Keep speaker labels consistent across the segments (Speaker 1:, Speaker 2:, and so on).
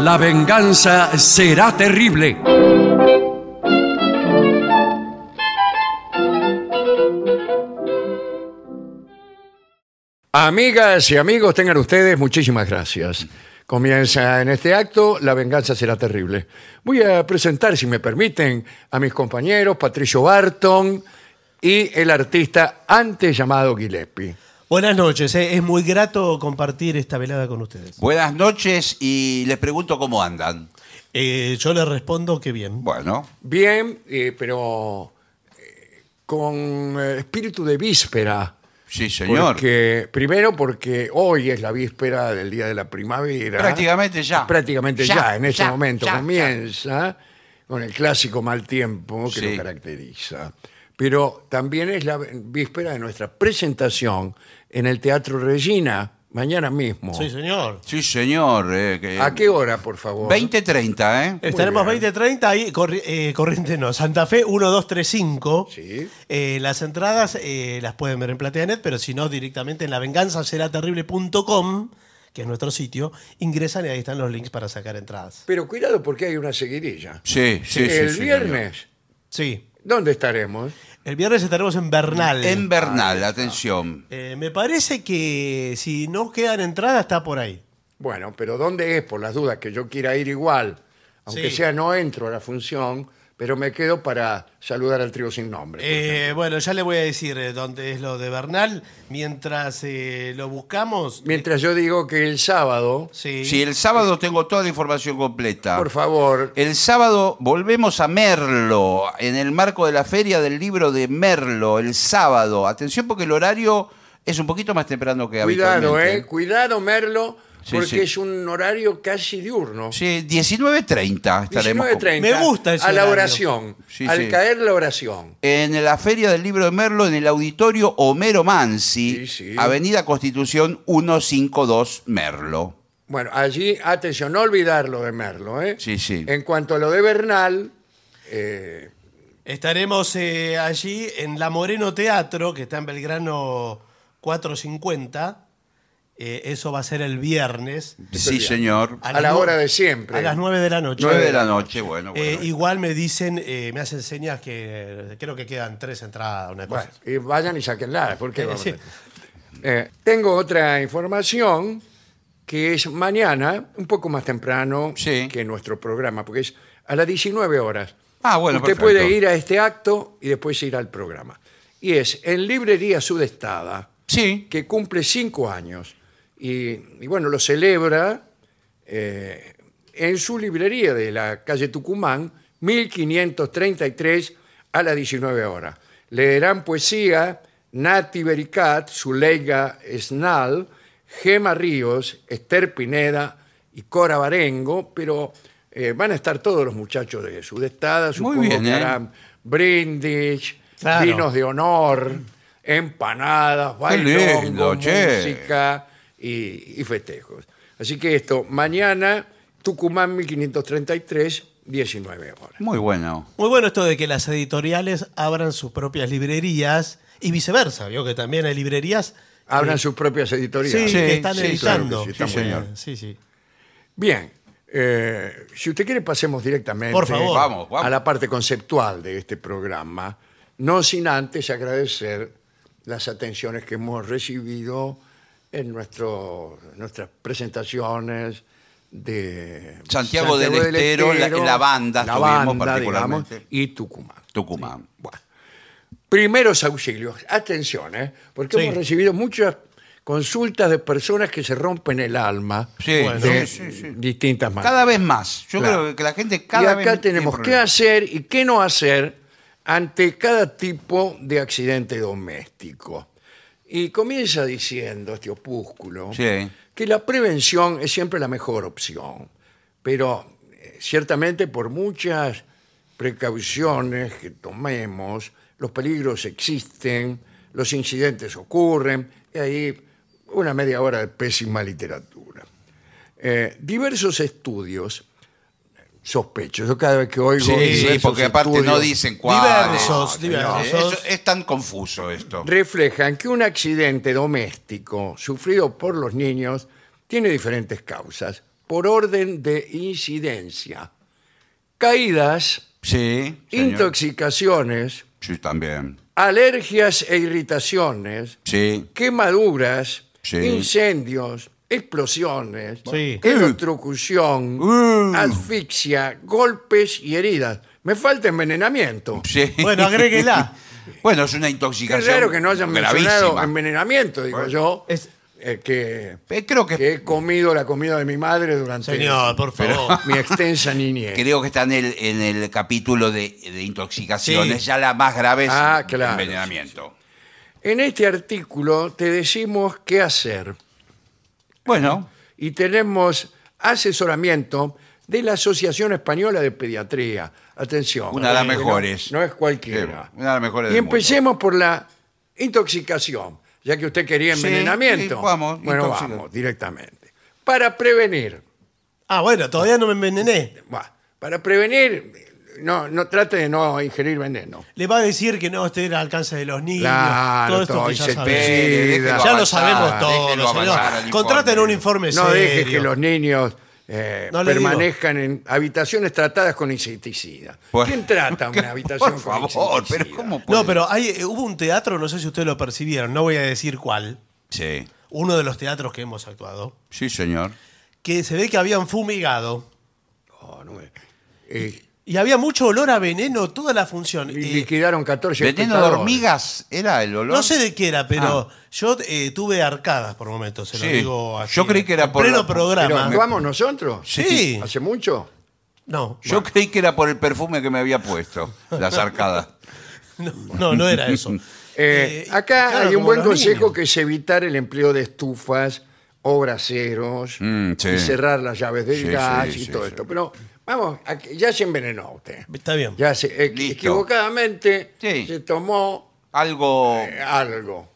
Speaker 1: La venganza será terrible. Amigas y amigos, tengan ustedes muchísimas gracias. Comienza en este acto La venganza será terrible. Voy a presentar, si me permiten, a mis compañeros Patricio Barton y el artista antes llamado Gillespie.
Speaker 2: Buenas noches, eh. es muy grato compartir esta velada con ustedes.
Speaker 3: Buenas noches y les pregunto cómo andan.
Speaker 2: Eh, yo les respondo que bien.
Speaker 3: Bueno,
Speaker 1: Bien, eh, pero eh, con eh, espíritu de víspera.
Speaker 3: sí, señor.
Speaker 1: Porque, primero porque hoy es la víspera del día de la primavera.
Speaker 3: Prácticamente ya.
Speaker 1: Prácticamente ya,
Speaker 3: Ya,
Speaker 1: en ese
Speaker 3: ya,
Speaker 1: momento
Speaker 3: ya,
Speaker 1: comienza con el clásico mal tiempo que
Speaker 3: Sí.
Speaker 1: lo caracteriza. Pero también es la víspera de nuestra presentación en el Teatro Regina, mañana mismo.
Speaker 2: Sí, señor.
Speaker 3: Sí, señor. eh, que-
Speaker 1: ¿A qué hora, por favor?
Speaker 3: 20.30, ¿eh?
Speaker 2: Estaremos
Speaker 1: bien.
Speaker 2: 20.30 ahí, corri- eh, corriente no, Santa Fe 1235.
Speaker 1: Sí.
Speaker 2: Eh, las entradas eh, las pueden ver en Plateanet, pero si no, directamente en lavenganzaseraterrible.com, que es nuestro sitio, ingresan y ahí están los links para sacar entradas.
Speaker 1: Pero cuidado porque hay una seguidilla.
Speaker 3: Sí, sí, sí.
Speaker 1: el
Speaker 3: sí,
Speaker 1: viernes,
Speaker 2: Sí.
Speaker 1: ¿dónde estaremos?
Speaker 2: El viernes estaremos en Bernal.
Speaker 3: señor. En Bernal, atención.
Speaker 2: Eh, me parece que si no quedan entradas, está por ahí.
Speaker 1: Bueno, pero ¿dónde es? Por las dudas, que yo quiera ir igual. Aunque
Speaker 2: Sí.
Speaker 1: sea, no entro a la función, pero me quedo para saludar al trío sin nombre. por ejemplo.
Speaker 2: Eh, bueno, ya le voy a decir eh, dónde es lo de Bernal. Mientras eh, lo buscamos.
Speaker 1: Mientras yo digo que el sábado,
Speaker 2: Sí.
Speaker 3: Si el sábado tengo toda la información completa.
Speaker 1: por favor,
Speaker 3: El sábado volvemos a Merlo, en el marco de la feria del libro de Merlo, el sábado. Atención porque el horario es un poquito más temprano que
Speaker 1: cuidado,
Speaker 3: habitualmente.
Speaker 1: eh, cuidado Merlo,
Speaker 3: Sí,
Speaker 1: porque
Speaker 3: sí.
Speaker 1: es un horario casi diurno.
Speaker 3: Sí, 19.30 estaremos.
Speaker 1: 19.30.
Speaker 2: Me gusta ese
Speaker 1: A la
Speaker 2: horario.
Speaker 1: oración,
Speaker 3: Sí,
Speaker 1: al
Speaker 3: sí.
Speaker 1: caer la oración.
Speaker 3: En la Feria del Libro de Merlo, en el auditorio Homero
Speaker 1: Sí,
Speaker 3: Mansi,
Speaker 1: sí.
Speaker 3: Avenida Constitución 152 Merlo.
Speaker 1: Bueno, allí, atención, no olvidar lo de Merlo. ¿eh?
Speaker 3: Sí, sí.
Speaker 1: En cuanto a lo de Bernal, eh,
Speaker 2: Estaremos eh, allí en La Moreno Teatro, que está en Belgrano 450. Eh, eso va a ser el viernes.
Speaker 3: Sí, señor.
Speaker 1: A la
Speaker 2: nue-
Speaker 1: hora de siempre.
Speaker 2: A las 9 de la noche.
Speaker 3: 9 de la noche, bueno,
Speaker 2: Eh,
Speaker 3: bueno.
Speaker 2: igual me dicen, eh, me hacen señas que eh, creo que quedan tres entradas, una cosa.
Speaker 1: Bueno, y vayan y saquenla, porque
Speaker 2: Eh,
Speaker 1: vamos
Speaker 2: sí.
Speaker 1: a- Eh, tengo otra información que es mañana, un poco más temprano
Speaker 3: Sí.
Speaker 1: que nuestro programa, porque es a las 19 horas.
Speaker 3: Ah, bueno,
Speaker 1: Usted
Speaker 3: perfecto.
Speaker 1: puede ir a este acto y después ir al programa. Y es en Librería Sudestada,
Speaker 3: Sí,
Speaker 1: que cumple cinco años. Y, y bueno, lo celebra eh, en su librería de la calle Tucumán, 1533 a las 19 horas. Leerán poesía Nati Bericat, Zuleika Snal, Gema Ríos, Esther Pineda y Cora Barengo, pero eh, van a estar todos los muchachos de Sudestada, supongo
Speaker 3: bien,
Speaker 1: que
Speaker 3: ¿eh?
Speaker 1: harán brindis,
Speaker 2: Claro.
Speaker 1: vinos de honor, empanadas, bailongo,
Speaker 3: lindo, che.
Speaker 1: música y, y festejos. Así que esto, mañana, Tucumán 1533, 19 horas.
Speaker 3: muy bueno.
Speaker 2: Muy bueno esto de que las editoriales abran sus propias librerías y viceversa, vio que también hay librerías
Speaker 1: Abran
Speaker 2: eh,
Speaker 1: sus propias editoriales.
Speaker 2: sí, que
Speaker 3: Sí,
Speaker 2: están
Speaker 3: sí,
Speaker 1: claro que
Speaker 2: editando.
Speaker 1: sí, está
Speaker 2: Sí,
Speaker 1: muy
Speaker 2: señor.
Speaker 3: bien.
Speaker 2: Sí, sí.
Speaker 1: Bien, eh, si usted quiere pasemos directamente
Speaker 2: Por favor.
Speaker 3: Vamos, vamos.
Speaker 1: a la parte conceptual de este programa, no sin antes agradecer las atenciones que hemos recibido en nuestro, nuestras presentaciones de
Speaker 3: Santiago del Estero, la- la banda
Speaker 1: la
Speaker 3: estuvimos
Speaker 1: banda,
Speaker 3: particularmente.
Speaker 1: digamos, y Tucumán.
Speaker 3: Tucumán.
Speaker 1: Bueno. Primeros auxilios. Atención, ¿eh? porque
Speaker 2: Sí.
Speaker 1: hemos recibido muchas consultas de personas que se rompen el alma
Speaker 3: Sí,
Speaker 2: Bueno.
Speaker 1: de
Speaker 3: sí, sí, sí.
Speaker 1: distintas maneras.
Speaker 3: Cada vez más. Yo
Speaker 1: Claro.
Speaker 3: creo que la gente
Speaker 1: y
Speaker 3: cada vez
Speaker 1: acá
Speaker 3: más tiene
Speaker 1: tenemos qué
Speaker 3: problemas.
Speaker 1: hacer y qué no hacer ante cada tipo de accidente doméstico. Y comienza diciendo este opúsculo
Speaker 3: Sí.
Speaker 1: que la prevención es siempre la mejor opción, pero eh, ciertamente por muchas precauciones que tomemos, los peligros existen, los incidentes ocurren, y ahí una media hora de pésima literatura. Eh, diversos estudios sospecho. Yo cada vez que oigo.
Speaker 3: Sí, sí,
Speaker 1: diversos
Speaker 3: porque aparte no
Speaker 1: estudios,
Speaker 3: dicen cuáles.
Speaker 2: Diversos,
Speaker 3: No,
Speaker 2: diversos.
Speaker 3: eso- es tan confuso esto.
Speaker 1: Reflejan que un accidente doméstico sufrido por los niños tiene diferentes causas. por orden de incidencia. Caídas,
Speaker 3: Sí. señor.
Speaker 1: intoxicaciones,
Speaker 3: Sí, también.
Speaker 1: alergias e irritaciones,
Speaker 3: Sí.
Speaker 1: quemaduras,
Speaker 3: Sí.
Speaker 1: incendios, explosiones,
Speaker 2: Sí.
Speaker 1: electrocución,
Speaker 3: Uh.
Speaker 1: asfixia, golpes y heridas. Me falta envenenamiento.
Speaker 3: Sí.
Speaker 2: Bueno, agréguela.
Speaker 3: Bueno, es una
Speaker 1: Qué
Speaker 3: intoxicación.
Speaker 1: raro que no hayan mencionado
Speaker 3: gravísima.
Speaker 1: envenenamiento, digo yo,
Speaker 2: es-
Speaker 1: eh, que,
Speaker 3: Eh, Creo que,
Speaker 1: que he comido la comida de mi madre durante
Speaker 2: Señor, por favor.
Speaker 1: mi extensa niñez.
Speaker 3: creo que está en el, en el capítulo de, de intoxicaciones.
Speaker 2: Sí.
Speaker 3: Ya la más grave es
Speaker 1: Ah,
Speaker 3: el
Speaker 1: claro.
Speaker 3: envenenamiento.
Speaker 1: En este artículo te decimos qué hacer
Speaker 3: Bueno,
Speaker 1: y tenemos asesoramiento de la Asociación Española de Pediatría. Atención.
Speaker 3: Una de las
Speaker 1: Que no-
Speaker 3: mejores.
Speaker 1: No, es cualquiera.
Speaker 3: Sí, una de las mejores
Speaker 1: Y
Speaker 3: del mundo.
Speaker 1: empecemos por la intoxicación, ya que usted quería
Speaker 3: Sí,
Speaker 1: envenenamiento.
Speaker 3: sí, vamos,
Speaker 1: bueno,
Speaker 3: intoxica-
Speaker 1: vamos, directamente. Para prevenir.
Speaker 2: Ah, bueno, todavía no me envenené.
Speaker 1: Buah, para prevenir, no, no trate de no ingerir veneno.
Speaker 2: Le va a decir que no esté al alcance de los niños.
Speaker 1: Claro,
Speaker 2: todo esto
Speaker 1: todo,
Speaker 2: que
Speaker 1: y
Speaker 2: ya
Speaker 1: se
Speaker 2: sabemos.
Speaker 1: pide.
Speaker 3: espere,
Speaker 1: Ya
Speaker 3: déjelo
Speaker 2: Ya lo
Speaker 3: avanzar,
Speaker 2: sabemos
Speaker 3: déjelo
Speaker 2: todo,
Speaker 3: avanzar al
Speaker 2: señor.
Speaker 3: informe.
Speaker 2: Contraten un informe
Speaker 1: No dejes que
Speaker 2: serio.
Speaker 1: los niños eh,
Speaker 2: No le
Speaker 1: permanezcan en habitaciones tratadas con insecticida.
Speaker 3: Bueno,
Speaker 1: ¿Quién trata
Speaker 3: que-
Speaker 1: una habitación
Speaker 3: Por
Speaker 1: con
Speaker 3: favor,
Speaker 1: insecticida?
Speaker 3: pero ¿cómo puede?
Speaker 2: No, pero hay, eh, hubo un teatro, no sé si ustedes lo percibieron, no voy a decir cuál,
Speaker 3: Sí,
Speaker 2: uno de los teatros que hemos actuado,
Speaker 3: sí, señor.
Speaker 2: que se ve que habían fumigado
Speaker 1: Oh, No, no me- eh,
Speaker 2: y había mucho olor a veneno toda la función.
Speaker 1: y
Speaker 2: Eh,
Speaker 1: liquidaron 14
Speaker 3: ¿Veneno de
Speaker 1: espectadores.
Speaker 3: hormigas era el olor?
Speaker 2: no sé de qué era, pero yo eh, tuve arcadas por momentos, se lo
Speaker 3: Ah. Sí.
Speaker 2: digo así. eh.
Speaker 3: Yo creí que era
Speaker 2: En
Speaker 3: por
Speaker 2: pleno
Speaker 3: la-
Speaker 1: ¿Pero
Speaker 2: programa.
Speaker 1: actuamos nosotros?
Speaker 2: Sí.
Speaker 1: ¿Hace mucho?
Speaker 2: No,
Speaker 3: Yo creí que era por el perfume que me había puesto, las arcadas.
Speaker 2: no, no, no era eso.
Speaker 1: Eh,
Speaker 2: Eh,
Speaker 1: acá
Speaker 2: claro,
Speaker 1: hay un
Speaker 2: como
Speaker 1: buen
Speaker 2: los
Speaker 1: consejo
Speaker 2: niños.
Speaker 1: que es evitar el empleo de estufas o braseros
Speaker 3: Mm, sí.
Speaker 1: y cerrar las llaves del
Speaker 3: Sí,
Speaker 1: gas
Speaker 3: sí,
Speaker 1: y
Speaker 3: sí,
Speaker 1: todo
Speaker 3: sí.
Speaker 1: esto. Pero vamos, aquí- ya se envenenó usted.
Speaker 2: Está bien.
Speaker 1: Ya se, equ-
Speaker 3: Listo.
Speaker 1: equivocadamente
Speaker 3: Sí.
Speaker 1: se tomó
Speaker 3: Algo.
Speaker 1: eh, algo.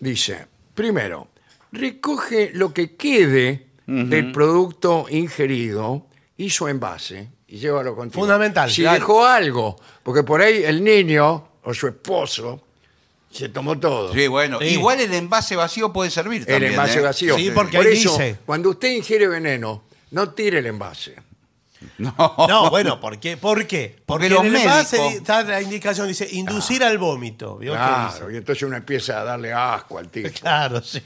Speaker 1: Dice, primero, recoge lo que quede del producto ingerido y su envase y llévalo contigo.
Speaker 2: Fundamental,
Speaker 1: Si
Speaker 2: claro.
Speaker 1: dejó algo, porque por ahí el niño o su esposo se tomó todo.
Speaker 3: Sí, bueno.
Speaker 2: Sí.
Speaker 3: Igual el envase vacío puede servir
Speaker 1: el
Speaker 3: también.
Speaker 1: envase
Speaker 3: ¿eh?
Speaker 1: vacío.
Speaker 2: Sí, porque
Speaker 1: por
Speaker 2: ahí
Speaker 1: eso,
Speaker 2: dice-
Speaker 1: cuando usted ingiere veneno, no tire el envase.
Speaker 2: No, bueno, ¿por qué? ¿Por qué? Porque,
Speaker 3: Porque los
Speaker 2: en el envase
Speaker 3: médicos- Ah.
Speaker 2: di- está la indicación, dice inducir al vómito. ¿vio qué
Speaker 1: Claro,
Speaker 2: dice?
Speaker 1: y entonces uno empieza a darle asco al tipo.
Speaker 2: Claro, sí.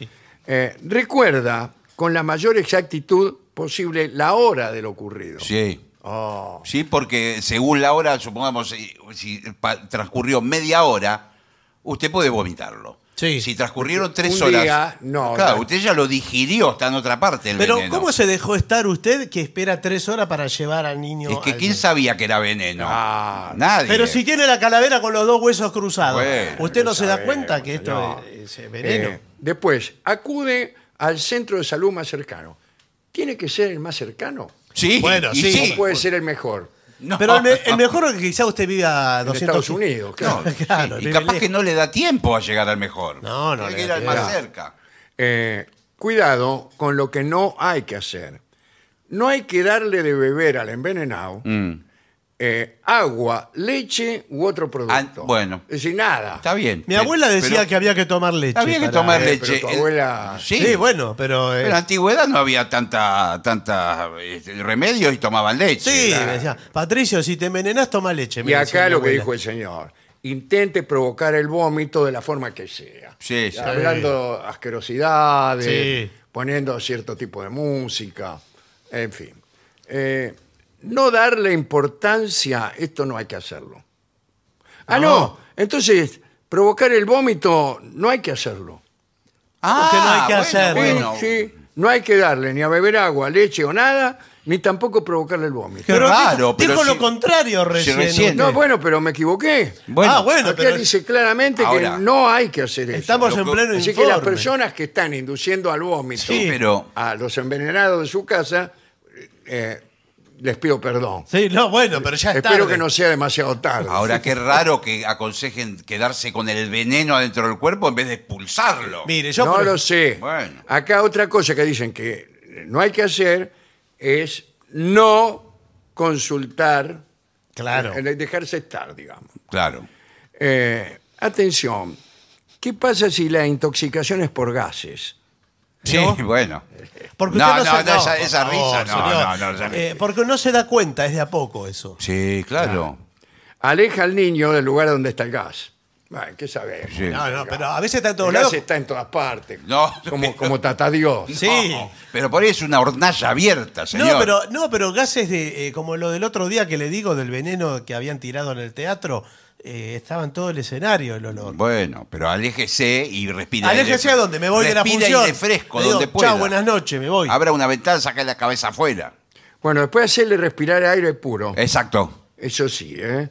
Speaker 1: Eh, recuerda con la mayor exactitud posible la hora de lo ocurrido.
Speaker 3: Sí.
Speaker 1: Oh,
Speaker 3: Sí, porque según la hora, supongamos, si, si pa- transcurrió media hora, usted puede vomitarlo.
Speaker 2: Sí.
Speaker 3: Si transcurrieron tres
Speaker 1: Un
Speaker 3: horas.
Speaker 1: día, no,
Speaker 3: Claro,
Speaker 1: no.
Speaker 3: usted ya lo digirió, está en otra parte el
Speaker 2: Pero,
Speaker 3: veneno.
Speaker 2: ¿cómo se dejó estar usted que espera tres horas para llevar al niño?
Speaker 3: Es que
Speaker 2: al-
Speaker 3: quién sabía que era veneno.
Speaker 1: Claro.
Speaker 3: Nadie.
Speaker 2: Pero si tiene la calavera con los dos huesos cruzados,
Speaker 3: Bueno,
Speaker 2: ¿usted no
Speaker 1: lo
Speaker 2: se da
Speaker 1: sabemos,
Speaker 2: cuenta que esto
Speaker 1: señor.
Speaker 2: es, es veneno?
Speaker 1: eh, después, acude al centro de salud más cercano. ¿Tiene que ser el más cercano?
Speaker 3: Sí,
Speaker 2: Bueno,
Speaker 3: y
Speaker 2: sí.
Speaker 1: ¿O puede ser el mejor?
Speaker 3: No.
Speaker 2: Pero el, me- el mejor es que quizá usted viva a 200
Speaker 1: Estados Unidos, claro.
Speaker 2: claro,
Speaker 3: y
Speaker 2: vive
Speaker 3: capaz
Speaker 2: lejos.
Speaker 3: que no le da tiempo a llegar al mejor.
Speaker 2: No, no
Speaker 3: Tiene
Speaker 2: le
Speaker 3: que ir
Speaker 2: da
Speaker 3: al más
Speaker 2: tiempo.
Speaker 3: cerca.
Speaker 1: Eh, cuidado con lo que no hay que hacer. No hay que darle de beber al envenenado eh, agua, leche u otro producto.
Speaker 3: Ah, bueno.
Speaker 1: Es decir, nada.
Speaker 3: Está bien.
Speaker 2: Mi abuela decía
Speaker 3: que
Speaker 2: que había que tomar leche.
Speaker 3: Había que
Speaker 2: para-
Speaker 3: tomar
Speaker 1: Eh,
Speaker 3: leche.
Speaker 1: pero tu
Speaker 3: El-
Speaker 1: abuela-
Speaker 3: Sí,
Speaker 2: Sí, bueno, pero... eh,
Speaker 3: Pero en la antigüedad no había tanta, tanta este, remedios y tomaban leche.
Speaker 2: sí,
Speaker 3: Era-
Speaker 2: me decía, Patricio, si te envenenas, toma leche. me
Speaker 1: Y
Speaker 2: decía
Speaker 1: acá
Speaker 2: mi
Speaker 1: lo que
Speaker 2: abuela.
Speaker 1: dijo el señor, intente provocar el vómito de la forma que sea.
Speaker 3: Sí, sí.
Speaker 1: Hablando asquerosidades,
Speaker 2: Sí.
Speaker 1: poniendo cierto tipo de música, en fin. Eh, no darle importancia, esto no hay que hacerlo. Ah, no,
Speaker 2: No.
Speaker 1: entonces provocar el vómito no hay que hacerlo.
Speaker 2: que no hay que hacer.
Speaker 3: Ah, Eh, Bueno,
Speaker 1: Sí, sí, no hay que darle ni a beber agua, leche o nada, ni tampoco provocarle el vómito.
Speaker 3: Qué
Speaker 2: Pero
Speaker 3: raro,
Speaker 2: dijo-
Speaker 3: pero
Speaker 2: dijo
Speaker 3: si-
Speaker 2: lo contrario recién.
Speaker 3: recién-
Speaker 2: usted.
Speaker 1: No, bueno, pero me equivoqué.
Speaker 3: bueno.
Speaker 2: ah, bueno,
Speaker 1: Acá
Speaker 2: pero
Speaker 1: dice claramente
Speaker 3: Ahora-
Speaker 1: que no hay que hacer eso.
Speaker 2: estamos en
Speaker 3: Lo-
Speaker 2: pleno
Speaker 1: Así
Speaker 2: informe.
Speaker 1: que las personas que están induciendo al vómito
Speaker 2: Sí.
Speaker 3: pero-
Speaker 1: a los envenenados de su casa, eh, les pido perdón.
Speaker 2: Sí, no, bueno, pero ya está.
Speaker 1: Espero que no sea demasiado tarde.
Speaker 3: Ahora qué raro que aconsejen quedarse con el veneno adentro del cuerpo en vez de expulsarlo.
Speaker 2: Mire, yo
Speaker 1: no
Speaker 2: por-
Speaker 1: lo sé.
Speaker 3: Bueno.
Speaker 1: Acá otra cosa que dicen que no hay que hacer es no consultar,
Speaker 2: Claro.
Speaker 1: eh, dejarse estar, digamos.
Speaker 3: Claro.
Speaker 1: Eh, atención, ¿qué pasa si la intoxicación es por gases?
Speaker 3: Sí,
Speaker 2: ¿no?
Speaker 3: bueno.
Speaker 2: Porque
Speaker 3: no,
Speaker 2: usted
Speaker 3: no,
Speaker 2: se-
Speaker 3: no, esa,
Speaker 2: por
Speaker 3: esa
Speaker 2: favor,
Speaker 3: risa, no,
Speaker 2: señor.
Speaker 3: no, no, esa
Speaker 2: Eh,
Speaker 3: risa.
Speaker 2: porque no se da cuenta, es de a poco eso.
Speaker 3: Sí, claro.
Speaker 1: Aleja al niño del lugar donde está el gas. Bueno, ¿qué sabemos?
Speaker 3: Sí.
Speaker 1: El
Speaker 2: No, no, pero a veces está en todos
Speaker 1: gas
Speaker 2: lados.
Speaker 1: está en todas partes.
Speaker 3: No,
Speaker 1: como,
Speaker 3: pero-
Speaker 1: como tata Dios.
Speaker 2: Sí.
Speaker 3: No, Oh, pero por ahí es una hornalla abierta, señor.
Speaker 2: No, pero, no, pero gases de, eh, como lo del otro día que le digo del veneno que habían tirado en el teatro, eh, estaba en todo el escenario el olor.
Speaker 3: Bueno, pero aléjese y respire.
Speaker 2: Aléjese a donde me voy de la
Speaker 3: Respire
Speaker 2: función.
Speaker 3: aire fresco,
Speaker 2: Le digo,
Speaker 3: donde pueda.
Speaker 2: Chao, buenas noches, me voy.
Speaker 3: Abra una ventana, saca la cabeza afuera.
Speaker 1: Bueno, después hacerle respirar aire
Speaker 2: Oh.
Speaker 1: puro.
Speaker 3: Eh. Exacto.
Speaker 1: Eso sí, ¿eh?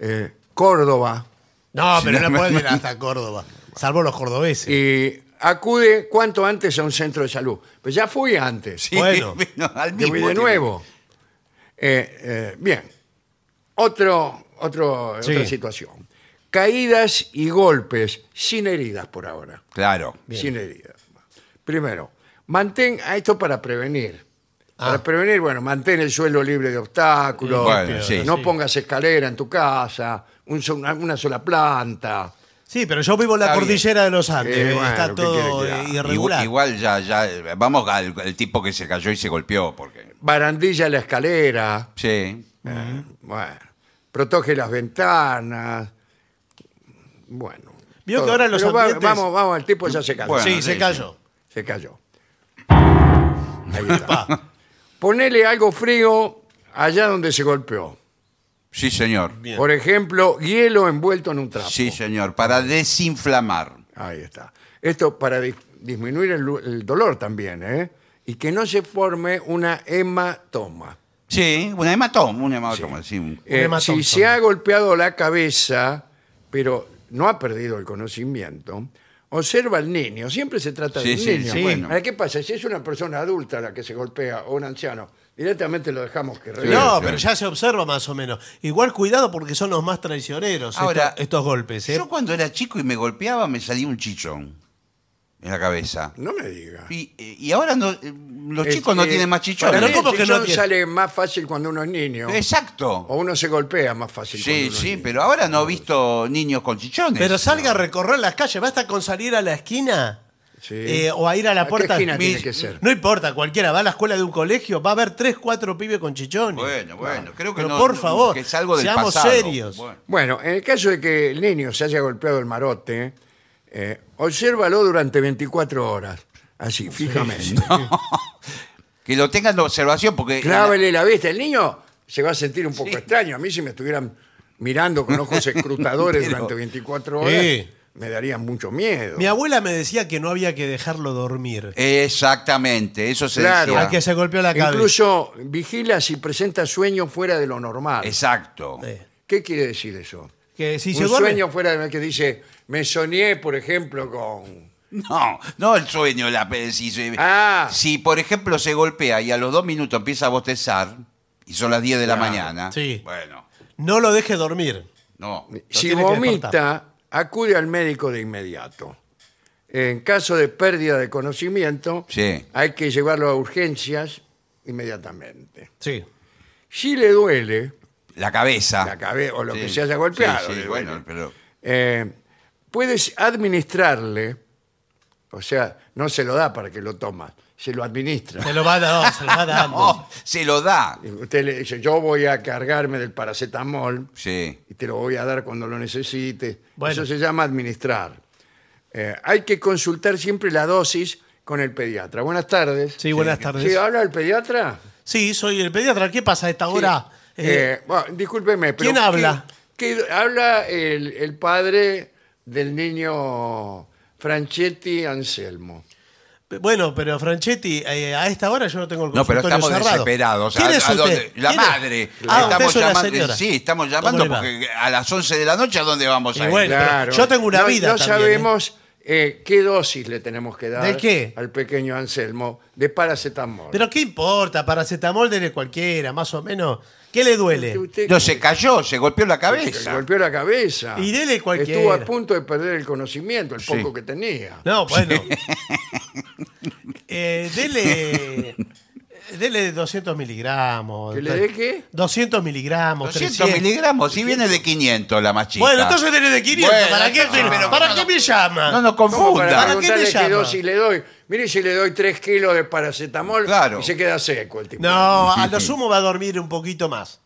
Speaker 1: Eh, Córdoba.
Speaker 2: No,
Speaker 3: Si
Speaker 2: pero
Speaker 3: no
Speaker 2: no
Speaker 3: me-
Speaker 2: pueden ir hasta Córdoba, salvo los cordobeses.
Speaker 3: Eh,
Speaker 1: Y acude cuanto antes a un centro de salud. Pues ya fui antes.
Speaker 3: Sí,
Speaker 2: Bueno.
Speaker 3: al
Speaker 1: Que voy
Speaker 3: mismo
Speaker 1: de
Speaker 3: tiempo.
Speaker 1: nuevo. Eh, eh, bien. Otro, otro,
Speaker 2: Sí.
Speaker 1: Otra situación. Caídas y golpes sin heridas por ahora.
Speaker 3: Claro.
Speaker 1: Sin heridas. Primero, mantén a esto para prevenir. Para
Speaker 2: Ah.
Speaker 1: prevenir, bueno, mantén el suelo libre de obstáculos.
Speaker 3: Bueno, sí.
Speaker 1: No
Speaker 2: Sí.
Speaker 1: pongas escalera en tu casa, un so- una, una sola planta.
Speaker 2: Sí, pero yo vivo en la
Speaker 3: Está bien.
Speaker 2: cordillera de los Andes,
Speaker 1: Sí,
Speaker 2: eh,
Speaker 1: bueno, ¿qué
Speaker 2: está todo
Speaker 1: quiere que haga?
Speaker 2: eh,
Speaker 3: Igual,
Speaker 2: irregular.
Speaker 3: igual ya, ya, eh, vamos al al tipo que se cayó y se golpeó, porque.
Speaker 1: Barandilla la escalera.
Speaker 3: Sí.
Speaker 1: Bueno, protege las ventanas. Bueno.
Speaker 2: Vio que
Speaker 1: todo.
Speaker 2: ahora los
Speaker 1: Pero va-
Speaker 2: ambientes-
Speaker 1: Vamos, vamos, el tipo ya se cayó.
Speaker 3: Bueno,
Speaker 2: sí,
Speaker 3: sí, sí.
Speaker 2: se cayó.
Speaker 1: Se cayó. Ahí está. Ponele algo frío allá donde se golpeó.
Speaker 3: Sí, señor.
Speaker 2: Bien.
Speaker 1: Por ejemplo, hielo envuelto en un trapo.
Speaker 3: Sí, señor. Para desinflamar.
Speaker 1: Ahí está. Esto para dis- disminuir el, lu- el dolor también, ¿eh? Y que no se forme una hematoma.
Speaker 3: Sí, un hematoma, un hematoma, sí.
Speaker 1: Eh,
Speaker 2: hematoma.
Speaker 1: si se ha golpeado la cabeza, pero no ha perdido el conocimiento, observa al niño. Siempre se trata de
Speaker 3: Sí,
Speaker 1: un
Speaker 3: sí,
Speaker 1: niño.
Speaker 3: sí. Bueno.
Speaker 1: Ahora, ¿Qué pasa? Si es una persona adulta la que se golpea o un anciano, directamente lo dejamos que reviva.
Speaker 2: No,
Speaker 3: sí.
Speaker 2: pero ya se observa más o menos. Igual cuidado porque son los más traicioneros
Speaker 3: Ahora,
Speaker 2: estos, estos golpes. ¿eh?
Speaker 3: Yo cuando era chico y me golpeaba me salía un chichón en la cabeza.
Speaker 1: No me diga.
Speaker 3: Y, y ahora no, los
Speaker 1: Es-
Speaker 3: chicos no
Speaker 1: eh,
Speaker 3: tienen más
Speaker 1: para
Speaker 3: chichones.
Speaker 1: mí
Speaker 2: Pero ¿cómo
Speaker 1: el
Speaker 2: que no
Speaker 1: chichón
Speaker 2: tiene?
Speaker 1: sale más fácil cuando uno es niño.
Speaker 3: Exacto.
Speaker 1: O uno se golpea más fácil. cuando
Speaker 3: Sí,
Speaker 1: uno es
Speaker 3: sí,
Speaker 1: niño.
Speaker 3: pero ahora no he visto niños con chichones.
Speaker 2: Pero salga a recorrer las calles, basta con salir a la esquina
Speaker 1: Sí.
Speaker 2: eh, o a ir a la
Speaker 1: qué
Speaker 2: puerta.
Speaker 1: esquina tiene
Speaker 2: Mi-
Speaker 1: que ser?
Speaker 2: No importa, cualquiera va a la escuela de un colegio, va a haber tres, cuatro pibes con chichones.
Speaker 3: Bueno, bueno, creo que
Speaker 2: Pero
Speaker 3: no-
Speaker 2: por
Speaker 3: no-
Speaker 2: favor,
Speaker 3: que es algo del
Speaker 2: seamos
Speaker 3: pasado.
Speaker 2: serios.
Speaker 3: Bueno.
Speaker 1: Bueno, en el caso de que el niño se haya golpeado el marote, eh, obsérvalo durante 24 horas. Así, fíjame.
Speaker 3: Que lo tengan de observación porque...
Speaker 1: Clávele la vista. El niño se va a sentir un poco
Speaker 3: Sí.
Speaker 1: extraño. A mí si me estuvieran mirando con ojos escrutadores
Speaker 3: Pero-
Speaker 1: durante 24 horas,
Speaker 2: Sí.
Speaker 1: me daría mucho miedo.
Speaker 2: Mi abuela me decía que no había que dejarlo
Speaker 3: Eh,
Speaker 2: dormir.
Speaker 3: Exactamente, eso se
Speaker 1: Claro.
Speaker 3: decía.
Speaker 2: Al que se golpeó la cabeza.
Speaker 1: Incluso vigila si presenta sueños fuera de lo normal.
Speaker 3: Exacto.
Speaker 2: Eh,
Speaker 1: ¿Qué quiere decir eso?
Speaker 2: que si se
Speaker 1: un
Speaker 2: duerme-
Speaker 1: sueño fuera de lo que dice, me soñé, por ejemplo, con...
Speaker 3: No, no el sueño. La, pe- si, si-
Speaker 1: Ah.
Speaker 3: si, por ejemplo, se golpea y a los dos minutos empieza a bostezar, y son las 10 de la
Speaker 1: Claro.
Speaker 3: mañana,
Speaker 2: Sí.
Speaker 3: bueno,
Speaker 2: No lo deje dormir.
Speaker 3: no.
Speaker 1: Si
Speaker 2: tiene que
Speaker 1: vomita,
Speaker 2: despertar.
Speaker 1: acude al médico de inmediato. En caso de pérdida de conocimiento,
Speaker 3: Sí.
Speaker 1: hay que llevarlo a urgencias inmediatamente.
Speaker 2: Sí.
Speaker 1: Si le duele
Speaker 3: La cabeza.
Speaker 1: la cabeza o lo
Speaker 3: Ah. Sí.
Speaker 1: que se haya golpeado,
Speaker 3: Sí, sí,
Speaker 1: le duele,
Speaker 3: bueno, pero...
Speaker 1: eh, puedes administrarle, o sea, no se lo da para que lo tomas, se lo administra.
Speaker 2: Se lo va, dando, se lo va dando.
Speaker 3: Oh, se lo da.
Speaker 1: Y Usted le dice, yo voy a cargarme del paracetamol
Speaker 3: Sí.
Speaker 1: y te lo voy a dar cuando lo necesites.
Speaker 2: Bueno.
Speaker 1: Eso se llama administrar. Eh, hay que consultar siempre la dosis con el pediatra. Buenas tardes.
Speaker 2: Sí, buenas tardes.
Speaker 1: Sí, ¿Habla el pediatra?
Speaker 2: Sí, soy el pediatra. ¿Qué pasa a esta hora? Eh,
Speaker 1: Eh, bueno, discúlpeme, pero...
Speaker 2: ¿quién
Speaker 1: ¿qué-
Speaker 2: habla?
Speaker 1: qué- habla el, el padre del niño Franchetti Anselmo.
Speaker 2: Bueno, pero Franchetti, eh, a esta hora yo no tengo el
Speaker 3: No, pero
Speaker 2: consultorio
Speaker 3: estamos
Speaker 2: cerrado.
Speaker 3: desesperados.
Speaker 2: ¿Quién
Speaker 3: ¿A-
Speaker 2: es
Speaker 3: a
Speaker 2: usted?
Speaker 3: dónde? La
Speaker 2: ¿Quién es?
Speaker 3: madre.
Speaker 2: Ah,
Speaker 3: estamos
Speaker 2: usted es una
Speaker 3: llamando- eh,
Speaker 2: señora.
Speaker 3: Sí, estamos
Speaker 2: ¿Cómo
Speaker 3: llamando
Speaker 2: le va?
Speaker 3: porque a las 11 de la noche, ¿a dónde vamos a
Speaker 2: Y
Speaker 3: ir?
Speaker 2: bueno. yo tengo una
Speaker 1: no,
Speaker 2: vida
Speaker 1: No
Speaker 2: también,
Speaker 1: sabemos eh, qué dosis le tenemos que dar
Speaker 2: ¿De qué?
Speaker 1: al pequeño Anselmo de paracetamol.
Speaker 2: Pero qué importa, paracetamol dele cualquiera, más o menos. ¿Qué le duele?
Speaker 1: Usted-
Speaker 3: No, se cayó, se golpeó la
Speaker 1: Este, Se
Speaker 3: cabeza.
Speaker 1: golpeó la cabeza.
Speaker 2: Y dele cualquiera.
Speaker 1: Estuvo a punto de perder el conocimiento, el
Speaker 3: Sí.
Speaker 1: poco que tenía.
Speaker 2: No, bueno. Eh, dele. Dele 200 miligramos.
Speaker 1: ¿Que le dé qué?
Speaker 2: 200 miligramos.
Speaker 3: 200
Speaker 2: 300.
Speaker 3: miligramos, si viene de 500 la más chica.
Speaker 2: Bueno, entonces dele de 500.
Speaker 3: Bueno,
Speaker 2: ¿Para qué,
Speaker 3: entonces- pero
Speaker 2: ¿para
Speaker 3: no,
Speaker 2: qué me llama?
Speaker 3: No nos
Speaker 1: ¿Cómo
Speaker 3: confunda.
Speaker 1: para
Speaker 2: ¿Para qué le
Speaker 1: preguntarle qué
Speaker 2: llama?
Speaker 1: dosis le doy mire si le doy tres kilos de paracetamol
Speaker 3: Claro.
Speaker 1: y se queda seco el tipo.
Speaker 2: No, a lo sumo va a dormir un poquito más.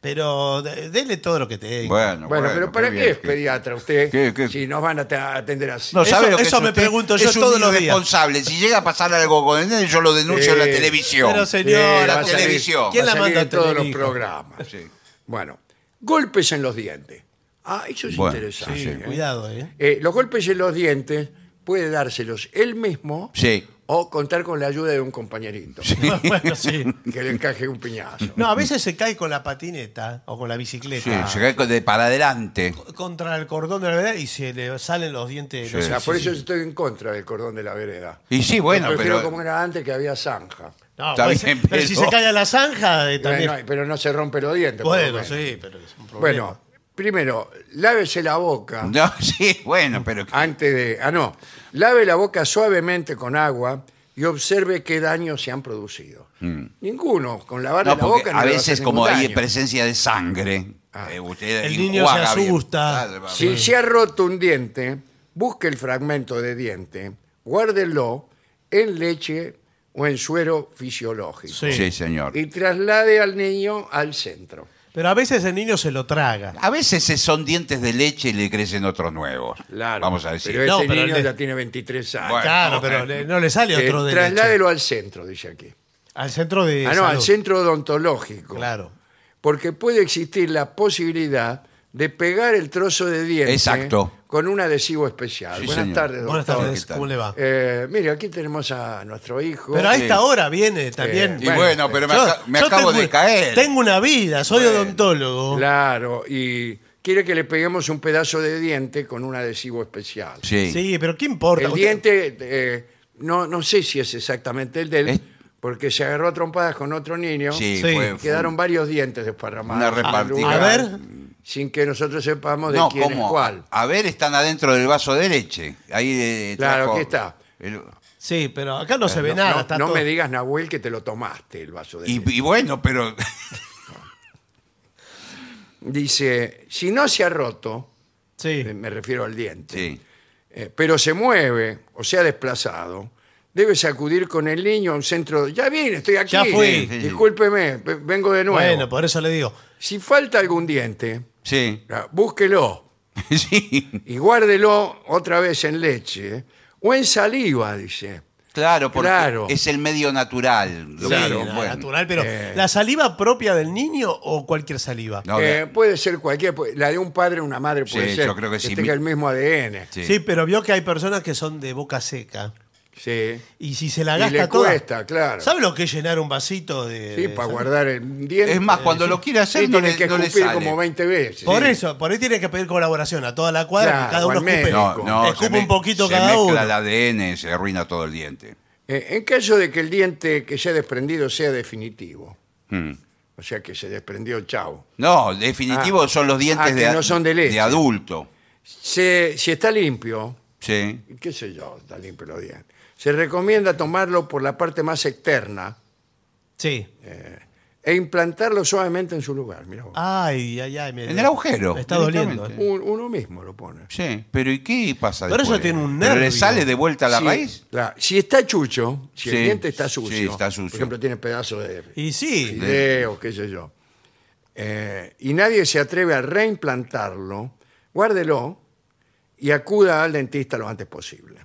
Speaker 2: Pero de- dele todo lo que tenga.
Speaker 3: Bueno,
Speaker 1: Bueno, pero ¿para qué es
Speaker 3: bien,
Speaker 1: pediatra usted
Speaker 3: ¿Qué, qué?
Speaker 1: si nos van a ta- atender así?
Speaker 3: No,
Speaker 2: Eso-
Speaker 3: ¿sabe lo que
Speaker 2: eso
Speaker 3: es
Speaker 2: me
Speaker 3: usted?
Speaker 2: pregunto yo
Speaker 3: es un
Speaker 2: todos los días.
Speaker 3: irresponsable. Si llega a pasar algo con el nene, yo lo denuncio en la
Speaker 1: Sí.
Speaker 3: televisión.
Speaker 2: Pero
Speaker 1: Sí,
Speaker 2: señor,
Speaker 1: va
Speaker 2: la
Speaker 1: a salir-
Speaker 3: televisión.
Speaker 2: ¿Quién
Speaker 1: va a
Speaker 2: la
Speaker 1: salir
Speaker 2: manda a
Speaker 1: en todos
Speaker 2: tener
Speaker 1: los
Speaker 2: hijos?
Speaker 1: programas?
Speaker 3: Sí.
Speaker 1: Bueno, golpes en los dientes. Ah, eso es
Speaker 3: Bueno,
Speaker 1: interesante.
Speaker 2: Sí,
Speaker 1: ¿eh?
Speaker 2: cuidado, ¿eh?
Speaker 1: Eh, los golpes en los dientes puede dárselos él mismo
Speaker 3: Sí.
Speaker 1: o contar con la ayuda de un compañerito
Speaker 2: bueno, sí.
Speaker 1: que le encaje un piñazo.
Speaker 2: No, a veces se cae con la patineta o con la
Speaker 3: Sí,
Speaker 1: Ah.
Speaker 2: bicicleta
Speaker 3: se cae con- de para adelante.
Speaker 2: contra el cordón de la vereda y se le salen los dientes.
Speaker 3: Sí. Ah,
Speaker 2: no
Speaker 1: O
Speaker 2: sé
Speaker 1: sea,
Speaker 2: si-
Speaker 1: por eso estoy en contra del cordón de la vereda.
Speaker 3: Y sí, bueno,
Speaker 1: Yo prefiero
Speaker 3: pero-
Speaker 1: como era antes que había zanja.
Speaker 2: No,
Speaker 3: Está
Speaker 2: pues,
Speaker 3: bien,
Speaker 2: pero si
Speaker 3: pero-
Speaker 2: se cae a la zanja, eh, también.
Speaker 1: Bueno, pero no se rompe los dientes. por lo
Speaker 2: bueno,
Speaker 1: menos.
Speaker 2: sí, pero es un problema.
Speaker 1: Bueno, primero, lávese la boca.
Speaker 3: No, sí, bueno, pero
Speaker 1: antes de... Ah, no. Lave la boca suavemente con agua y observe qué daños se han producido. Ninguno. Con lavar
Speaker 3: Mm. no,
Speaker 1: la
Speaker 3: porque
Speaker 1: boca no
Speaker 3: a
Speaker 1: le va
Speaker 3: veces
Speaker 1: hacer
Speaker 3: como
Speaker 1: ningún
Speaker 3: hay
Speaker 1: daño.
Speaker 3: presencia de sangre,
Speaker 1: Ah.
Speaker 3: eh, usted
Speaker 2: El niño se
Speaker 3: enjuaga bien.
Speaker 2: asusta.
Speaker 3: Claro,
Speaker 1: Si se ha roto un diente, busque el fragmento de diente, guárdelo en leche o en suero fisiológico.
Speaker 2: Sí.
Speaker 3: Sí, señor.
Speaker 1: Y traslade al niño al centro.
Speaker 2: Pero a veces el niño se lo traga.
Speaker 3: A veces se- son dientes de leche y le crecen otros nuevos. Vamos a decir.
Speaker 1: Pero
Speaker 2: No,
Speaker 1: este
Speaker 2: pero
Speaker 1: niño
Speaker 2: le-
Speaker 1: ya tiene 23 años.
Speaker 3: Bueno,
Speaker 2: claro,
Speaker 3: no,
Speaker 2: pero
Speaker 3: eh.
Speaker 2: le- no le sale
Speaker 1: Eh,
Speaker 2: otro de leche.
Speaker 1: trasládelo al centro, dice aquí.
Speaker 2: Al centro de
Speaker 1: Ah, no, al
Speaker 2: salud.
Speaker 1: centro odontológico.
Speaker 2: Claro.
Speaker 1: Porque puede existir la posibilidad de pegar el trozo de diente
Speaker 3: Exacto.
Speaker 1: con un adhesivo especial.
Speaker 3: Sí,
Speaker 1: Buenas
Speaker 3: señor.
Speaker 1: tardes,
Speaker 2: Buenas
Speaker 1: doctor.
Speaker 2: tardes,
Speaker 3: ¿qué tal?
Speaker 2: ¿cómo le va?
Speaker 1: Eh, mire, aquí tenemos a nuestro hijo.
Speaker 2: pero a
Speaker 3: sí.
Speaker 2: esta hora viene también.
Speaker 3: Y bueno, pero me,
Speaker 2: Yo-
Speaker 3: aca- me
Speaker 2: yo
Speaker 3: acabo
Speaker 2: tengo-
Speaker 3: de caer.
Speaker 2: Tengo una vida, soy
Speaker 3: Bueno.
Speaker 2: odontólogo.
Speaker 1: Claro, y quiere que le peguemos un pedazo de diente con un adhesivo especial.
Speaker 3: Sí.
Speaker 2: Sí, pero ¿qué importa?
Speaker 1: El
Speaker 2: Usted-
Speaker 1: diente, eh, no, no sé si es exactamente el de él,
Speaker 3: Es-
Speaker 1: porque se agarró a trompadas con otro niño.
Speaker 3: Sí,
Speaker 2: Sí.
Speaker 3: fue- fue-
Speaker 1: Quedaron varios dientes desparramados.
Speaker 3: Una
Speaker 1: en el
Speaker 3: repartija.
Speaker 2: A ver.
Speaker 1: Sin que nosotros sepamos de
Speaker 3: No,
Speaker 1: quién
Speaker 3: ¿cómo?
Speaker 1: es cuál.
Speaker 3: A ver, están adentro del vaso de leche. Ahí eh,
Speaker 1: Claro,
Speaker 3: trajo-
Speaker 1: aquí está.
Speaker 3: el-
Speaker 2: Sí, pero acá no se ve
Speaker 1: No,
Speaker 2: nada.
Speaker 1: no-
Speaker 2: está
Speaker 1: no
Speaker 2: todo-
Speaker 1: me digas, Nahuel, que te lo tomaste el vaso de leche.
Speaker 3: y, y bueno, pero
Speaker 1: Dice, si no se ha roto,
Speaker 2: Sí.
Speaker 1: eh, me refiero al diente,
Speaker 3: sí.
Speaker 1: eh, pero se mueve o se ha desplazado, debe sacudir con el niño a un centro. Ya vine, estoy aquí.
Speaker 2: Ya fui. Sí,
Speaker 3: sí.
Speaker 1: Discúlpeme, ve- vengo de nuevo.
Speaker 2: Bueno, pues. por eso le digo.
Speaker 1: Si falta algún diente,
Speaker 3: Sí.
Speaker 1: ah, búsquelo
Speaker 3: sí.
Speaker 1: y guárdelo otra vez en leche eh, o en saliva, dice.
Speaker 3: Claro, porque
Speaker 1: Claro.
Speaker 3: es el medio natural. lo que-
Speaker 2: Claro,
Speaker 1: Claro,
Speaker 2: natural, pero
Speaker 1: Eh.
Speaker 2: ¿la saliva propia del niño o cualquier saliva?
Speaker 3: No,
Speaker 1: Eh,
Speaker 3: la-
Speaker 1: puede ser cualquiera, puede- la de un padre o una madre puede
Speaker 3: Sí,
Speaker 1: ser
Speaker 3: yo creo que sí.
Speaker 1: tenga el mismo ADN.
Speaker 3: sí.
Speaker 2: Sí, pero vio que hay personas que son de boca seca.
Speaker 1: Sí.
Speaker 2: Y si se la
Speaker 1: Y
Speaker 2: gasta
Speaker 1: le
Speaker 2: toda-
Speaker 1: cuesta, claro.
Speaker 2: ¿Sabe lo que es llenar un vasito de.?
Speaker 1: Sí,
Speaker 2: de
Speaker 1: para
Speaker 2: sal-
Speaker 1: guardar el diente.
Speaker 3: Es más, cuando lo quiere hacer,
Speaker 1: Sí,
Speaker 3: no
Speaker 1: tiene
Speaker 3: le,
Speaker 1: que
Speaker 3: no le
Speaker 1: escupir
Speaker 3: sale.
Speaker 1: como 20 veces.
Speaker 2: Por
Speaker 1: Sí.
Speaker 2: eso, por ahí tiene que pedir colaboración a toda la cuadra,
Speaker 1: Claro,
Speaker 2: que cada uno
Speaker 1: al
Speaker 2: escupe,
Speaker 1: médico.
Speaker 3: No, no,
Speaker 2: escupe
Speaker 3: se me-
Speaker 2: un poquito
Speaker 3: se
Speaker 2: cada
Speaker 3: mezcla
Speaker 2: uno.
Speaker 3: el ADN, se arruina todo el diente.
Speaker 1: Eh, en caso de que el diente que se ha desprendido sea definitivo,
Speaker 3: Mm.
Speaker 1: o sea que se desprendió, chao.
Speaker 3: No, definitivo
Speaker 1: Ah.
Speaker 3: son los dientes
Speaker 1: Ah, que
Speaker 3: de, a-
Speaker 1: no son de leche.
Speaker 3: adulto.
Speaker 1: Se- si está limpio,
Speaker 3: Sí.
Speaker 1: qué sé yo, está limpio los dientes, se recomienda tomarlo por la parte más externa
Speaker 2: Sí.
Speaker 1: e implantarlo suavemente en su lugar. Mirá
Speaker 2: Ah.
Speaker 1: vos.
Speaker 2: Ay, ay, ay. me-
Speaker 3: En el agujero,
Speaker 2: Eh, Me está doliendo.
Speaker 3: directamente.
Speaker 2: eh.
Speaker 1: Un- uno mismo lo pone.
Speaker 3: Sí, pero ¿y qué pasa
Speaker 2: Pero eso
Speaker 3: después?
Speaker 2: tiene un
Speaker 3: ¿Pero le
Speaker 2: nervio.
Speaker 3: sale de vuelta a la
Speaker 1: Sí,
Speaker 3: raíz?
Speaker 1: claro. Si está chucho, si el
Speaker 3: Sí,
Speaker 1: diente está
Speaker 3: sí,
Speaker 1: sucio,
Speaker 3: está sucio.
Speaker 1: por ejemplo, tiene pedazos de
Speaker 2: Y sí.
Speaker 1: fideos, qué sé yo, eh, y nadie se atreve a reimplantarlo, guárdelo y acuda al dentista lo antes posible.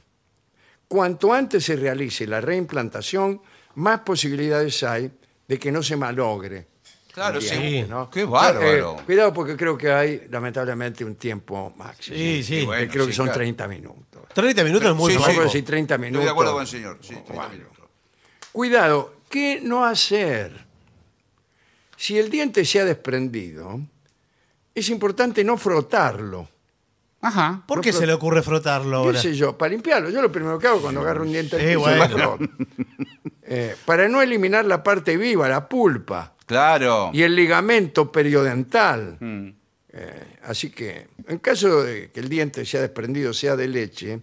Speaker 1: Cuanto antes se realice la reimplantación, más posibilidades hay de que no se malogre.
Speaker 3: Claro,
Speaker 1: el
Speaker 3: sí.
Speaker 1: diente, ¿no?
Speaker 3: Qué bárbaro.
Speaker 1: Eh, cuidado porque creo que hay lamentablemente un tiempo máximo.
Speaker 2: Sí, sí.
Speaker 1: Que
Speaker 3: bueno,
Speaker 1: creo
Speaker 3: sí,
Speaker 1: que son
Speaker 3: claro.
Speaker 1: 30 minutos.
Speaker 2: 30 minutos es muy
Speaker 3: Sí,
Speaker 1: No
Speaker 2: poco.
Speaker 1: vamos a
Speaker 3: sí.
Speaker 1: decir 30 minutos.
Speaker 3: Estoy de acuerdo con el señor. Sí, 30
Speaker 1: Bueno.
Speaker 3: minutos.
Speaker 1: Cuidado, ¿qué no hacer? Si el diente se ha desprendido, es importante no frotarlo.
Speaker 3: Ajá.
Speaker 2: ¿Por qué
Speaker 1: No,
Speaker 2: se le ocurre frotarlo
Speaker 1: ¿Qué
Speaker 2: ahora?
Speaker 1: sé yo? Para limpiarlo. Yo lo primero que hago cuando agarro un diente al
Speaker 2: Sí,
Speaker 1: piso,
Speaker 2: bueno.
Speaker 1: lo froto. Eh, para no eliminar la parte viva, la pulpa
Speaker 3: Claro.
Speaker 1: y el ligamento periodental.
Speaker 3: Mm.
Speaker 1: Eh, así que, en caso de que el diente sea desprendido, sea de leche,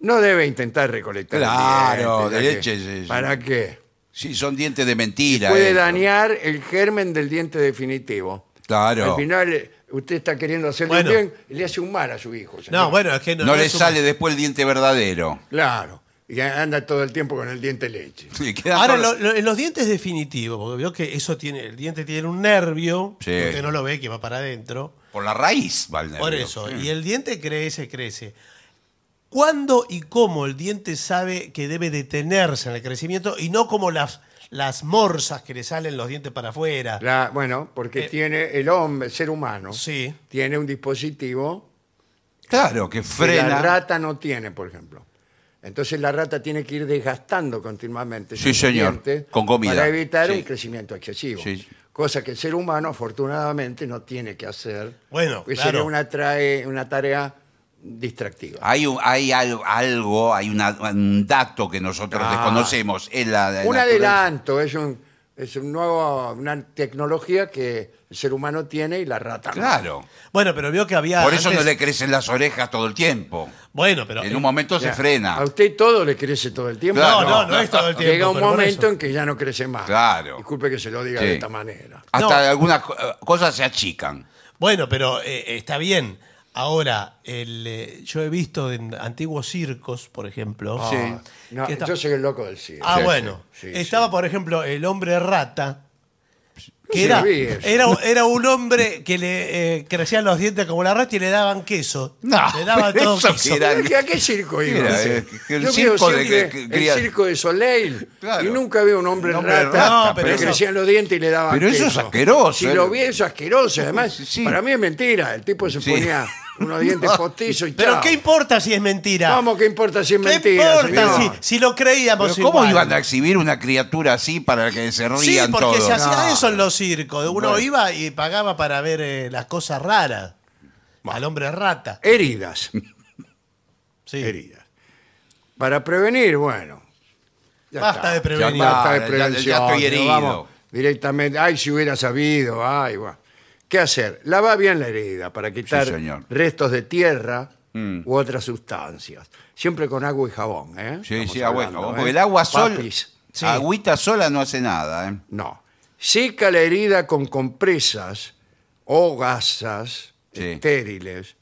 Speaker 1: no debe intentar recolectar el
Speaker 3: Claro,
Speaker 1: diente,
Speaker 3: de
Speaker 1: ya que-
Speaker 3: leche, sí, sí.
Speaker 1: ¿Para qué?
Speaker 3: Sí, son dientes de mentira.
Speaker 1: puede
Speaker 3: eso.
Speaker 1: dañar el germen del diente definitivo.
Speaker 3: Claro.
Speaker 1: Al final, eh, usted está queriendo hacerle
Speaker 2: Bueno.
Speaker 1: un bien y le hace un mal a su hijo. señor.
Speaker 2: No, bueno, es que no,
Speaker 3: No
Speaker 2: no
Speaker 3: le
Speaker 2: es un-
Speaker 3: sale después el diente verdadero.
Speaker 1: Claro. y anda todo el tiempo con el diente de leche.
Speaker 3: Sí, queda
Speaker 2: Ahora,
Speaker 3: por-
Speaker 2: lo- lo- en los dientes definitivos, porque veo que eso tiene, el diente tiene un nervio,
Speaker 3: Sí.
Speaker 2: que usted no lo ve, que va para adentro.
Speaker 3: Por la raíz, va el nervio.
Speaker 2: Por eso, eh. y el diente crece, crece. ¿Cuándo y cómo el diente sabe que debe detenerse en el crecimiento y no como las, las morsas que le salen los dientes para afuera?
Speaker 1: La- bueno, porque
Speaker 2: Eh,
Speaker 1: tiene el hombre, el ser humano,
Speaker 2: Sí.
Speaker 1: tiene un dispositivo
Speaker 3: Claro, que
Speaker 1: que la
Speaker 3: frena.
Speaker 1: rata no tiene, por ejemplo. Entonces la rata tiene que ir desgastando continuamente
Speaker 3: Sí,
Speaker 1: sus
Speaker 3: señor,
Speaker 1: dientes
Speaker 3: con comida.
Speaker 1: para evitar
Speaker 3: Sí.
Speaker 1: un crecimiento excesivo.
Speaker 3: Sí.
Speaker 1: Cosa que el ser humano, afortunadamente, no tiene que hacer.
Speaker 2: Bueno,
Speaker 1: porque
Speaker 2: claro.
Speaker 1: sería una, trae, una tarea distractiva.
Speaker 3: Hay, un- hay al- algo, hay una- un dato que nosotros
Speaker 1: Ah.
Speaker 3: desconocemos. Es la, la
Speaker 1: un
Speaker 3: naturaleza.
Speaker 1: adelanto, es un es un nuevo, una tecnología que el ser humano tiene y la rata no.
Speaker 3: Claro.
Speaker 2: Bueno, pero veo que
Speaker 1: Ah,
Speaker 2: había.
Speaker 3: Por eso
Speaker 2: antes-
Speaker 3: no le crecen las orejas todo el tiempo.
Speaker 2: Bueno, pero. eh,
Speaker 3: En un momento se
Speaker 1: Ya,
Speaker 3: frena.
Speaker 1: A usted todo le crece todo el tiempo.
Speaker 2: No,
Speaker 3: Claro.
Speaker 2: no, no es todo el tiempo.
Speaker 1: Llega un
Speaker 2: pero por
Speaker 1: momento
Speaker 2: eso.
Speaker 1: en que ya no crece más.
Speaker 3: Claro.
Speaker 1: Disculpe que se lo diga
Speaker 3: Sí.
Speaker 1: de esta manera.
Speaker 3: Hasta
Speaker 2: No.
Speaker 3: algunas co- eh, cosas se achican.
Speaker 2: Bueno, pero eh, está bien. Ahora, el, eh, yo he visto en antiguos circos, por ejemplo.
Speaker 1: Ah, no,
Speaker 2: que está-
Speaker 1: yo soy el loco del cielo.
Speaker 2: Ah,
Speaker 3: Sí,
Speaker 2: bueno.
Speaker 1: sí, sí,
Speaker 2: Estaba, por ejemplo, el hombre rata. Que
Speaker 1: Sí,
Speaker 2: era,
Speaker 1: vi eso.
Speaker 2: era, era un hombre que le eh, crecían los dientes como la rata y le daban queso. le daban todo
Speaker 3: eso que
Speaker 2: queso.
Speaker 3: era-
Speaker 1: ¿A qué- ¿A qué circo iba?
Speaker 3: Mira,
Speaker 1: Sí.
Speaker 3: eh, que el
Speaker 1: Yo
Speaker 3: circo
Speaker 1: veo
Speaker 3: de-
Speaker 1: siempre
Speaker 3: que- que
Speaker 1: el
Speaker 3: cría-
Speaker 1: circo de Soleil
Speaker 3: Claro.
Speaker 1: y nunca veo un hombre,
Speaker 3: Un hombre
Speaker 1: rata,
Speaker 3: rata,
Speaker 2: No, pero
Speaker 1: que
Speaker 2: eso-
Speaker 1: crecían los dientes y le daban
Speaker 3: Pero eso
Speaker 1: queso.
Speaker 3: es asqueroso,
Speaker 1: Si
Speaker 3: eh.
Speaker 1: lo vi eso es asqueroso, además
Speaker 3: Sí, sí.
Speaker 1: para mí es mentira, el tipo se
Speaker 3: Sí.
Speaker 1: ponía unos dientes postizos y
Speaker 2: Pero
Speaker 1: chao.
Speaker 2: ¿qué importa si es mentira?
Speaker 1: Vamos, qué importa si es
Speaker 2: ¿Qué
Speaker 1: mentira.
Speaker 2: importa si,
Speaker 1: señor?
Speaker 2: si lo creíamos
Speaker 3: Pero ¿Cómo
Speaker 2: igual?
Speaker 3: iban a exhibir una criatura así para que se rían
Speaker 2: Sí, porque
Speaker 3: todos?
Speaker 2: se hacía
Speaker 1: No.
Speaker 2: eso en los circos. Uno
Speaker 3: Bueno.
Speaker 2: iba y pagaba para ver eh, las cosas raras. Al hombre rata.
Speaker 1: Heridas.
Speaker 2: Sí.
Speaker 1: heridas. Para prevenir, bueno. ya
Speaker 2: Basta
Speaker 1: está.
Speaker 2: de prevenir.
Speaker 1: Ya basta de
Speaker 3: Ya- ya- ya
Speaker 1: prevención.
Speaker 3: estoy herido.
Speaker 1: vamos directamente. Ay, si hubiera sabido. Ay, bueno. ¿Qué hacer? Lava bien la herida para quitar
Speaker 3: Sí, señor. Mm.
Speaker 1: restos de tierra u otras sustancias. Siempre con agua y jabón, ¿eh?
Speaker 3: Sí,
Speaker 1: Estamos
Speaker 3: sí, agua,
Speaker 1: hablando,
Speaker 3: jabón,
Speaker 1: ¿eh?
Speaker 3: porque el agua sola,
Speaker 1: Papis,
Speaker 2: Sí.
Speaker 3: agüita sola no hace nada. ¿eh?
Speaker 1: no. Seca la herida con compresas o gasas
Speaker 3: Sí.
Speaker 1: estériles.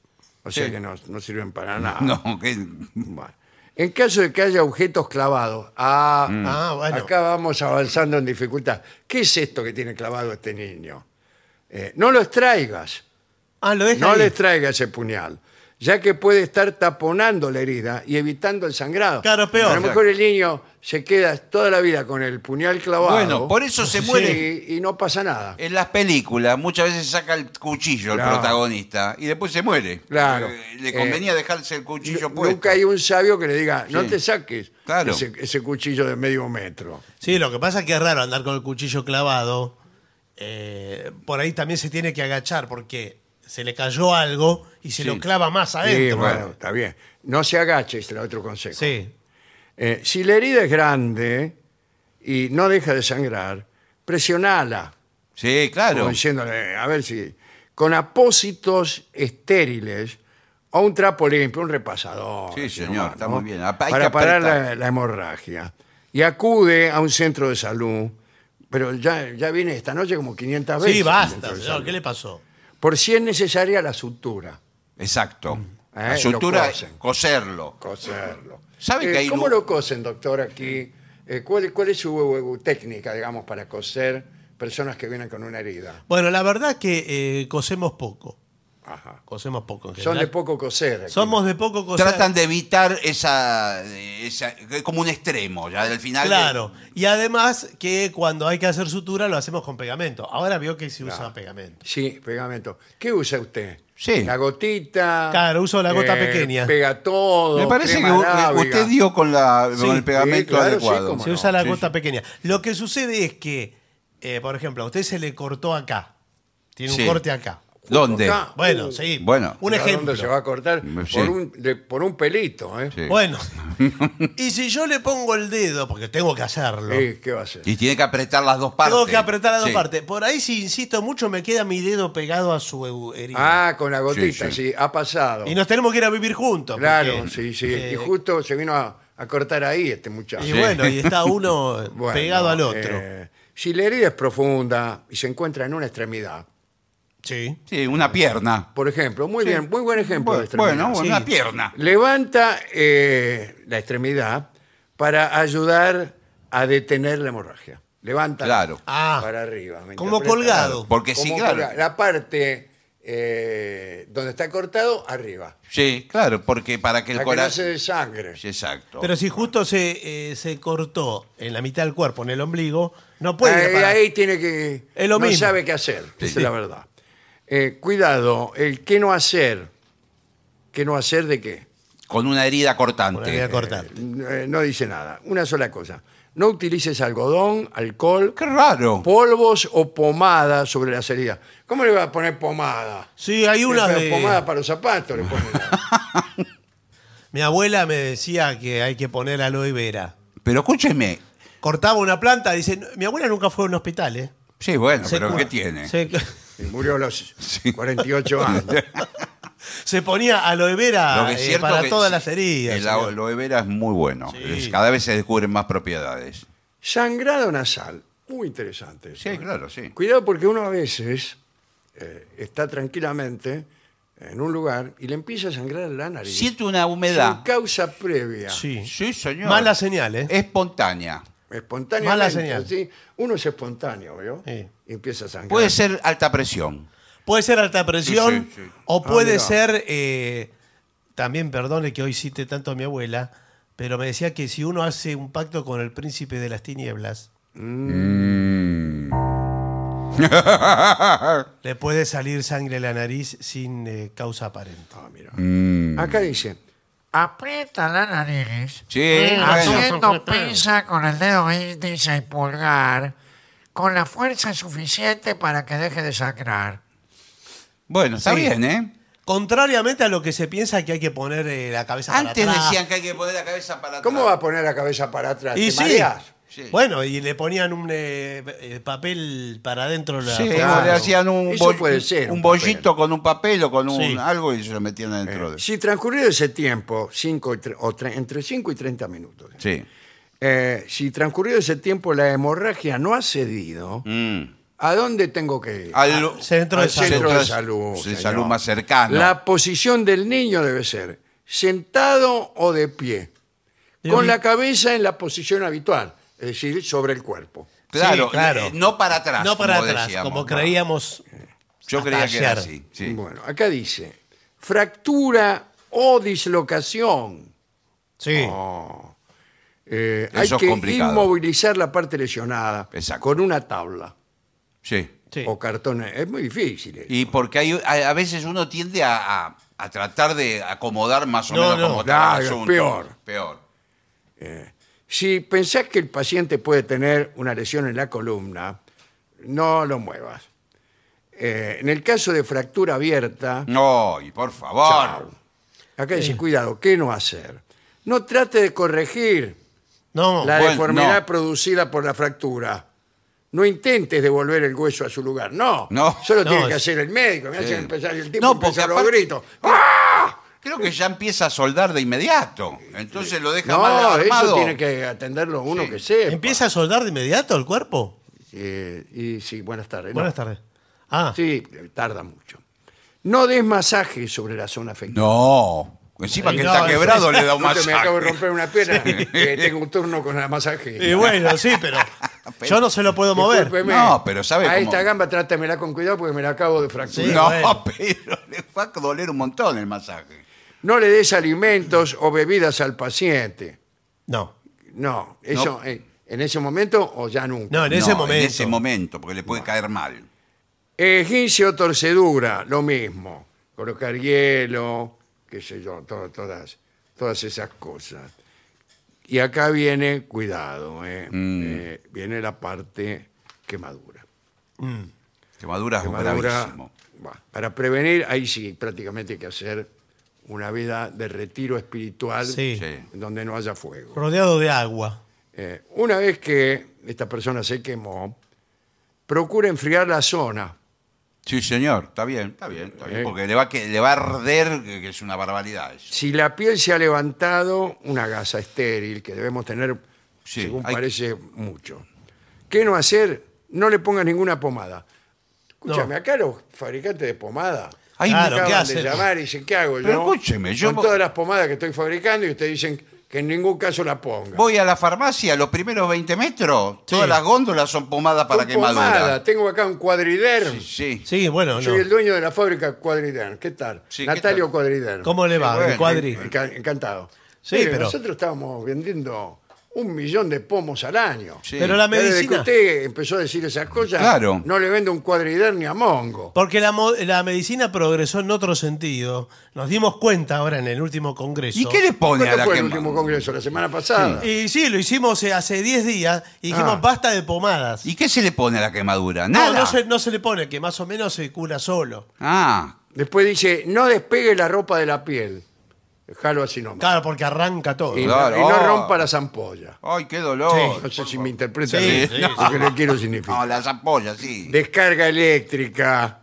Speaker 1: O sea
Speaker 3: Sí.
Speaker 1: que no, no sirven para nada.
Speaker 3: No, que-
Speaker 1: Bueno. En caso de que haya objetos clavados, ah,
Speaker 3: Mm.
Speaker 2: Ah, bueno.
Speaker 1: acá vamos avanzando en dificultad. ¿Qué es esto que tiene clavado este niño? Eh, no lo extraigas,
Speaker 2: Ah, lo deja
Speaker 1: no
Speaker 2: ahí.
Speaker 1: le extraigas ese puñal, ya que puede estar taponando la herida y evitando el sangrado.
Speaker 2: Claro, peor.
Speaker 1: A lo mejor el niño se queda toda la vida con el puñal clavado.
Speaker 3: Bueno, por eso se
Speaker 1: Sí,
Speaker 3: muere.
Speaker 1: Y, no pasa nada.
Speaker 3: En las películas muchas veces saca el cuchillo el
Speaker 1: Claro.
Speaker 3: protagonista y después se muere.
Speaker 1: Claro.
Speaker 3: Eh, Le convenía dejarse el cuchillo puesto.
Speaker 1: Nunca hay un sabio que le diga, no
Speaker 3: Sí.
Speaker 1: te saques
Speaker 3: Claro.
Speaker 1: ese- ese cuchillo de medio metro.
Speaker 2: Sí, lo que pasa es que es raro andar con el cuchillo clavado. Eh, por ahí también se tiene que agachar porque se le cayó algo y se lo clava más
Speaker 1: Sí,
Speaker 2: adentro.
Speaker 1: bueno, está bien. No se agache, este era otro consejo.
Speaker 2: Sí.
Speaker 1: Eh, si la herida es grande y no deja de sangrar, presionala,
Speaker 3: Sí,
Speaker 1: como
Speaker 3: claro.
Speaker 1: diciéndole, a ver si, con apósitos estériles o un trapo limpio, un repasador.
Speaker 3: Sí,
Speaker 1: así
Speaker 3: señor,
Speaker 1: nomás,
Speaker 3: está muy bien. Apa- hay
Speaker 1: Para
Speaker 3: que
Speaker 1: parar la,
Speaker 3: apretar.
Speaker 1: la hemorragia. Y acude a un centro de salud, pero ya, ya viene esta noche como 500 veces.
Speaker 2: Sí,
Speaker 1: al centro
Speaker 2: basta,
Speaker 1: de
Speaker 2: señor.
Speaker 1: salud.
Speaker 2: ¿Qué le pasó?
Speaker 1: Por si es necesaria la sutura.
Speaker 3: Exacto.
Speaker 1: Eh,
Speaker 3: la sutura,
Speaker 1: lo cosen.
Speaker 3: coserlo.
Speaker 1: coserlo.
Speaker 3: ¿Sabe
Speaker 1: Eh,
Speaker 3: que hay
Speaker 1: ¿Cómo
Speaker 3: lu-
Speaker 1: lo cosen, doctor, aquí? Eh, ¿cuál, cuál es su eh, técnica, digamos, para coser personas que vienen con una herida?
Speaker 2: Bueno, la verdad que eh, cosemos poco.
Speaker 1: Ajá.
Speaker 2: Cosemos poco. en
Speaker 1: Son de
Speaker 2: general.
Speaker 1: poco coser. aquí.
Speaker 2: Somos de poco coser.
Speaker 3: Tratan de evitar esa, eh, esa- que es como un extremo, ya del final. de-
Speaker 2: Claro. Y además que cuando hay que hacer sutura lo hacemos con pegamento. Ahora veo que se usa pegamento.
Speaker 1: Sí, pegamento. ¿Qué usa usted?
Speaker 3: Sí.
Speaker 1: La gotita. eh,
Speaker 2: Claro, uso la gota pequeña.
Speaker 1: Pega todo.
Speaker 3: Me parece
Speaker 1: crema
Speaker 3: que u- eh,
Speaker 1: arábiga.
Speaker 3: usted dio con, la,
Speaker 2: Sí,
Speaker 3: con el pegamento
Speaker 1: claro, sí,
Speaker 3: adecuado.
Speaker 1: cómo
Speaker 2: Se
Speaker 1: no.
Speaker 2: usa la
Speaker 3: Sí,
Speaker 2: gota pequeña. Lo que sucede es que, eh, por ejemplo, a usted se le cortó acá. Tiene
Speaker 3: Sí.
Speaker 2: un corte acá.
Speaker 3: ¿Dónde?
Speaker 1: Acá.
Speaker 2: Bueno,
Speaker 1: Uh,
Speaker 2: sí.
Speaker 3: Bueno.
Speaker 2: un
Speaker 1: ¿a dónde
Speaker 2: ejemplo.
Speaker 1: se va a cortar?
Speaker 3: Sí.
Speaker 1: Por, un, de- por un pelito, ¿eh?
Speaker 3: Sí.
Speaker 2: Bueno, y si yo le pongo el dedo, porque tengo que hacerlo,
Speaker 1: Eh, ¿Qué va a hacer?
Speaker 3: Y tiene que apretar las dos partes.
Speaker 2: tengo que apretar las dos
Speaker 3: Sí.
Speaker 2: partes. Por ahí, si insisto mucho, me queda mi dedo pegado a su eh, herida.
Speaker 1: Ah, con la gotita,
Speaker 3: Sí,
Speaker 1: sí, ha pasado.
Speaker 2: Y nos tenemos que ir a vivir juntos.
Speaker 1: Claro,
Speaker 2: porque,
Speaker 1: sí, sí.
Speaker 2: eh,
Speaker 1: y justo se vino a, a cortar ahí este muchacho.
Speaker 2: Y bueno, y está uno
Speaker 1: Bueno,
Speaker 2: pegado al otro.
Speaker 1: eh, si la herida es profunda y se encuentra en una extremidad,
Speaker 2: sí.
Speaker 3: Sí, una pierna.
Speaker 1: por ejemplo, muy bien, muy buen ejemplo de
Speaker 3: Bueno,
Speaker 1: extremidad.
Speaker 3: bueno,
Speaker 2: Sí.
Speaker 3: una pierna.
Speaker 1: Levanta eh, la extremidad para ayudar a detener la hemorragia. Levanta
Speaker 3: Claro.
Speaker 2: Ah.
Speaker 1: para arriba. ¿me
Speaker 2: Como
Speaker 1: interpreta?
Speaker 2: colgado.
Speaker 3: Porque sí,
Speaker 1: Como
Speaker 3: claro.
Speaker 1: colgado. La parte eh, donde está cortado, arriba.
Speaker 3: Sí, claro, porque para que el
Speaker 1: La que no se
Speaker 3: corazón.
Speaker 1: desangre.
Speaker 3: Sí, Exacto.
Speaker 2: Pero si justo se, eh, se cortó en la mitad del cuerpo, en el ombligo, no puede ir a
Speaker 1: ahí,
Speaker 2: parar.
Speaker 1: ahí tiene que.
Speaker 2: Es lo
Speaker 1: no
Speaker 2: mismo.
Speaker 1: sabe qué hacer, esa es la verdad. Eh, cuidado, el qué no hacer. ¿Qué no hacer de qué?
Speaker 3: Con una herida cortante.
Speaker 2: Bueno, voy a cortar.
Speaker 1: Eh, No dice nada. Una sola cosa. No utilices algodón, alcohol,
Speaker 3: Qué raro.
Speaker 1: polvos o pomada sobre las heridas. ¿Cómo le va a poner pomada?
Speaker 2: Sí, hay una
Speaker 1: Pero
Speaker 2: de...
Speaker 1: Pomada para los zapatos le ponen.
Speaker 2: Mi abuela me decía que hay que poner aloe vera.
Speaker 3: Pero escúcheme.
Speaker 2: Cortaba una planta, dice, "No, mi abuela nunca fue a un hospital, ¿eh?
Speaker 3: Sí, bueno,
Speaker 2: Se
Speaker 3: pero
Speaker 2: cu-
Speaker 3: ¿qué tiene?
Speaker 2: Se,
Speaker 1: Y murió a los 48 años.
Speaker 2: se ponía aloe vera
Speaker 3: Lo que es
Speaker 2: eh,
Speaker 3: cierto
Speaker 2: para
Speaker 3: que
Speaker 2: todas
Speaker 3: sí,
Speaker 2: las heridas.
Speaker 3: El
Speaker 2: señor.
Speaker 3: aloe vera es muy bueno.
Speaker 2: Sí.
Speaker 3: Es- Cada vez se descubren más propiedades.
Speaker 1: Sangrado nasal. Muy interesante. eso,
Speaker 3: Sí,
Speaker 1: ¿eh?
Speaker 3: claro, sí.
Speaker 1: Cuidado porque uno a veces eh, está tranquilamente en un lugar y le empieza a sangrar la nariz.
Speaker 3: Siento una
Speaker 1: Sin
Speaker 3: humedad.
Speaker 1: causa previa.
Speaker 2: Sí.
Speaker 3: Sí, señor.
Speaker 2: Mala señal, ¿eh?
Speaker 3: Espontánea.
Speaker 1: Espontáneamente.
Speaker 2: Mala señal.
Speaker 1: así. Uno es espontáneo, ¿vio?
Speaker 2: Sí.
Speaker 1: Y empieza a sangrar.
Speaker 3: Puede ser alta presión.
Speaker 2: Puede ser alta presión
Speaker 3: Sí, sí, Ah, sí.
Speaker 2: o puede
Speaker 1: mirá.
Speaker 2: ser, eh, también perdone que hoy cite tanto a mi abuela, pero me decía que si uno hace un pacto con el príncipe de las tinieblas,
Speaker 3: Mm.
Speaker 2: le puede salir sangre a la nariz sin eh, causa aparente.
Speaker 1: Ah, mira.
Speaker 3: Mm.
Speaker 1: Acá dice,
Speaker 4: Aprieta la nariz. eh,
Speaker 3: Sí, bueno.
Speaker 4: Haciendo pinza con el dedo índice y pulgar con la fuerza suficiente para que deje de sangrar.
Speaker 3: Bueno, está
Speaker 2: Sí.
Speaker 3: bien, ¿eh?
Speaker 2: Contrariamente a lo que se piensa que hay que poner eh, la cabeza para
Speaker 3: Antes
Speaker 2: atrás.
Speaker 3: decían que hay que poner la cabeza para
Speaker 1: ¿cómo va
Speaker 3: atrás.
Speaker 1: a poner la cabeza para atrás?
Speaker 2: Y
Speaker 1: ¿Te
Speaker 2: sí.
Speaker 1: mareas?
Speaker 3: Sí.
Speaker 2: Bueno, y le ponían un eh, eh, papel para adentro. la
Speaker 3: Sí, ah,
Speaker 2: forma.
Speaker 3: o le hacían un,
Speaker 1: Eso
Speaker 3: bol-
Speaker 1: puede ser,
Speaker 3: un
Speaker 1: un
Speaker 3: bollito con un papel o con un
Speaker 2: Sí. Eh,
Speaker 3: algo y se lo metían adentro de.
Speaker 1: Si transcurrido ese tiempo, cinco y tre- o tre- entre 5 y 30 minutos,
Speaker 3: Sí.
Speaker 1: eh, si transcurrido ese tiempo la hemorragia no ha cedido,
Speaker 3: Mm.
Speaker 1: ¿a dónde tengo que ir?
Speaker 2: Ah,
Speaker 3: Al-
Speaker 2: Centro de
Speaker 1: al
Speaker 2: salud.
Speaker 1: centro de
Speaker 3: Centro
Speaker 1: salud.
Speaker 3: de
Speaker 1: señor.
Speaker 3: salud más cercano.
Speaker 1: La posición del niño debe ser sentado o de pie,
Speaker 2: Y
Speaker 1: con
Speaker 2: mi-
Speaker 1: la cabeza en la posición habitual, es decir, sobre el cuerpo.
Speaker 3: Claro,
Speaker 2: Sí, claro.
Speaker 3: eh, no para atrás.
Speaker 2: No para
Speaker 3: como
Speaker 2: atrás,
Speaker 3: decíamos,
Speaker 2: como
Speaker 3: no.
Speaker 2: creíamos.
Speaker 3: Yo creía que era
Speaker 2: ayer.
Speaker 3: así. sí.
Speaker 1: Bueno, acá dice, fractura o dislocación.
Speaker 2: Sí.
Speaker 1: Eh,
Speaker 3: Eso
Speaker 1: hay
Speaker 3: es
Speaker 1: que
Speaker 3: complicado.
Speaker 1: inmovilizar la parte lesionada
Speaker 3: Exacto.
Speaker 1: con una tabla
Speaker 3: Sí.
Speaker 2: sí.
Speaker 1: o cartón. Es muy difícil. eso.
Speaker 3: Y porque hay, a, a veces uno tiende a, a- a tratar de acomodar más o
Speaker 2: No,
Speaker 3: menos
Speaker 2: no.
Speaker 3: como está
Speaker 1: Claro,
Speaker 3: el asunto.
Speaker 1: peor.
Speaker 3: Peor.
Speaker 1: Si pensás que el paciente puede tener una lesión en la columna, no lo muevas. Eh, en el caso de fractura abierta,
Speaker 3: No, y por favor.
Speaker 1: chao. acá dice, cuidado, ¿qué no hacer? No trate de corregir
Speaker 2: No,
Speaker 1: la
Speaker 3: bueno,
Speaker 1: deformidad
Speaker 3: no.
Speaker 1: producida por la fractura. No intentes devolver el hueso a su lugar. No.
Speaker 3: No.
Speaker 1: Solo
Speaker 2: No,
Speaker 1: tiene que
Speaker 2: es-
Speaker 1: hacer el médico. Me
Speaker 3: Sí.
Speaker 1: hacen empezar el tipo
Speaker 3: No,
Speaker 1: empieza
Speaker 3: porque
Speaker 1: los
Speaker 3: aparte-
Speaker 1: gritos. ¡Ah!
Speaker 3: Creo que ya empieza a soldar de inmediato. Entonces lo deja mal
Speaker 1: No,
Speaker 3: armado.
Speaker 1: eso tiene que atenderlo uno que sepa.
Speaker 2: ¿Empieza a soldar de inmediato el cuerpo?
Speaker 1: Eh, y sí, buenas tardes. No.
Speaker 2: Buenas tardes. Ah,
Speaker 1: Sí, tarda mucho. No des masaje sobre la zona afectada.
Speaker 3: No. Encima que
Speaker 2: Eh, No,
Speaker 3: está
Speaker 2: no,
Speaker 3: quebrado le da un
Speaker 1: No te-
Speaker 3: masaje.
Speaker 1: me acabo de romper una pierna. que tengo un turno con la masaje.
Speaker 2: y bueno, sí, pero yo no se lo puedo mover.
Speaker 1: Discúlpeme.
Speaker 3: No, pero ¿sabe
Speaker 1: A
Speaker 3: cómo?
Speaker 1: esta gamba trátamela con cuidado porque me la acabo de fracturar.
Speaker 2: Sí,
Speaker 3: no,
Speaker 2: bueno.
Speaker 3: pero le va a doler un montón el masaje.
Speaker 1: No le des alimentos o bebidas al paciente.
Speaker 2: No.
Speaker 1: No, eso
Speaker 3: No.
Speaker 1: eh, en ese momento o ya nunca.
Speaker 2: No, en ese
Speaker 3: No,
Speaker 2: momento.
Speaker 3: En ese momento, porque le puede caer mal.
Speaker 1: Esguince o torcedura, lo mismo. Colocar hielo, qué sé yo, to- todas, todas esas cosas. Y acá viene, cuidado, eh,
Speaker 3: Mm.
Speaker 1: eh, viene la parte quemadura.
Speaker 3: Quemaduras
Speaker 1: Quemadura,
Speaker 3: Oh, gravísimo.
Speaker 1: bah, para prevenir, ahí sí, prácticamente hay que hacer una vida de retiro espiritual
Speaker 2: Sí.
Speaker 3: Sí.
Speaker 1: donde no haya fuego.
Speaker 2: Rodeado de agua.
Speaker 1: Eh, una vez que esta persona se quemó, procura enfriar la zona.
Speaker 3: Sí, señor, está bien, está bien, está bien.
Speaker 1: Eh.
Speaker 3: Porque le va, a que, le va a arder, que que es una barbaridad eso.
Speaker 1: Si la piel se ha levantado, una gasa estéril que debemos tener,
Speaker 3: Sí,
Speaker 1: según
Speaker 3: hay-
Speaker 1: parece, mucho. ¿Qué no hacer? No le pongas ninguna pomada. Escúchame,
Speaker 2: No.
Speaker 1: acá los fabricantes de pomada
Speaker 3: Ay,
Speaker 1: me
Speaker 2: Claro, ¿qué
Speaker 1: acaban de
Speaker 2: hacen?
Speaker 1: llamar y dicen, ¿qué hago
Speaker 3: Pero
Speaker 1: yo?
Speaker 3: escúcheme, yo
Speaker 1: Con
Speaker 3: vo-
Speaker 1: todas las pomadas que estoy fabricando y ustedes dicen, que en ningún caso la ponga.
Speaker 3: Voy a la farmacia, los primeros 20 metros, todas las góndolas son pomadas para
Speaker 1: Con pomada,
Speaker 3: quemaduras.
Speaker 1: Tengo acá un cuadriderm.
Speaker 3: Sí.
Speaker 2: Sí, bueno, no.
Speaker 1: Soy el dueño de la fábrica Cuadriderm. ¿Qué tal?
Speaker 3: Sí, ¿qué
Speaker 1: Natalio
Speaker 3: tal?
Speaker 1: Cuadriderm.
Speaker 2: ¿Cómo le va?
Speaker 3: Sí, bueno,
Speaker 2: el cuadri.
Speaker 1: Enca- encantado.
Speaker 2: Sí,
Speaker 1: Mire,
Speaker 2: pero-
Speaker 1: Nosotros estábamos vendiendo un millón de pomos al año.
Speaker 3: Sí.
Speaker 2: Pero la
Speaker 1: Ya Desde que
Speaker 2: medicina.
Speaker 1: usted empezó a decir esas cosas,
Speaker 3: Claro.
Speaker 1: no le vendo un cuadriderm ni a Mongo.
Speaker 2: Porque la, mo- la medicina progresó en otro sentido. Nos dimos cuenta ahora en el último congreso.
Speaker 3: ¿Y qué le pone a
Speaker 1: ¿Cuándo
Speaker 3: la
Speaker 1: fue el
Speaker 3: quema-
Speaker 1: último congreso? ¿La semana pasada?
Speaker 2: Y sí, lo hicimos eh, hace 10 días y dijimos
Speaker 1: Ah.
Speaker 2: basta de pomadas.
Speaker 3: ¿Y qué se le pone a la quemadura?
Speaker 2: no,
Speaker 3: Nada.
Speaker 2: no se, no se le pone, que más o menos se cura solo.
Speaker 3: Ah,
Speaker 1: Después dice, no despegue la ropa de la piel. Dejalo así nomás.
Speaker 2: Claro, porque arranca todo.
Speaker 1: Y, no-
Speaker 3: Claro.
Speaker 1: y no rompa la zampolla.
Speaker 3: ay, qué dolor.
Speaker 1: No sé si me interpreta
Speaker 2: Sí,
Speaker 1: bien
Speaker 2: sí,
Speaker 1: lo que le quiero significar.
Speaker 3: No, las ampollas, sí.
Speaker 1: descarga eléctrica,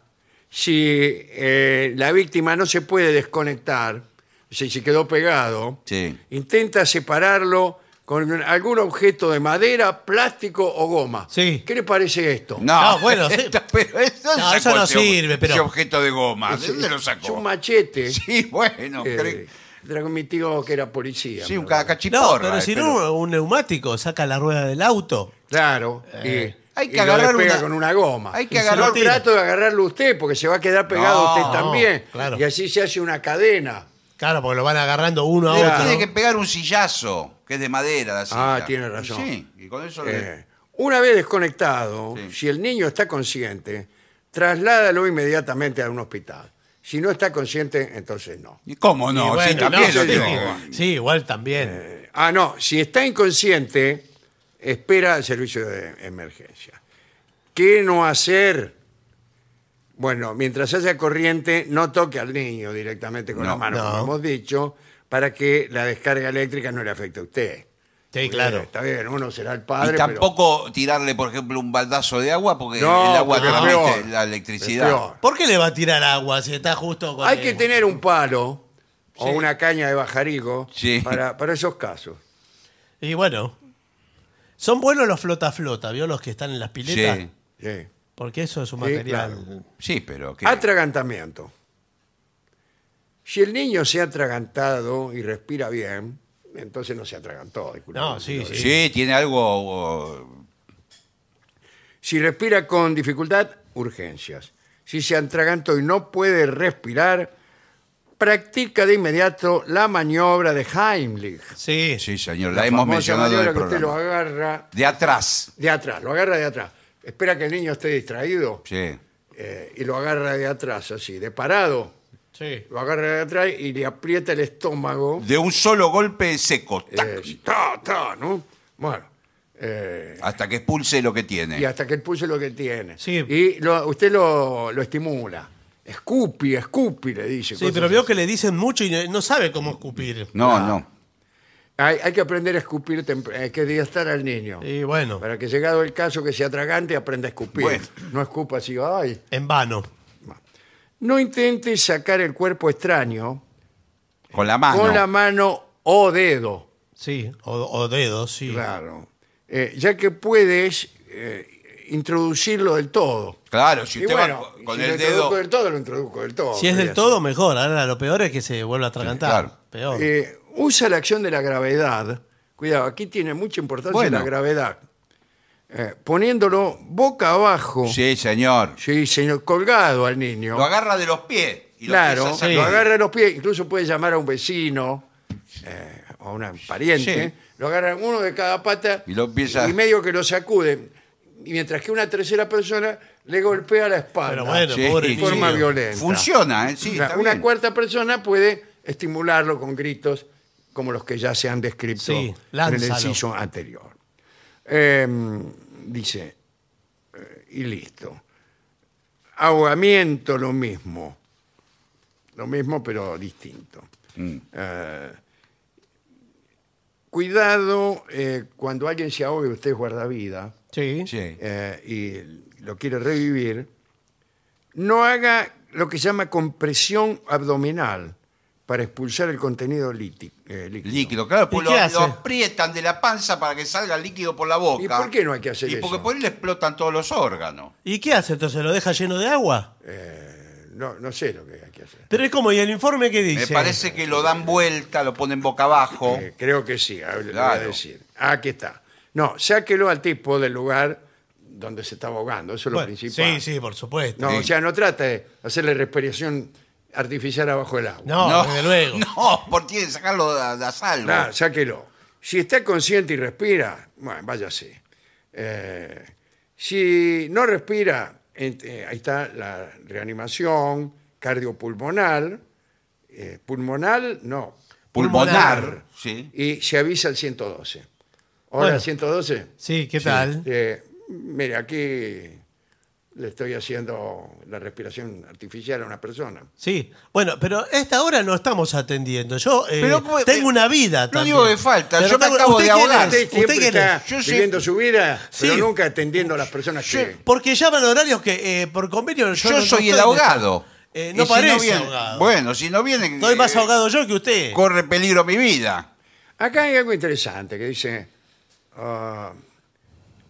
Speaker 1: si eh, la víctima no se puede desconectar, si se quedó pegado,
Speaker 3: Sí.
Speaker 1: intenta separarlo con un- algún objeto de madera, plástico o goma.
Speaker 2: Sí.
Speaker 1: ¿Qué le parece esto?
Speaker 3: No,
Speaker 2: No, bueno, sí.
Speaker 3: pero eso,
Speaker 2: No, eso
Speaker 3: sacó
Speaker 2: no
Speaker 3: ese-
Speaker 2: sirve, pero-
Speaker 3: Ese objeto de goma, ¿de
Speaker 1: Es-
Speaker 3: dónde lo
Speaker 1: Es
Speaker 3: sacó?
Speaker 1: un machete.
Speaker 3: Sí, bueno,
Speaker 1: eh,
Speaker 3: cre-
Speaker 1: era con mi tío que era policía.
Speaker 3: sí,
Speaker 1: me
Speaker 3: un
Speaker 1: acuerdo.
Speaker 2: No,
Speaker 3: cacachiporra.
Speaker 2: pero si
Speaker 3: pero-
Speaker 2: no, un neumático saca la rueda del auto.
Speaker 1: Claro. y-
Speaker 3: hay que
Speaker 1: y lo
Speaker 3: agarrar
Speaker 1: despega
Speaker 3: una-
Speaker 1: con una goma.
Speaker 3: hay que
Speaker 2: Eh, Y se lo
Speaker 3: agarrar-
Speaker 1: No
Speaker 2: tira.
Speaker 1: trato de agarrarlo usted porque se va a quedar pegado
Speaker 3: No,
Speaker 1: usted también.
Speaker 2: claro.
Speaker 1: Y así se hace una cadena.
Speaker 2: Claro, porque lo van agarrando uno a
Speaker 3: Le
Speaker 1: Claro.
Speaker 3: tiene
Speaker 2: otro.
Speaker 3: que pegar un sillazo, que es de madera la silla.
Speaker 1: Ah, tiene razón.
Speaker 3: Sí, y con eso le-
Speaker 1: Eh, una vez desconectado,
Speaker 3: Sí.
Speaker 1: si el niño está consciente, trasládalo inmediatamente a un hospital. Si no está consciente, entonces no.
Speaker 3: ¿Y ¿Cómo
Speaker 2: Y
Speaker 3: no?
Speaker 2: bueno,
Speaker 3: sí, también
Speaker 2: no,
Speaker 3: lo
Speaker 2: sí,
Speaker 3: tengo.
Speaker 2: sí, igual también.
Speaker 1: Eh, ah, no, si está inconsciente, espera el servicio de emergencia. ¿Qué no hacer? Bueno, mientras haya corriente, no toque al niño directamente con
Speaker 3: No.
Speaker 1: la mano,
Speaker 2: No.
Speaker 1: como hemos dicho, para que la descarga eléctrica no le afecte a usted.
Speaker 2: Sí, claro.
Speaker 1: Está bien, uno será el
Speaker 3: Y
Speaker 1: padre. pero-
Speaker 3: tampoco tirarle, por ejemplo, un baldazo de agua, porque
Speaker 1: No,
Speaker 3: el agua
Speaker 1: pero es
Speaker 3: transmite
Speaker 1: peor.
Speaker 3: la electricidad.
Speaker 1: Es peor.
Speaker 2: ¿Por qué le va a tirar agua si está justo con
Speaker 1: Hay
Speaker 2: el-
Speaker 1: que tener un palo o
Speaker 3: Sí.
Speaker 1: una caña de bajarico
Speaker 3: Sí.
Speaker 1: para, para esos casos.
Speaker 2: Y bueno. Son buenos los flota-flota, ¿vio? Los que están en las piletas.
Speaker 3: Sí,
Speaker 1: Sí.
Speaker 2: Porque eso es un
Speaker 1: Sí,
Speaker 2: material.
Speaker 3: sí, pero que
Speaker 1: Atragantamiento. Si el niño se ha atragantado y respira bien, entonces no se atragantó. disculpe.
Speaker 2: No, sí, sí.
Speaker 3: sí, tiene algo oh, o-
Speaker 1: Si respira con dificultad, urgencias. Si se atragantó y no puede respirar, practica de inmediato la maniobra de Heimlich.
Speaker 2: Sí,
Speaker 3: Sí, señor, la,
Speaker 1: La
Speaker 3: hemos
Speaker 1: famosa
Speaker 3: mencionado en
Speaker 1: maniobra
Speaker 3: el
Speaker 1: que usted lo
Speaker 3: programa.
Speaker 1: agarra
Speaker 3: De atrás.
Speaker 1: de atrás, lo agarra de atrás. Espera que el niño esté distraído
Speaker 3: Sí.
Speaker 1: eh, y lo agarra de atrás, así, de parado.
Speaker 2: sí.
Speaker 1: Lo agarra de atrás y le aprieta el estómago.
Speaker 3: De un solo golpe seco.
Speaker 1: eh,
Speaker 3: ¡tac!
Speaker 1: así, ta, ta, ¿no? Bueno, eh,
Speaker 3: Hasta que expulse lo que
Speaker 1: y
Speaker 3: tiene.
Speaker 1: hasta que él pulse lo que tiene.
Speaker 2: Sí.
Speaker 1: Y lo- usted lo, lo estimula. Escupi, escupi, le dice.
Speaker 2: Sí,
Speaker 1: cosas
Speaker 2: pero veo
Speaker 1: así.
Speaker 2: que le dicen mucho y no- no sabe cómo escupir.
Speaker 3: No, no.
Speaker 1: Hay, hay que aprender a escupir, tempr- hay que estar al niño.
Speaker 2: Y bueno,
Speaker 1: Para que llegado el caso que se atragante, aprenda a escupir.
Speaker 3: Bueno.
Speaker 1: No escupa así, ay.
Speaker 2: en vano.
Speaker 1: No intente sacar el cuerpo extraño
Speaker 3: Con la
Speaker 2: Ah,
Speaker 3: mano.
Speaker 1: con la mano o dedo.
Speaker 2: Sí, o, o dedos, sí.
Speaker 1: Claro. Eh, ya que puedes eh, introducirlo del todo.
Speaker 3: Claro, si
Speaker 1: y
Speaker 3: usted
Speaker 1: bueno,
Speaker 3: va con- con
Speaker 1: si lo
Speaker 3: el
Speaker 1: introduzco
Speaker 3: dedo.
Speaker 1: del todo, lo introduzco del todo.
Speaker 2: Si es
Speaker 1: Así.
Speaker 2: del todo, mejor. Ahora lo peor es que se vuelva a atragantar.
Speaker 3: Sí, claro.
Speaker 2: Peor.
Speaker 1: Eh, usa la acción de la gravedad. Cuidado, aquí tiene mucha importancia
Speaker 3: Bueno.
Speaker 1: la gravedad. Eh, poniéndolo boca abajo.
Speaker 3: Sí, señor.
Speaker 1: Sí, señor, colgado al niño.
Speaker 3: Lo agarra de los pies. Y lo
Speaker 1: claro,
Speaker 3: empieza a
Speaker 2: sí.
Speaker 1: lo
Speaker 3: sacar.
Speaker 1: agarra en los pies, incluso puede llamar a un vecino eh, o a un pariente,
Speaker 3: Sí.
Speaker 1: lo agarra uno de cada pata
Speaker 3: Y lo empieza-
Speaker 1: y medio que lo sacude, y mientras que una tercera persona le golpea la espalda
Speaker 2: Pero bueno,
Speaker 3: Sí.
Speaker 2: pobre
Speaker 1: de forma
Speaker 2: niño.
Speaker 1: violenta.
Speaker 3: Funciona, ¿eh? Sí,
Speaker 1: O sea,
Speaker 3: está
Speaker 1: una
Speaker 3: bien.
Speaker 1: cuarta persona puede estimularlo con gritos como los que ya se han descrito
Speaker 2: Sí,
Speaker 1: en el
Speaker 2: lánzalo.
Speaker 1: inciso anterior. Eh, dice, eh, y listo. Ahogamiento, lo mismo. Lo mismo, pero distinto.
Speaker 3: Mm.
Speaker 1: Eh, cuidado eh, cuando alguien se ahogue, usted es guardavida
Speaker 2: Sí.
Speaker 3: Sí.
Speaker 1: eh, y lo quiere revivir, no haga lo que se llama compresión abdominal para expulsar el contenido liti- eh, líquido.
Speaker 3: Líquido, claro, pues
Speaker 2: ¿Y qué
Speaker 3: lo,
Speaker 2: hace?
Speaker 3: lo aprietan de la panza para que salga el líquido por la boca.
Speaker 1: ¿Y por qué no hay que hacer
Speaker 3: Y porque
Speaker 1: eso?
Speaker 3: por él le explotan todos los órganos.
Speaker 2: ¿Y qué hace entonces? ¿Lo deja lleno de agua?
Speaker 1: Eh, no, no sé lo que hay que hacer.
Speaker 2: Pero es como, ¿y el informe qué dice?
Speaker 3: Me parece que lo dan vuelta, lo ponen boca abajo.
Speaker 1: Eh, creo que sí, a ver, le voy
Speaker 3: Claro.
Speaker 1: a decir. Ah, Aquí está. No, sáquelo al tipo del lugar donde se estaba ahogando, eso es lo
Speaker 2: Bueno,
Speaker 1: principal.
Speaker 2: Sí, sí, por supuesto.
Speaker 1: No,
Speaker 3: Sí.
Speaker 1: o sea, no trata de hacerle respiración artificial abajo del agua.
Speaker 2: No, desde luego.
Speaker 3: No, porque tiene que sacarlo de, de a salvo.
Speaker 1: Nada, sáquelo. Si está consciente y respira, bueno, váyase. Eh, si no respira, en- eh, ahí está la reanimación cardiopulmonar. eh, pulmonal, no.
Speaker 3: Pulmonar.
Speaker 1: pulmonar.
Speaker 3: Sí.
Speaker 1: Y se avisa al 112. Ahora,
Speaker 2: Bueno.
Speaker 1: 112.
Speaker 2: Sí, ¿qué tal?
Speaker 1: Eh, mire, aquí le estoy haciendo la respiración artificial a una persona.
Speaker 2: Sí, bueno, pero a esta hora no estamos atendiendo. Yo eh,
Speaker 3: Pero, ¿cómo-
Speaker 2: tengo una vida
Speaker 3: No
Speaker 2: también.
Speaker 3: digo que falta,
Speaker 2: Pero
Speaker 3: yo me
Speaker 2: tengo-
Speaker 3: acabo
Speaker 2: ¿usted
Speaker 3: de
Speaker 2: quién
Speaker 3: ahogar.
Speaker 2: es?
Speaker 1: Usted siempre
Speaker 2: quién es?
Speaker 1: está
Speaker 3: Yo sí-
Speaker 1: viviendo su vida, pero
Speaker 2: Sí.
Speaker 1: nunca atendiendo a las personas
Speaker 3: Yo-
Speaker 1: que...
Speaker 2: Porque llaman horarios que eh, por convenio yo,
Speaker 3: Yo
Speaker 2: no- no
Speaker 3: soy el
Speaker 2: estoy-
Speaker 3: ahogado.
Speaker 2: Eh,
Speaker 3: Y
Speaker 2: no
Speaker 3: si
Speaker 2: parece
Speaker 3: viene-
Speaker 2: ahogado.
Speaker 3: Bueno, si no viene.
Speaker 2: Estoy más
Speaker 3: eh,
Speaker 2: ahogado yo que usted.
Speaker 3: Corre peligro mi vida.
Speaker 1: Acá hay algo interesante que dice, ah,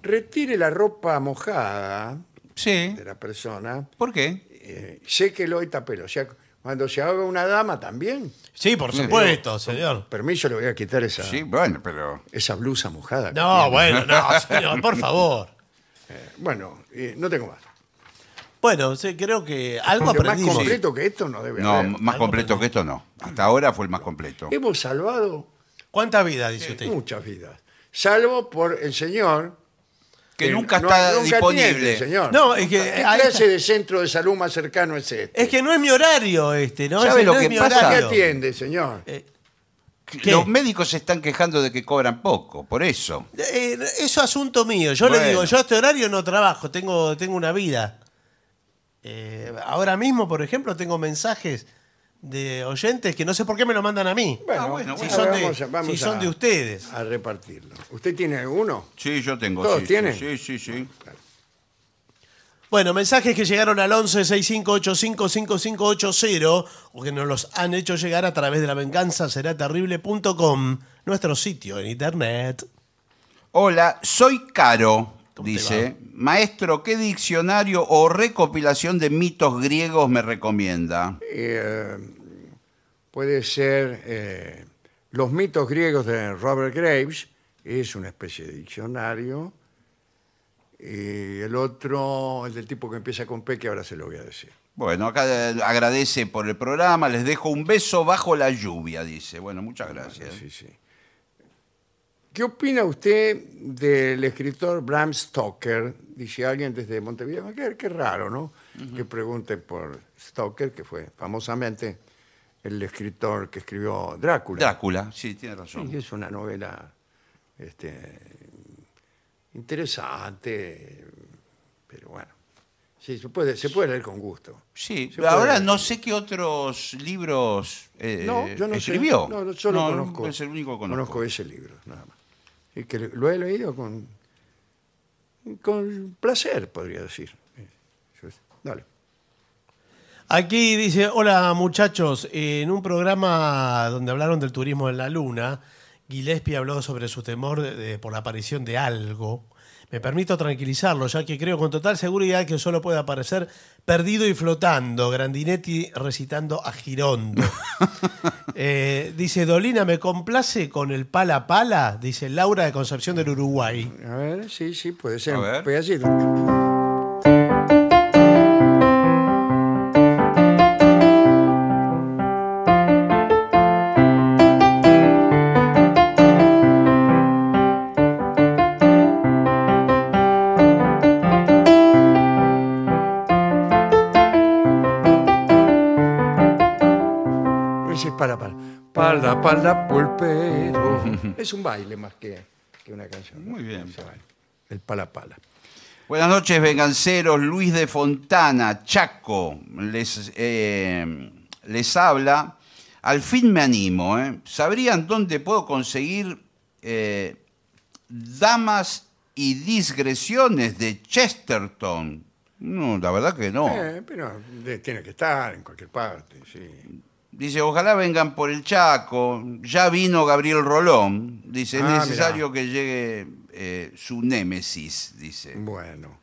Speaker 1: retire la ropa mojada
Speaker 3: Sí.
Speaker 1: de la persona,
Speaker 3: ¿Por qué?
Speaker 1: eh, séquelo y tapelo. O sea, cuando se ahoga una dama también,
Speaker 2: Sí, por supuesto, señor.
Speaker 1: permiso, le voy a quitar esa,
Speaker 3: Sí, bueno, pero.
Speaker 1: esa blusa mojada. que tiene.
Speaker 2: No, bueno, no, señor, por favor.
Speaker 1: Bueno, eh, no tengo más.
Speaker 2: Bueno, sí, creo que algo
Speaker 1: Porque más
Speaker 2: aprendimos.
Speaker 1: completo que esto no debe
Speaker 3: No,
Speaker 1: haber.
Speaker 3: más completo que esto no. Hasta ahora fue el más completo.
Speaker 1: Hemos salvado
Speaker 2: ¿Cuánta vida, dice usted?
Speaker 1: muchas vidas, salvo por el señor
Speaker 3: Que
Speaker 1: Eh,
Speaker 3: nunca
Speaker 1: no-
Speaker 3: está
Speaker 1: nunca
Speaker 3: disponible.
Speaker 1: atiende, señor.
Speaker 2: No, es que-
Speaker 1: ¿Qué
Speaker 2: ahí
Speaker 1: clase
Speaker 2: está.
Speaker 1: de centro de salud más cercano es este?
Speaker 2: Es que no es mi horario este, ¿no?
Speaker 3: ¿Sabe
Speaker 2: Ese
Speaker 3: lo
Speaker 2: no es
Speaker 3: que
Speaker 2: mi
Speaker 3: pasa?
Speaker 1: ¿Para qué
Speaker 2: horario.
Speaker 1: atiende, señor?
Speaker 2: Eh, ¿Qué?
Speaker 3: Los médicos se están quejando de que cobran poco, por eso.
Speaker 2: Eh, eso es asunto mío. Yo
Speaker 3: Bueno.
Speaker 2: le digo, yo a este horario no trabajo, tengo, tengo una vida. Eh, ahora mismo, por ejemplo, tengo mensajes de oyentes que no sé por qué me lo mandan a mí.
Speaker 1: Bueno,
Speaker 3: Ah, bueno,
Speaker 2: si
Speaker 3: bueno.
Speaker 2: son,
Speaker 1: ahora
Speaker 2: de,
Speaker 1: vamos a- vamos
Speaker 2: si son
Speaker 1: a-
Speaker 2: de ustedes.
Speaker 1: A repartirlo. ¿Usted tiene alguno?
Speaker 3: Sí, yo tengo.
Speaker 1: ¿Todos
Speaker 3: sí, sí,
Speaker 1: tienen?
Speaker 3: Sí, sí, sí.
Speaker 2: Bueno, mensajes que llegaron al 1165855580 o que nos los han hecho llegar a través de la venganzaseraterrible.com, nuestro sitio en internet.
Speaker 3: Hola, soy Caro,
Speaker 2: ¿Cómo te
Speaker 3: dice. Maestro, ¿qué diccionario o recopilación de mitos griegos me recomienda?
Speaker 1: Eh, puede ser eh, Los mitos griegos de Robert Graves, es una especie de diccionario. Y el otro, el del tipo que empieza con P, que ahora se lo voy a decir.
Speaker 3: Bueno, acá eh, agradece por el programa, les dejo un beso bajo la lluvia, dice. Bueno, muchas gracias.
Speaker 1: Sí, sí. ¿Qué opina usted del escritor Bram Stoker? Dice alguien desde Montevideo. "Ah, Qué, qué raro, ¿no? Que pregunte por Stoker, que fue famosamente el escritor que escribió Drácula.
Speaker 3: Drácula, sí, tiene razón.
Speaker 1: Sí, es una novela este, interesante, pero bueno. Sí, se puede, se puede leer con gusto.
Speaker 3: Sí,
Speaker 1: Se puede
Speaker 3: ahora
Speaker 1: leer.
Speaker 3: no sé qué otros libros eh,
Speaker 1: No, yo no sé.
Speaker 3: escribió.
Speaker 1: No, no, yo lo
Speaker 3: No, no,
Speaker 1: conozco.
Speaker 3: Es el único que conozco.
Speaker 1: conozco. ese libro, nada más. Y que lo he leído con, con placer, podría decir. Eh, Yo- Dale.
Speaker 2: Aquí dice, hola muchachos, en un programa donde hablaron del turismo en la luna, Gillespie habló sobre su temor de- de- por la aparición de algo. Me permito tranquilizarlo, ya que creo con total seguridad que solo puede aparecer perdido y flotando, Grandinetti recitando a Girondo. Eh, dice, Dolina, ¿me complace con el pala pala? Dice Laura de Concepción del Uruguay.
Speaker 1: A ver, sí, sí, puede ser
Speaker 3: A
Speaker 1: un
Speaker 3: ver.
Speaker 1: pedacito. Ese es para, para. Palda, palda, pulpero. es un baile más que, que una canción. ¿no?
Speaker 3: Muy bien.
Speaker 1: Ese baile. El pala, pala.
Speaker 3: Buenas noches, venganceros. Luis de Fontana, Chaco, les, eh, les habla. Al fin me animo. ¿eh? ¿Sabrían dónde puedo conseguir eh, damas y disgresiones de Chesterton? No, la verdad que no.
Speaker 1: Eh, pero de- tiene que estar en cualquier parte, sí.
Speaker 3: Dice, ojalá vengan por el Chaco. Ya vino Gabriel Rolón. Dice,
Speaker 1: Ah, mirá.
Speaker 3: es necesario que llegue eh, su némesis, dice.
Speaker 1: Bueno.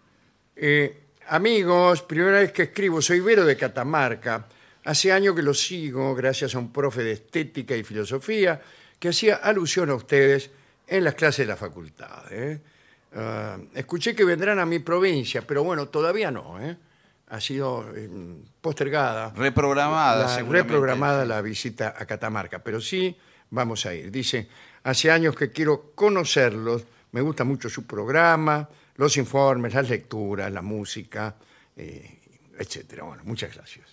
Speaker 1: Eh, Amigos, primera vez que escribo, soy Vero de Catamarca. Hace años que lo sigo gracias a un profe de estética y filosofía que hacía alusión a ustedes en las clases de la facultad. ¿eh? Ah, escuché que vendrán a mi provincia, pero bueno, todavía no. ¿eh? Ha sido eh, postergada.
Speaker 3: Reprogramada,
Speaker 1: La-
Speaker 3: seguramente.
Speaker 1: reprogramada la visita a Catamarca, pero sí vamos a ir. Dice, hace años que quiero conocerlos, me gusta mucho su programa, los informes, las lecturas, la música, eh, etcétera. Bueno, muchas gracias.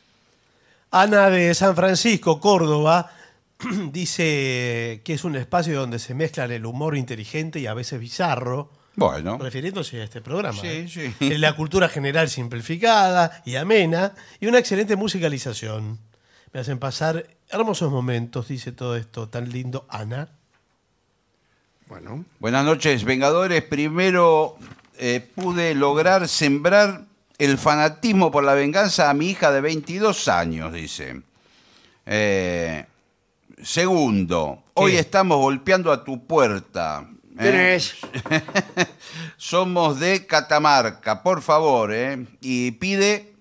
Speaker 2: Ana de San Francisco, Córdoba, dice que es un espacio donde se mezclan el humor inteligente y a veces bizarro,
Speaker 3: Bueno,
Speaker 2: refiriéndose a este programa.
Speaker 3: Sí,
Speaker 2: ¿eh?
Speaker 3: sí.
Speaker 2: Eh, La cultura general simplificada y amena y una excelente musicalización. Me hacen pasar hermosos momentos, dice todo esto tan lindo Ana.
Speaker 1: Bueno,
Speaker 3: buenas noches, Vengadores. Primero eh, pude lograr sembrar el fanatismo por la venganza a mi hija de 22 años, dice. Eh, segundo, hoy estamos golpeando a tu puerta. ¿eh?
Speaker 1: tenés,
Speaker 3: Somos de Catamarca, por favor, ¿eh? Y pide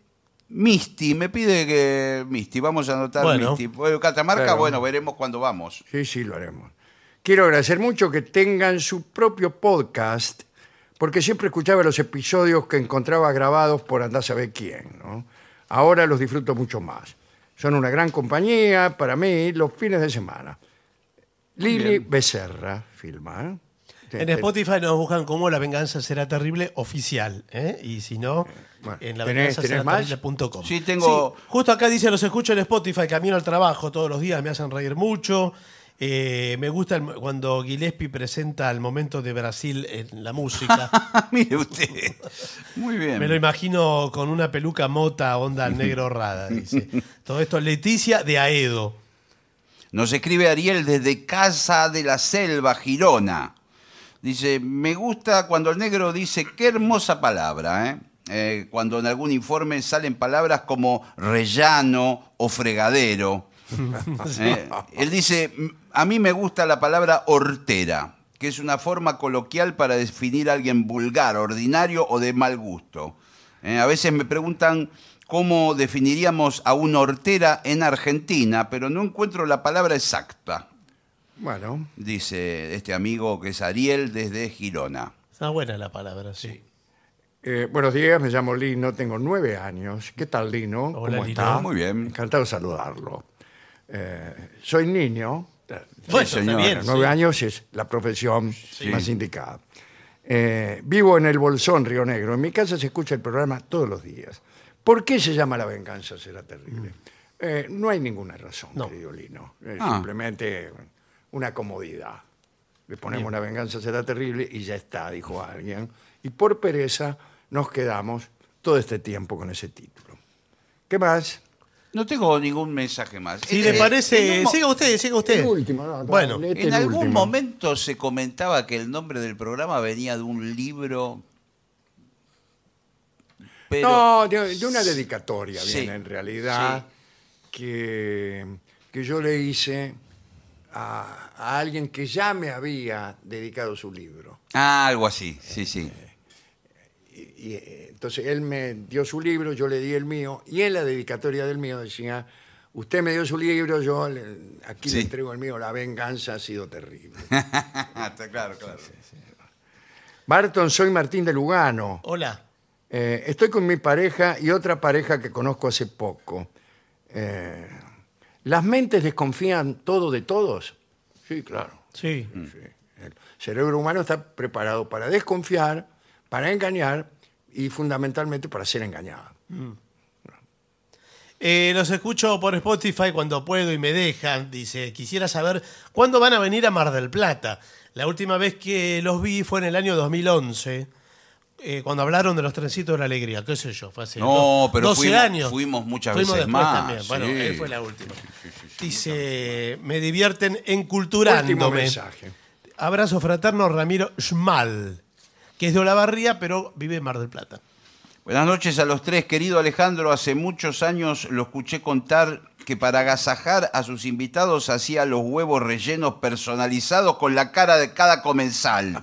Speaker 3: Misti, me pide que Misti, vamos a anotar
Speaker 2: Bueno.
Speaker 3: Misti. Bueno, Catamarca,
Speaker 1: Claro.
Speaker 3: bueno, veremos cuándo vamos.
Speaker 1: sí, sí, lo haremos. Quiero agradecer mucho que tengan su propio podcast, porque siempre escuchaba los episodios que encontraba grabados por andá a saber quién. ¿no? Ahora los disfruto mucho más. Son una gran compañía para mí los fines de semana. Lili Becerra filma. ¿eh? Te-
Speaker 2: En
Speaker 1: te-
Speaker 2: Spotify nos buscan como La Venganza Será Terrible oficial, ¿eh? y si no,
Speaker 1: Bueno,
Speaker 2: en la
Speaker 1: ¿tenés-
Speaker 2: venganza
Speaker 1: tenés
Speaker 2: será
Speaker 1: más?
Speaker 2: terrible.com.
Speaker 3: Sí, tengo-
Speaker 2: justo acá dice, los escucho en Spotify, camino al trabajo todos los días, me hacen reír mucho. Eh, me gusta el- cuando Gillespie presenta el momento de Brasil en la música.
Speaker 3: Ah, Mire usted. Muy bien.
Speaker 2: me lo imagino con una peluca mota onda negro rada, dice. Todo esto, Leticia de Aedo.
Speaker 3: Nos escribe Ariel desde Casa de la Selva, Girona. Dice, me gusta cuando el negro dice, qué hermosa palabra, ¿eh? Eh, cuando en algún informe salen palabras como rellano o fregadero. Eh, él dice, a mí me gusta la palabra hortera, que es una forma coloquial para definir a alguien vulgar, ordinario o de mal gusto. Eh, a veces me preguntan cómo definiríamos a una hortera en Argentina, pero no encuentro la palabra exacta,
Speaker 1: Bueno,
Speaker 3: dice este amigo que es Ariel desde Girona.
Speaker 2: Está buena la palabra, sí.
Speaker 1: eh, buenos días, me llamo Lino, tengo nueve años. ¿Qué tal, Lino?
Speaker 2: Hola,
Speaker 1: ¿Cómo
Speaker 2: Lino.
Speaker 1: está?
Speaker 3: Muy bien.
Speaker 1: Encantado de saludarlo. Eh, soy niño.
Speaker 2: Bueno,
Speaker 3: señora,
Speaker 2: está bien.
Speaker 1: nueve
Speaker 2: sí.
Speaker 1: años es la profesión más indicada. Eh, vivo en el Bolsón, Río Negro. En mi casa se escucha el programa todos los días. ¿Por qué se llama La venganza será terrible? Eh, no hay ninguna razón,
Speaker 2: Mm. No.
Speaker 1: querido Lino. Eh, Es
Speaker 3: Ah.
Speaker 1: simplemente una comodidad. Le ponemos La venganza será terrible y ya está, dijo alguien. Y por pereza nos quedamos todo este tiempo con ese título. ¿Qué más?
Speaker 3: No tengo ningún mensaje más.
Speaker 2: Si
Speaker 3: Eh,
Speaker 2: le
Speaker 3: eh, en un
Speaker 2: parece,
Speaker 3: mo-
Speaker 2: siga usted, siga usted.
Speaker 1: El Este último, no, no,
Speaker 2: bueno,
Speaker 1: le- Este
Speaker 3: En
Speaker 1: el
Speaker 3: algún
Speaker 1: último.
Speaker 3: momento se comentaba que el nombre del programa venía de un libro. Pero
Speaker 1: no, de, de una dedicatoria
Speaker 3: Sí.
Speaker 1: viene en realidad que, que yo le hice a, a alguien que ya me había dedicado su libro.
Speaker 3: Ah, algo así, sí, sí.
Speaker 1: Y, eh, entonces él me dio su libro, yo le di el mío, y en la dedicatoria del mío decía, usted me dio su libro, yo le- aquí
Speaker 3: Sí.
Speaker 1: le entrego el mío, la venganza ha sido terrible.
Speaker 3: Está claro, claro.
Speaker 1: Barton, soy Martín de Lugano.
Speaker 2: hola.
Speaker 1: Eh, estoy con mi pareja y otra pareja que conozco hace poco. Eh, ¿Las mentes desconfían todo de todos? Sí, claro.
Speaker 2: Sí.
Speaker 1: sí. El cerebro humano está preparado para desconfiar, para engañar y fundamentalmente para ser engañado.
Speaker 2: Eh, los escucho por Spotify cuando puedo y me dejan. Dice, quisiera saber cuándo van a venir a Mar del Plata. La última vez que los vi fue en el año 2011, eh, cuando hablaron de los trencitos de la alegría. ¿Qué sé yo? Fue hace
Speaker 3: No,
Speaker 2: do-
Speaker 3: pero
Speaker 2: 12
Speaker 3: fuimos-
Speaker 2: años.
Speaker 3: fuimos muchas
Speaker 2: Fuimos
Speaker 3: veces
Speaker 2: después
Speaker 3: más,
Speaker 2: también. Bueno,
Speaker 3: sí.
Speaker 2: él fue la última. Dice, me divierten enculturándome.
Speaker 1: Último mensaje.
Speaker 2: Abrazo fraterno Ramiro Schmal, que es de Olavarría, pero vive en Mar del Plata.
Speaker 3: Buenas noches a los tres. Querido Alejandro, hace muchos años lo escuché contar que para agasajar a sus invitados hacía los huevos rellenos personalizados con la cara de cada comensal.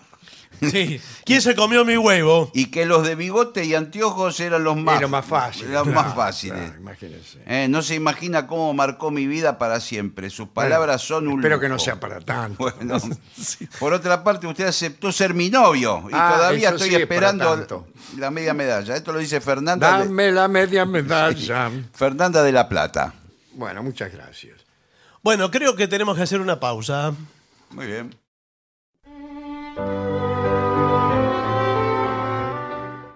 Speaker 2: Sí. ¿Quién se comió mi huevo?
Speaker 3: y que los de bigote y anteojos eran los más,
Speaker 1: Era más fácil.
Speaker 3: los
Speaker 1: Claro,
Speaker 3: más fáciles.
Speaker 1: claro, imagínese.
Speaker 3: Eh, no se imagina cómo marcó mi vida para siempre. Sus palabras son un.
Speaker 1: Espero que
Speaker 3: lujo.
Speaker 1: no sea para tanto.
Speaker 3: Bueno, por otra parte, usted aceptó ser mi novio y
Speaker 1: Ah,
Speaker 3: todavía
Speaker 1: eso
Speaker 3: estoy
Speaker 1: sí es para
Speaker 3: esperando
Speaker 1: tanto.
Speaker 3: la media medalla. Esto lo dice Fernanda, de,
Speaker 1: Dame la media medalla.
Speaker 3: Fernanda de la Plata.
Speaker 1: Bueno, muchas gracias.
Speaker 2: Bueno, creo que tenemos que hacer una pausa.
Speaker 3: Muy bien.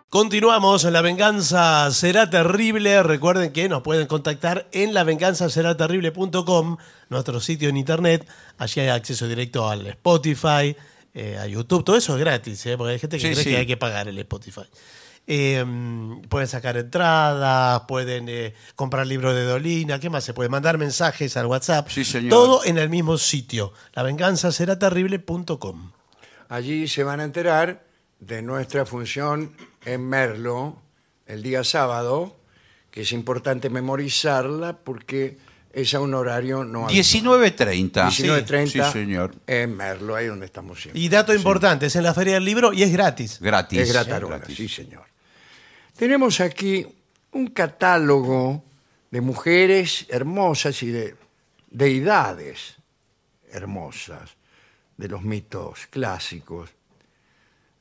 Speaker 2: Continuamos en La Venganza Será Terrible. Recuerden que nos pueden contactar en lavenganzaseraterrible.com, nuestro sitio en internet. Allí hay acceso directo al Spotify, eh, a YouTube. Todo eso es gratis, ¿eh? porque hay gente que
Speaker 3: Sí,
Speaker 2: cree
Speaker 3: sí.
Speaker 2: que hay que pagar el Spotify. Eh, pueden sacar entradas, pueden eh, comprar libros de Dolina, ¿qué más? Se puede mandar mensajes al WhatsApp.
Speaker 3: Sí, señor.
Speaker 2: Todo en el mismo sitio, lavenganzaseraterrible.com.
Speaker 1: Allí se van a enterar de nuestra función en Merlo el día sábado, que es importante memorizarla porque es a un horario no habitual.
Speaker 3: 19.30.
Speaker 1: 19.30
Speaker 3: Sí, señor.
Speaker 1: en Merlo, ahí donde estamos siempre.
Speaker 2: Y dato importante, es en la Feria del Libro y es gratis.
Speaker 3: Gratis.
Speaker 1: es Gratarona,
Speaker 3: Gratis.
Speaker 1: sí señor. Tenemos aquí un catálogo de mujeres hermosas y de deidades hermosas de los mitos clásicos.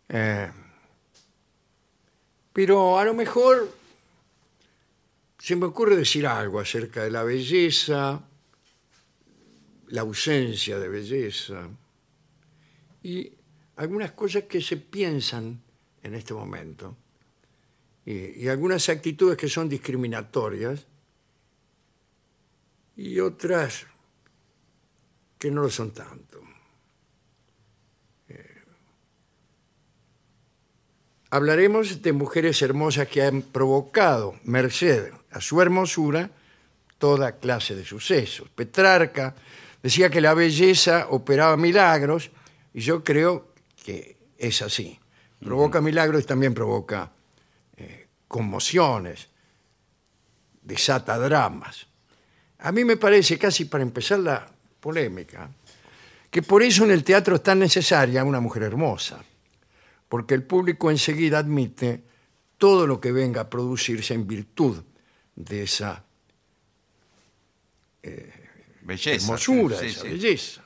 Speaker 1: Eh, pero a lo mejor se me ocurre decir algo acerca de la belleza, la ausencia de belleza y algunas cosas que se piensan en este momento y, y algunas actitudes que son discriminatorias y otras que no lo son tanto. Eh, hablaremos de mujeres hermosas que han provocado, merced a su hermosura, toda clase de sucesos. Petrarca decía que la belleza operaba milagros y yo creo que es así. Provoca milagros y también provoca eh, conmociones, desata dramas. A mí me parece, casi para empezar la polémica, que por eso en el teatro es tan necesaria una mujer hermosa, porque el público enseguida admite todo lo que venga a producirse en virtud de esa
Speaker 3: Belleza.
Speaker 1: hermosura,
Speaker 3: Sí,
Speaker 1: esa
Speaker 3: sí.
Speaker 1: belleza.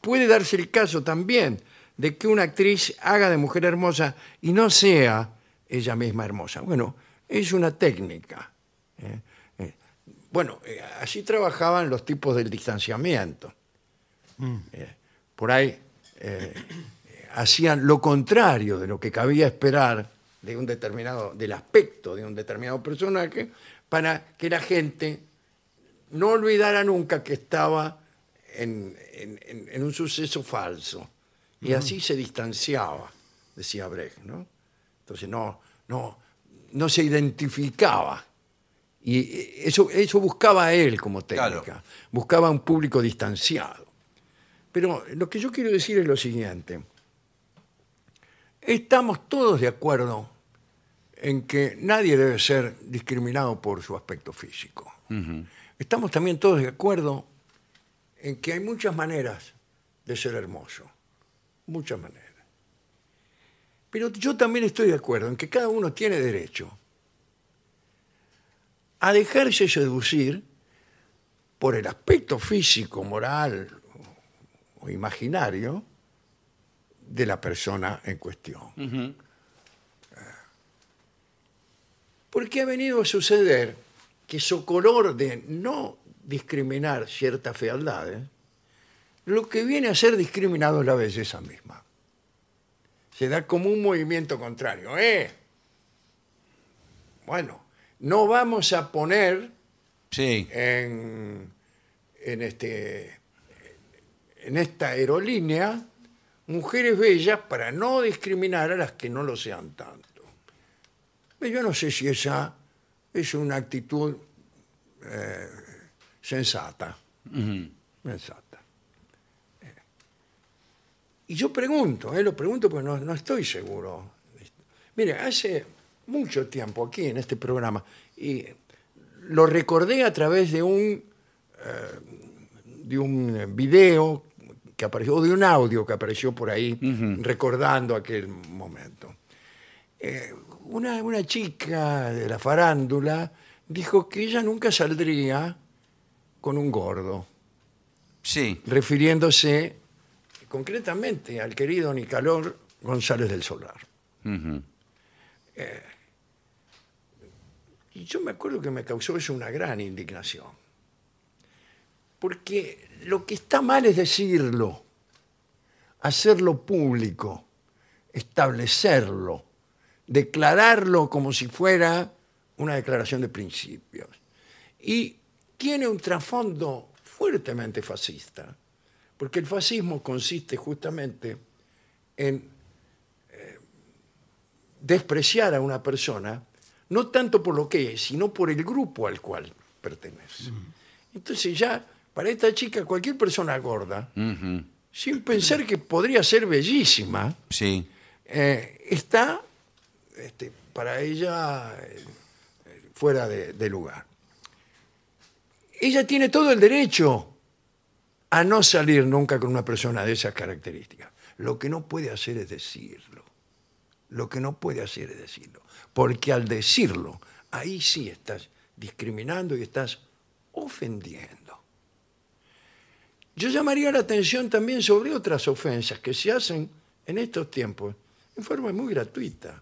Speaker 1: Puede darse el caso también de que una actriz haga de mujer hermosa y no sea ella misma hermosa. Bueno, es una técnica. ¿eh? Eh, Bueno, eh, así trabajaban los tipos del distanciamiento.
Speaker 3: Mm.
Speaker 1: Eh, por ahí eh, hacían lo contrario de lo que cabía esperar de un determinado, del aspecto de un determinado personaje, para que la gente no olvidara nunca que estaba en, en- en- en un suceso falso. Y así se distanciaba, decía Brecht, ¿no? Entonces no, no, no se identificaba. Y eh, eso, eso buscaba él como técnica.
Speaker 3: Claro.
Speaker 1: Buscaba un público distanciado. Pero lo que yo quiero decir es lo siguiente. Estamos todos de acuerdo en que nadie debe ser discriminado por su aspecto físico. Estamos también todos de acuerdo en que hay muchas maneras de ser hermoso. Muchas maneras. Pero yo también estoy de acuerdo en que cada uno tiene derecho a dejarse seducir por el aspecto físico, moral o imaginario de la persona en cuestión. Porque ha venido a suceder que su color de no discriminar ciertas fealdades, lo que viene a ser discriminado es la belleza misma. Se da como un movimiento contrario. ¡Eh! Bueno, no vamos a poner
Speaker 3: Sí.
Speaker 1: en, en este, en esta aerolínea mujeres bellas para no discriminar a las que no lo sean tanto. Y Yo no sé si esa es una actitud eh, sensata. Sensata. Eh, Y yo pregunto, eh, lo pregunto porque no, no estoy seguro. Mire, hace mucho tiempo aquí en este programa, y lo recordé a través de un, eh, de un video que apareció, o de un audio que apareció por ahí recordando aquel momento. Eh, una, una chica de la farándula dijo que ella nunca saldría con un gordo,
Speaker 3: Sí,
Speaker 1: refiriéndose concretamente al querido Nicolás González del Solar.
Speaker 3: ujú,
Speaker 1: Y yo me acuerdo que me causó eso una gran indignación. Porque lo que está mal es decirlo, hacerlo público, establecerlo, declararlo como si fuera una declaración de principios. Y tiene un trasfondo fuertemente fascista, porque el fascismo consiste justamente en despreciar a una persona, no tanto por lo que es, sino por el grupo al cual pertenece. Entonces ya, para esta chica, cualquier persona gorda,
Speaker 3: ujú,
Speaker 1: sin pensar que podría ser bellísima,
Speaker 3: sí,
Speaker 1: eh, está este, para ella eh, eh, fuera de, de lugar. Ella tiene todo el derecho a no salir nunca con una persona de esas características. Lo que no puede hacer es decirlo. Lo que no puede hacer es decirlo. Porque al decirlo, ahí sí estás discriminando y estás ofendiendo. Yo llamaría la atención también sobre otras ofensas que se hacen en estos tiempos en forma muy gratuita.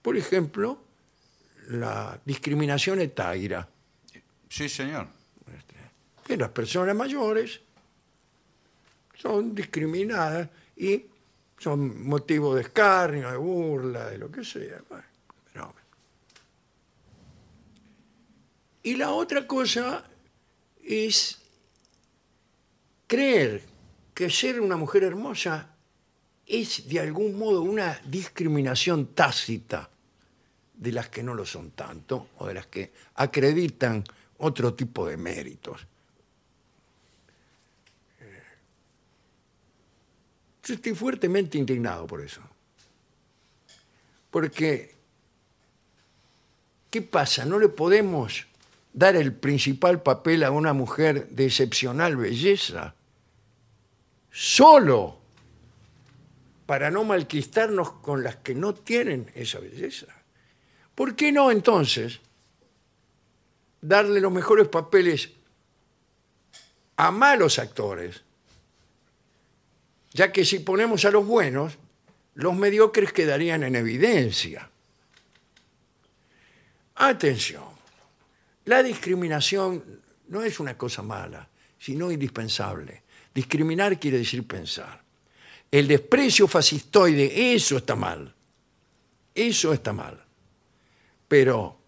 Speaker 1: Por ejemplo, la discriminación etaira.
Speaker 3: sí, señor.
Speaker 1: que las personas mayores son discriminadas y son motivo de escarnio, de burla, de lo que sea. Bueno, fenómeno. Y la otra cosa es creer que ser una mujer hermosa es de algún modo una discriminación tácita de las que no lo son tanto o de las que acreditan otro tipo de méritos. Eh, Yo estoy fuertemente indignado por eso. Porque, ¿qué pasa? No le podemos dar el principal papel a una mujer de excepcional belleza solo para no malquistarnos con las que no tienen esa belleza. ¿Por qué no entonces darle los mejores papeles a malos actores? ya que si ponemos a los buenos, los mediocres quedarían en evidencia. Atención, la discriminación no es una cosa mala, sino indispensable. Discriminar quiere decir pensar. El desprecio fascistoide, eso está mal. Eso está mal. Pero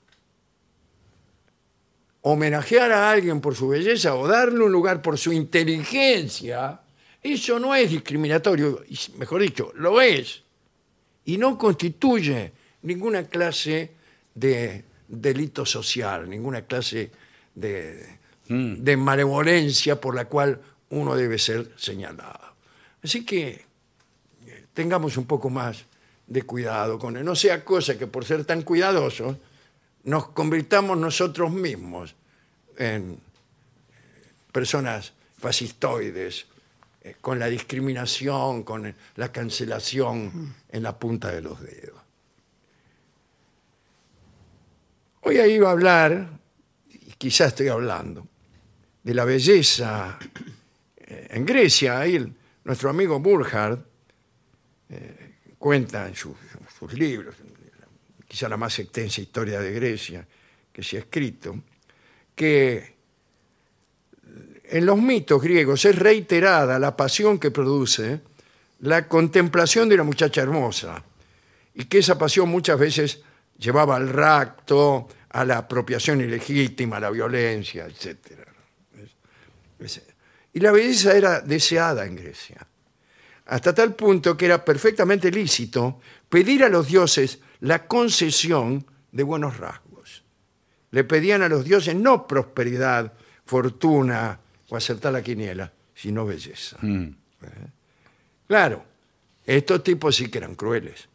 Speaker 1: homenajear a alguien por su belleza o darle un lugar por su inteligencia, eso no es discriminatorio, y s- mejor dicho, lo es. Y no constituye ninguna clase de delito social, ninguna clase de, de malevolencia por la cual uno debe ser señalado. Así que eh, tengamos un poco más de cuidado con él. No sea cosa que por ser tan cuidadosos nos convirtamos nosotros mismos en personas fascistoides, eh, con la discriminación, con la cancelación en la punta de los dedos. Hoy ahí iba a hablar, y quizás estoy hablando, de la belleza eh, en Grecia. Ahí el- nuestro amigo Burkhardt eh, cuenta en sus, sus libros, quizá la más extensa historia de Grecia que se ha escrito, que en los mitos griegos es reiterada la pasión que produce la contemplación de la muchacha hermosa y que esa pasión muchas veces llevaba al rapto, a la apropiación ilegítima, a la violencia, etc. Y la belleza era deseada en Grecia, hasta tal punto que era perfectamente lícito pedir a los dioses la concesión de buenos rasgos. Le pedían a los dioses no prosperidad, fortuna o acertar la quiniela, sino belleza. ¿Eh?
Speaker 3: Mm,
Speaker 1: Claro, estos tipos sí que eran crueles,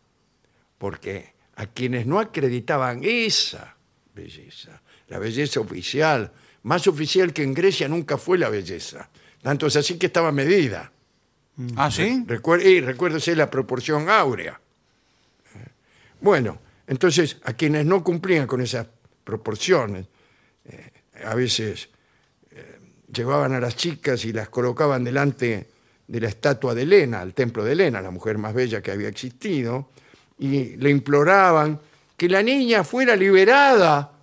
Speaker 1: porque a quienes no acreditaban esa belleza, la belleza oficial, más oficial que en Grecia nunca fue la belleza, tanto es así que estaba medida. Mm.
Speaker 3: ¿Ah, sí?
Speaker 1: Recuer- y recuérdese la proporción áurea. Bueno, entonces a quienes no cumplían con esas proporciones, eh, a veces eh, llevaban a las chicas y las colocaban delante de la estatua de Elena, al templo de Elena, la mujer más bella que había existido, y le imploraban que la niña fuera liberada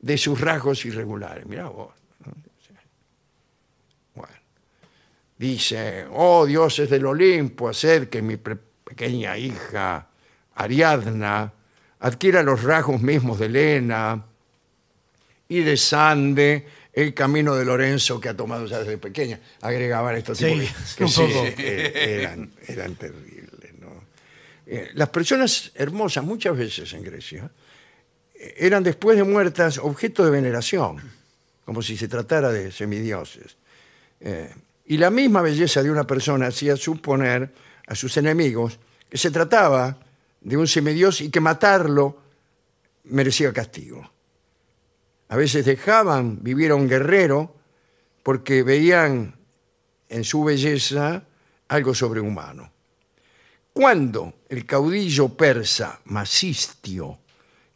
Speaker 1: de sus rasgos irregulares. Mirá vos. ¿no? Bueno. Dice, oh dioses del Olimpo, haced que mi pre- pequeña hija Ariadna adquiera los rasgos mismos de Elena y desande el camino de Lorenzo que ha tomado ya desde pequeña. Agregaban estos
Speaker 2: Sí,
Speaker 1: tipos que
Speaker 2: un
Speaker 1: sí,
Speaker 2: poco.
Speaker 1: eh, eran, eran terribles. ¿no? Eh, las personas hermosas muchas veces en Grecia eh, eran después de muertas objeto de veneración, como si se tratara de semidioses. Eh, y la misma belleza de una persona hacía suponer a sus enemigos que se trataba de un semidios y que matarlo merecía castigo. A veces dejaban vivir a un guerrero porque veían en su belleza algo sobrehumano. Cuando el caudillo persa Masistio,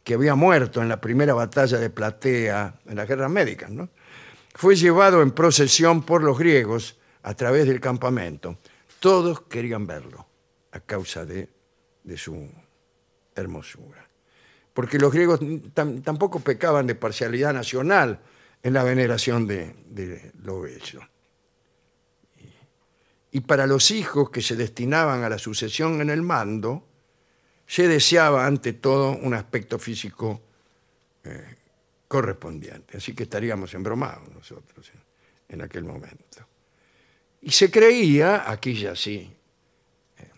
Speaker 1: que había muerto en la primera batalla de Platea, en las guerras médicas, ¿no? fue llevado en procesión por los griegos a través del campamento. Todos querían verlo a causa de, de su hermosura. Porque los griegos tam- tampoco pecaban de parcialidad nacional en la veneración de, de lo bello. Y para los hijos que se destinaban a la sucesión en el mando, se deseaba ante todo un aspecto físico correspondiente. Así que estaríamos embromados nosotros en, en aquel momento. Y se creía, aquí ya sí, eh,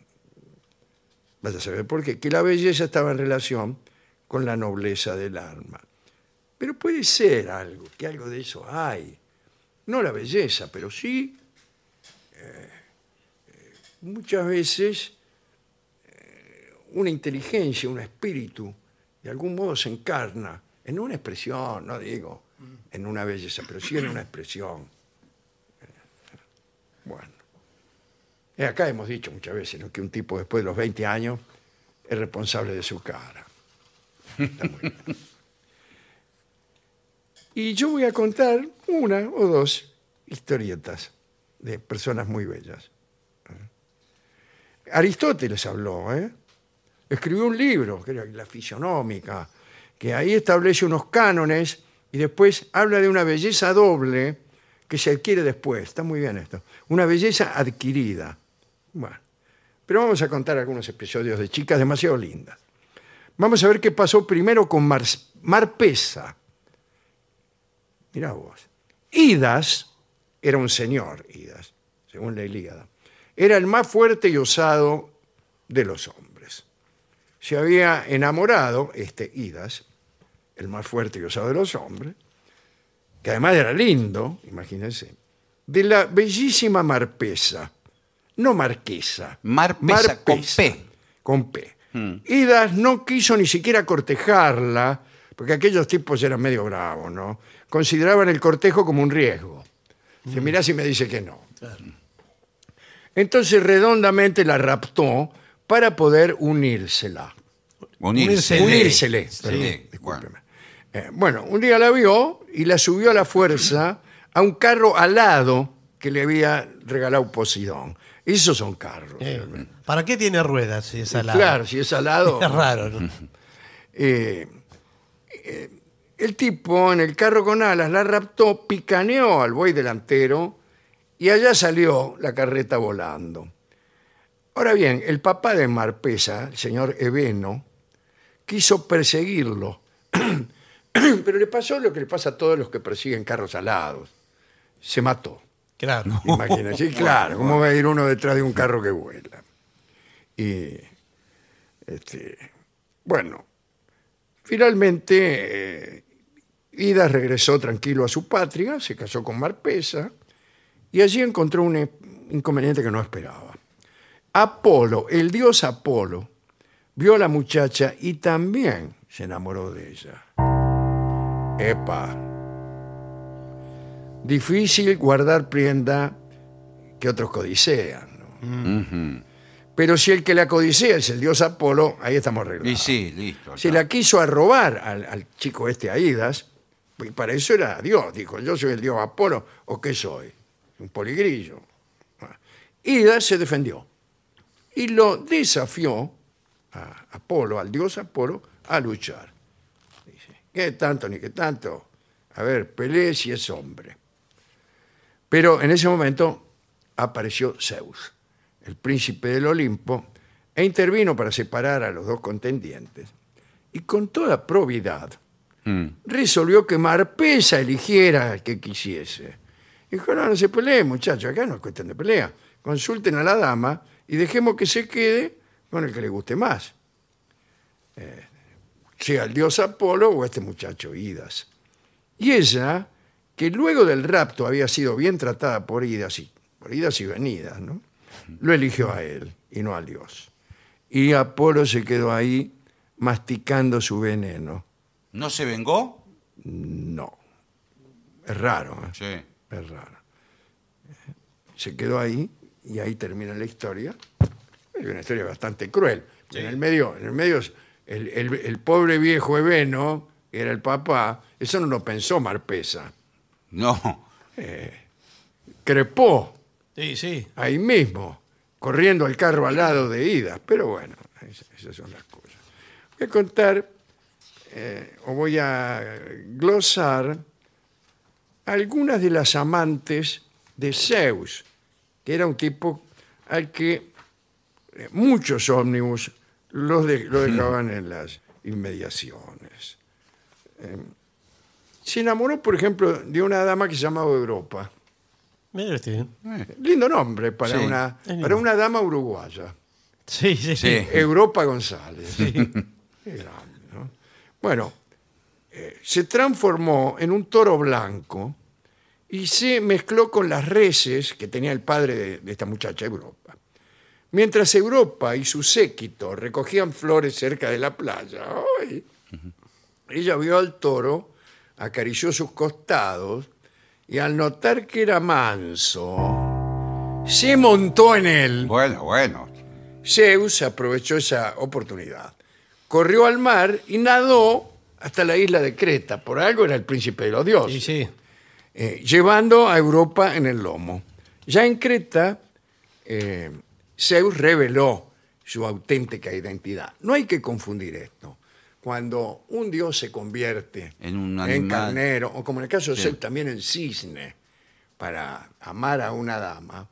Speaker 1: vas a saber por qué, que la belleza estaba en relación con la nobleza del alma. Pero puede ser algo, que algo de eso hay. No la belleza, pero sí eh, eh, muchas veces una inteligencia, un espíritu, de algún modo se encarna en una expresión, no digo en una belleza, pero sí en una expresión. Bueno. Eh, Acá hemos dicho muchas veces ¿no? que un tipo después de los 20 años es responsable de su cara. Está muy bien. Y yo voy a contar una o dos historietas de personas muy bellas. ¿Eh? Aristóteles habló, ¿eh? escribió un libro, que era La fisionómica, que ahí establece unos cánones y después habla de una belleza doble que se adquiere después. Está muy bien esto. Una belleza adquirida. Bueno, pero vamos a contar algunos episodios de chicas demasiado lindas. Vamos a ver qué pasó primero con Mar- Marpesa. Mirá vos. Idas era un señor, Idas, según la Ilíada. Era el más fuerte y osado de los hombres se había enamorado, este Idas, el más fuerte y osado de los hombres, que además era lindo, imagínense, de la bellísima Marpesa, no Marquesa.
Speaker 3: Marpesa, con P. Hmm.
Speaker 1: Con P. Idas no quiso ni siquiera cortejarla, porque aquellos tipos eran medio bravos, ¿no? Consideraban el cortejo como un riesgo. Se
Speaker 3: Hmm.
Speaker 1: mirá si me dice que no. Entonces redondamente la raptó para poder unírsela.
Speaker 3: Unírsele.
Speaker 1: Unírsele. perdón,
Speaker 3: Sí,
Speaker 1: discúlpeme. Eh, bueno, un día la vio y la subió a la fuerza a un carro alado que le había regalado Posidón. Esos son carros.
Speaker 2: Eh, ¿Para qué tiene ruedas si es alada?
Speaker 1: Claro, si es alado.
Speaker 2: Es raro. ¿no?
Speaker 1: Eh, eh, el tipo en el carro con alas la raptó, picaneó al buey delantero y allá salió la carreta volando. Ahora bien, el papá de Marpesa, el señor Eveno, quiso perseguirlo, pero le pasó lo que le pasa a todos los que persiguen carros alados. Se mató.
Speaker 2: Claro.
Speaker 1: Imagínense, sí, claro, ¿cómo va a ir uno detrás de un carro que vuela? Y, este, bueno, finalmente eh, Idas regresó tranquilo a su patria, se casó con Marpesa y allí encontró un eh, inconveniente que no esperaba. Apolo, el dios Apolo, vio a la muchacha y también se enamoró de ella. Epa difícil guardar prenda que otros codicean. ¿no? Pero si el que la codicea es el dios Apolo, ahí estamos
Speaker 3: Y
Speaker 1: arreglados.
Speaker 3: sí, listo.
Speaker 1: Se la quiso arrobar al, al chico este Aidas, y para eso era Dios, dijo, yo soy el dios Apolo, ¿o qué soy? Un poligrillo. Idas se defendió y lo desafió a Apolo, al dios Apolo, a luchar. Dice, ¿qué tanto ni qué tanto? A ver, peleé si es hombre. Pero en ese momento apareció Zeus, el príncipe del Olimpo, e intervino para separar a los dos contendientes. Y con toda probidad
Speaker 3: Mm.
Speaker 1: resolvió que Marpesa eligiera al que quisiese. Dijo, no, no se peleen, muchachos, acá no es cuestión de pelea. Consulten a la dama y dejemos que se quede con el que le guste más. Eh, sea el dios Apolo o este muchacho Idas. Y ella, que luego del rapto había sido bien tratada por idas y, por idas y venidas, ¿no? lo eligió a él y no al dios. Y Apolo se quedó ahí masticando su veneno.
Speaker 3: ¿No se vengó?
Speaker 1: No. Es raro, ¿eh?
Speaker 3: Sí.
Speaker 1: es raro. Se quedó ahí y ahí termina la historia. Es una historia bastante cruel. En el medio, en el medio el, el- el pobre viejo Ebeno, que era el papá, eso no lo pensó Marpesa.
Speaker 3: No.
Speaker 1: Crepó
Speaker 2: Sí, sí.
Speaker 1: ahí mismo, corriendo al carro al lado de idas. Pero bueno, es- esas son las cosas. Voy a contar, eh, o voy a glosar, algunas de las amantes de Zeus, que era un tipo al que eh, muchos ómnibus los de- lo dejaban en las inmediaciones. Eh, se enamoró, por ejemplo, de una dama que se llamaba Europa.
Speaker 2: Mire usted.
Speaker 1: Lindo nombre para,
Speaker 3: Sí.
Speaker 1: una,
Speaker 2: Es lindo.
Speaker 1: para una dama uruguaya.
Speaker 2: Sí, sí,
Speaker 3: Sí.
Speaker 2: sí.
Speaker 1: Europa González. Qué grande, ¿no? Bueno, eh, se transformó en un toro blanco y se mezcló con las reses que tenía el padre de, de esta muchacha, Europa. Mientras Europa y su séquito recogían flores cerca de la playa, ¡ay! ella vio al toro, acarició sus costados y al notar que era manso, se montó en él.
Speaker 3: Bueno, bueno.
Speaker 1: Zeus aprovechó esa oportunidad. Corrió al mar y nadó hasta la isla de Creta. Por algo era el príncipe de los dioses.
Speaker 2: Sí, sí.
Speaker 1: eh, llevando a Europa en el lomo. Ya en Creta, eh, Zeus reveló su auténtica identidad. No hay que confundir esto. Cuando un dios se convierte
Speaker 3: En un animal.
Speaker 1: carnero, o como en el caso de
Speaker 3: Sí.
Speaker 1: Zeus, también en cisne, para amar a una dama,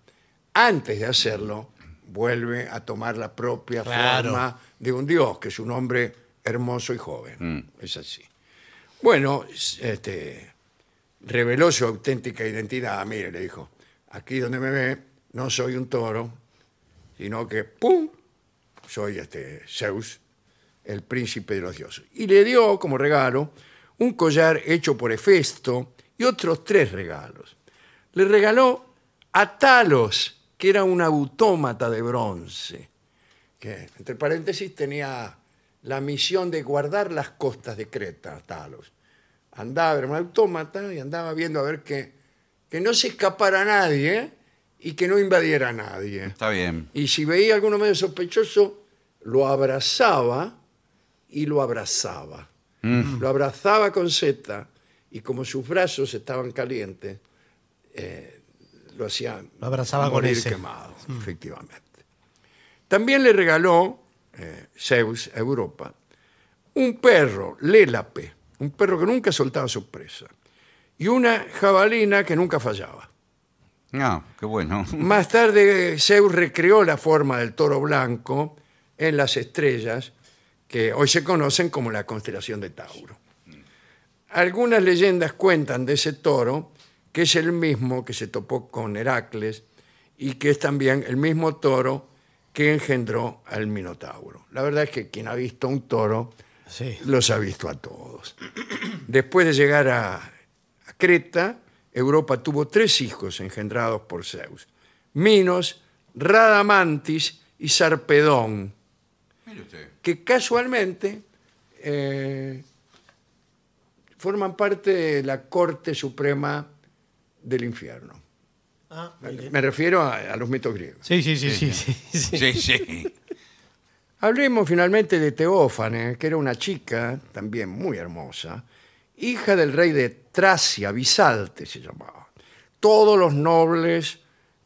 Speaker 1: antes de hacerlo, vuelve a tomar la propia
Speaker 2: Claro.
Speaker 1: forma de un dios, que es un hombre hermoso y joven. Es así. Bueno, este, reveló su auténtica identidad. Ah, Mire, le dijo, aquí donde me ve, no soy un toro, sino que, ¡pum!, soy este Zeus, el príncipe de los dioses. Y le dio como regalo un collar hecho por Hefesto y otros tres regalos. Le regaló a Talos, que era un autómata de bronce que entre paréntesis tenía la misión de guardar las costas de Creta, Talos. Andaba, era un autómata y andaba viendo a ver que, que no se escapara nadie ¿eh? y que no invadiera a nadie.
Speaker 3: Está bien.
Speaker 1: Y si veía alguno medio sospechoso, lo abrazaba y lo abrazaba. Lo abrazaba con Z y como sus brazos estaban calientes, eh, lo hacía
Speaker 2: Lo abrazaba con
Speaker 1: morir
Speaker 2: ese. Mm.
Speaker 1: quemado, efectivamente. También le regaló eh, Zeus a Europa un perro, Lélape, un perro que nunca soltaba su presa, y una jabalina que nunca fallaba.
Speaker 3: No, qué bueno.
Speaker 1: Más tarde Zeus recreó la forma del toro blanco en las estrellas que hoy se conocen como la constelación de Tauro. Algunas leyendas cuentan de ese toro que es el mismo que se topó con Heracles y que es también el mismo toro que engendró al Minotauro. La verdad es que quien ha visto un toro
Speaker 2: Sí.
Speaker 1: los ha visto a todos. Después de llegar a, a Creta, Europa tuvo tres hijos engendrados por Zeus: Minos, Radamantis y Sarpedón,
Speaker 3: Mire usted.
Speaker 1: que casualmente eh, forman parte de la Corte Suprema del Infierno.
Speaker 2: Ah, mire.
Speaker 1: Me refiero a, a los mitos griegos.
Speaker 2: sí, sí, sí, sí, sí, sí.
Speaker 3: Sí, sí.
Speaker 1: Hablemos finalmente de Teófane, que era una chica también muy hermosa, hija del rey de Tracia, Bisalte se llamaba. Todos los nobles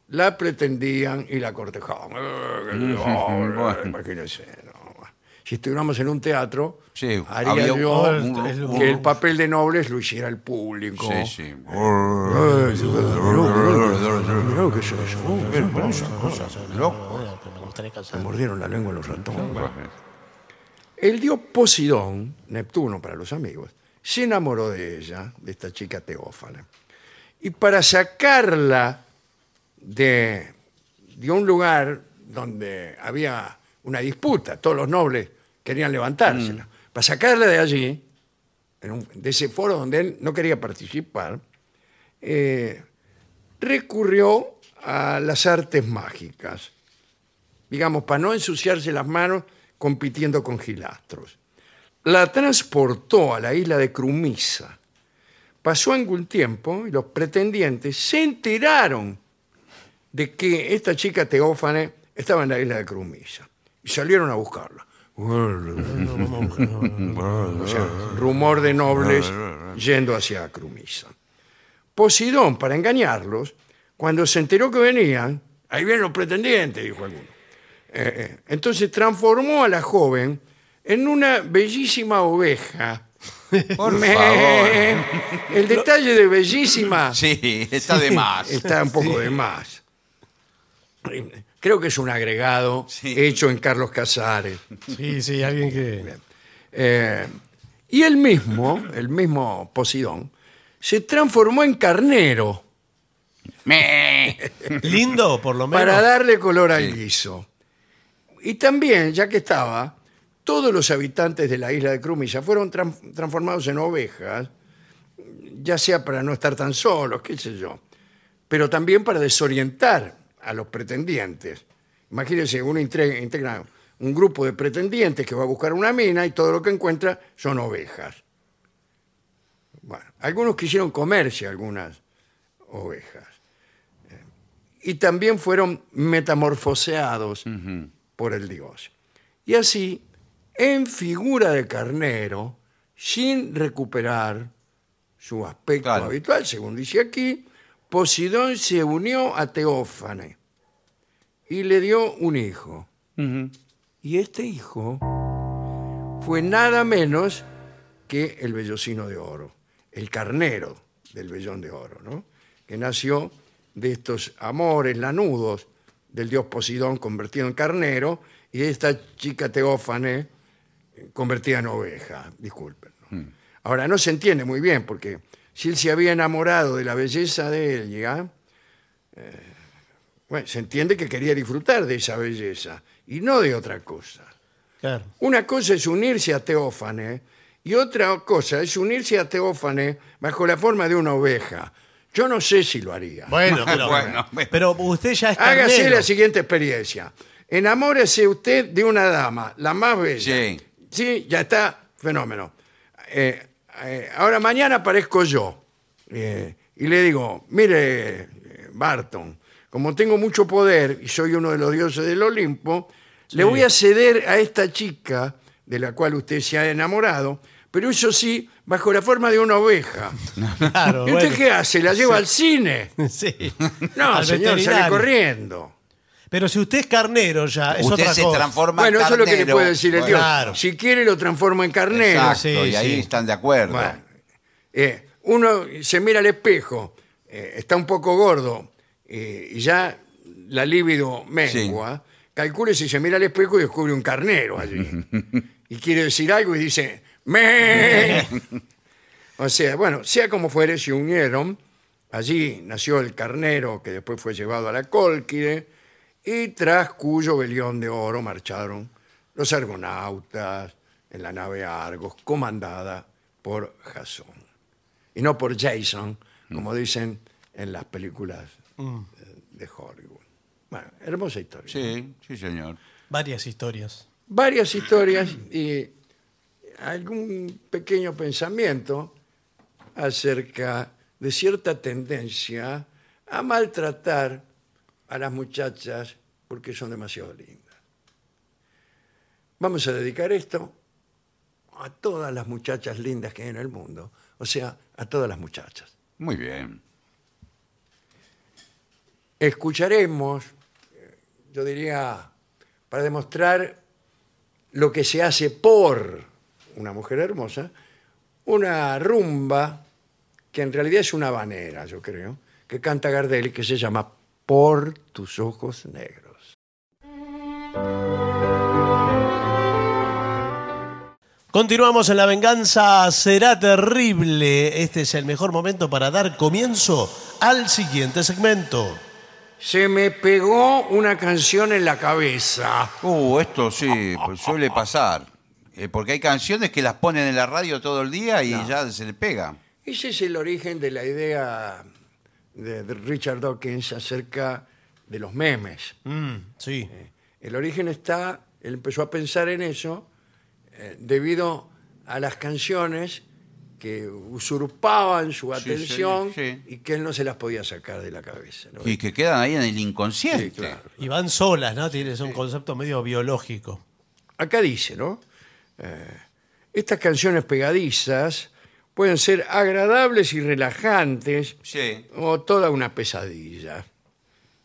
Speaker 1: la pretendían y la cortejaban. Eh, qué noble,
Speaker 3: Bueno.
Speaker 1: imagínense, no. Si estuviéramos en un teatro,
Speaker 3: Sí,
Speaker 1: haría
Speaker 3: había
Speaker 1: yo
Speaker 2: un- un-
Speaker 1: que el papel de nobles lo hiciera el público.
Speaker 3: Sí, sí.
Speaker 1: Ay, mirá, qué es eso.
Speaker 3: Pero esa cosa, loco.
Speaker 2: Me gustaría casar.
Speaker 1: Me mordieron la lengua los ratones. El dios Posidón, Neptuno para los amigos, se enamoró de ella, de esta chica Teófana. Y para sacarla de, de un lugar donde había una disputa, todos los nobles querían levantársela, para sacarla de allí, en un- de ese foro donde él no quería participar, eh, recurrió a las artes mágicas digamos, para no ensuciarse las manos compitiendo con Gilastros. La transportó a la isla de Crumisa. Pasó algún tiempo y los pretendientes se enteraron de que esta chica Teófane estaba en la isla de Crumisa y salieron a buscarla. O sea, rumor de nobles yendo hacia Crumisa. Posidón, para engañarlos, cuando se enteró que venían, ahí vienen los pretendientes, dijo alguno. Eh, eh, entonces transformó a la joven en una bellísima oveja.
Speaker 3: Por
Speaker 1: Me-
Speaker 3: favor.
Speaker 1: El detalle de bellísima
Speaker 3: Sí, está de más.
Speaker 1: está un poco de más. Creo que es un agregado
Speaker 3: Sí.
Speaker 1: hecho en Carlos Casares.
Speaker 2: Sí, sí, alguien que.
Speaker 1: Eh, y él mismo, el mismo Posidón, se transformó en carnero
Speaker 3: Me.
Speaker 2: Lindo, por lo menos.
Speaker 1: para darle color al guiso. Y también, ya que estaba, todos los habitantes de la isla de Crumilla fueron tran- transformados en ovejas, ya sea para no estar tan solos, qué sé yo, pero también para desorientar a los pretendientes. Imagínense, uno intre- integra un grupo de pretendientes que va a buscar una mina y todo lo que encuentra son ovejas. Bueno, algunos quisieron comerse algunas ovejas. Eh, Y también fueron metamorfoseados por el dios. Y así, en figura de carnero, sin recuperar su aspecto
Speaker 3: Claro.
Speaker 1: habitual, según dice aquí, Posidón se unió a Teófane y le dio un hijo. Y este hijo fue nada menos que el vellocino de oro, el carnero del vellón de oro, ¿no? que nació de estos amores lanudos del dios Posidón convertido en carnero y de esta chica Teófane eh, convertida en oveja, disculpen. ¿no? Ahora, no se entiende muy bien, porque si él se había enamorado de la belleza de Elia, eh, bueno, se entiende que quería disfrutar de esa belleza y no de otra cosa.
Speaker 2: Claro.
Speaker 1: Una cosa es unirse a Teófane y otra cosa es unirse a Teófane bajo la forma de una oveja. Yo no sé si lo haría.
Speaker 2: Bueno, pero,
Speaker 3: Bueno, bueno.
Speaker 2: pero usted ya es
Speaker 1: Hágase
Speaker 2: carnero.
Speaker 1: la siguiente experiencia. Enamórese usted de una dama, la más bella.
Speaker 3: Sí.
Speaker 1: Sí, ya está, fenómeno. Eh, eh, ahora mañana aparezco yo eh, y le digo, mire, eh, Barton, como tengo mucho poder y soy uno de los dioses del Olimpo, le voy a ceder a esta chica de la cual usted se ha enamorado, pero eso sí, bajo la forma de una oveja.
Speaker 2: Claro,
Speaker 1: ¿Y usted
Speaker 2: bueno.
Speaker 1: qué hace? ¿La lleva al cine?
Speaker 2: Sí.
Speaker 1: No,
Speaker 2: Al
Speaker 1: señor, sale
Speaker 2: veterinario.
Speaker 1: corriendo.
Speaker 2: Pero si usted es carnero ya, es
Speaker 3: Usted
Speaker 2: otra
Speaker 3: se
Speaker 2: cosa.
Speaker 3: transforma en
Speaker 1: Bueno, eso es lo que le
Speaker 3: carnero.
Speaker 1: puede decir el
Speaker 3: Bueno,
Speaker 1: Dios.
Speaker 2: Claro.
Speaker 1: Si quiere, lo transforma en carnero.
Speaker 3: Exacto,
Speaker 2: Sí,
Speaker 3: y ahí
Speaker 2: sí.
Speaker 3: están de acuerdo.
Speaker 1: Bueno, eh, uno se mira al espejo, eh, está un poco gordo, eh, y ya la libido mengua. Calcule si se mira al espejo y descubre un carnero allí. y quiere decir algo y dice, ¡Me! o sea, bueno, sea como fuere, se unieron. Allí nació el carnero que después fue llevado a la Cólquide y tras cuyo velión de oro marcharon los argonautas en la nave Argos, comandada por Jasón. Y no por Jason, como dicen en las películas eh, de Hollywood. Bueno, hermosa historia.
Speaker 3: Sí, sí, señor.
Speaker 2: Varias historias.
Speaker 1: Varias historias y algún pequeño pensamiento acerca de cierta tendencia a maltratar a las muchachas porque son demasiado lindas. Vamos a dedicar esto a todas las muchachas lindas que hay en el mundo, o sea, a todas las muchachas.
Speaker 3: Muy bien.
Speaker 1: Escucharemos, eh, yo diría, para demostrar lo que se hace por una mujer hermosa, una rumba que en realidad es una banera, yo creo, que canta Gardel y que se llama Por tus ojos negros.
Speaker 2: Continuamos en La Venganza Será Terrible. Este es el mejor momento para dar comienzo al siguiente segmento.
Speaker 1: Se me pegó una canción en la cabeza.
Speaker 3: Uh, esto sí, pues, suele pasar. Eh, porque hay canciones que las ponen en la radio todo el día y ya se le pega.
Speaker 1: Ese es el origen de la idea de de Richard Dawkins acerca de los memes.
Speaker 2: Mm, sí.
Speaker 1: El origen está, él empezó a pensar en eso eh, debido a las canciones que usurpaban su
Speaker 3: Sí,
Speaker 1: atención
Speaker 3: sí, sí.
Speaker 1: y que él no se las podía sacar de la cabeza. ¿no?
Speaker 3: Y que quedan ahí en el
Speaker 1: Sí,
Speaker 3: inconsciente.
Speaker 1: claro.
Speaker 2: Y van solas, ¿no? Tienes un concepto medio biológico.
Speaker 1: Acá dice, ¿no? Eh, estas canciones pegadizas pueden ser agradables y relajantes
Speaker 3: Sí.
Speaker 1: o toda una pesadilla.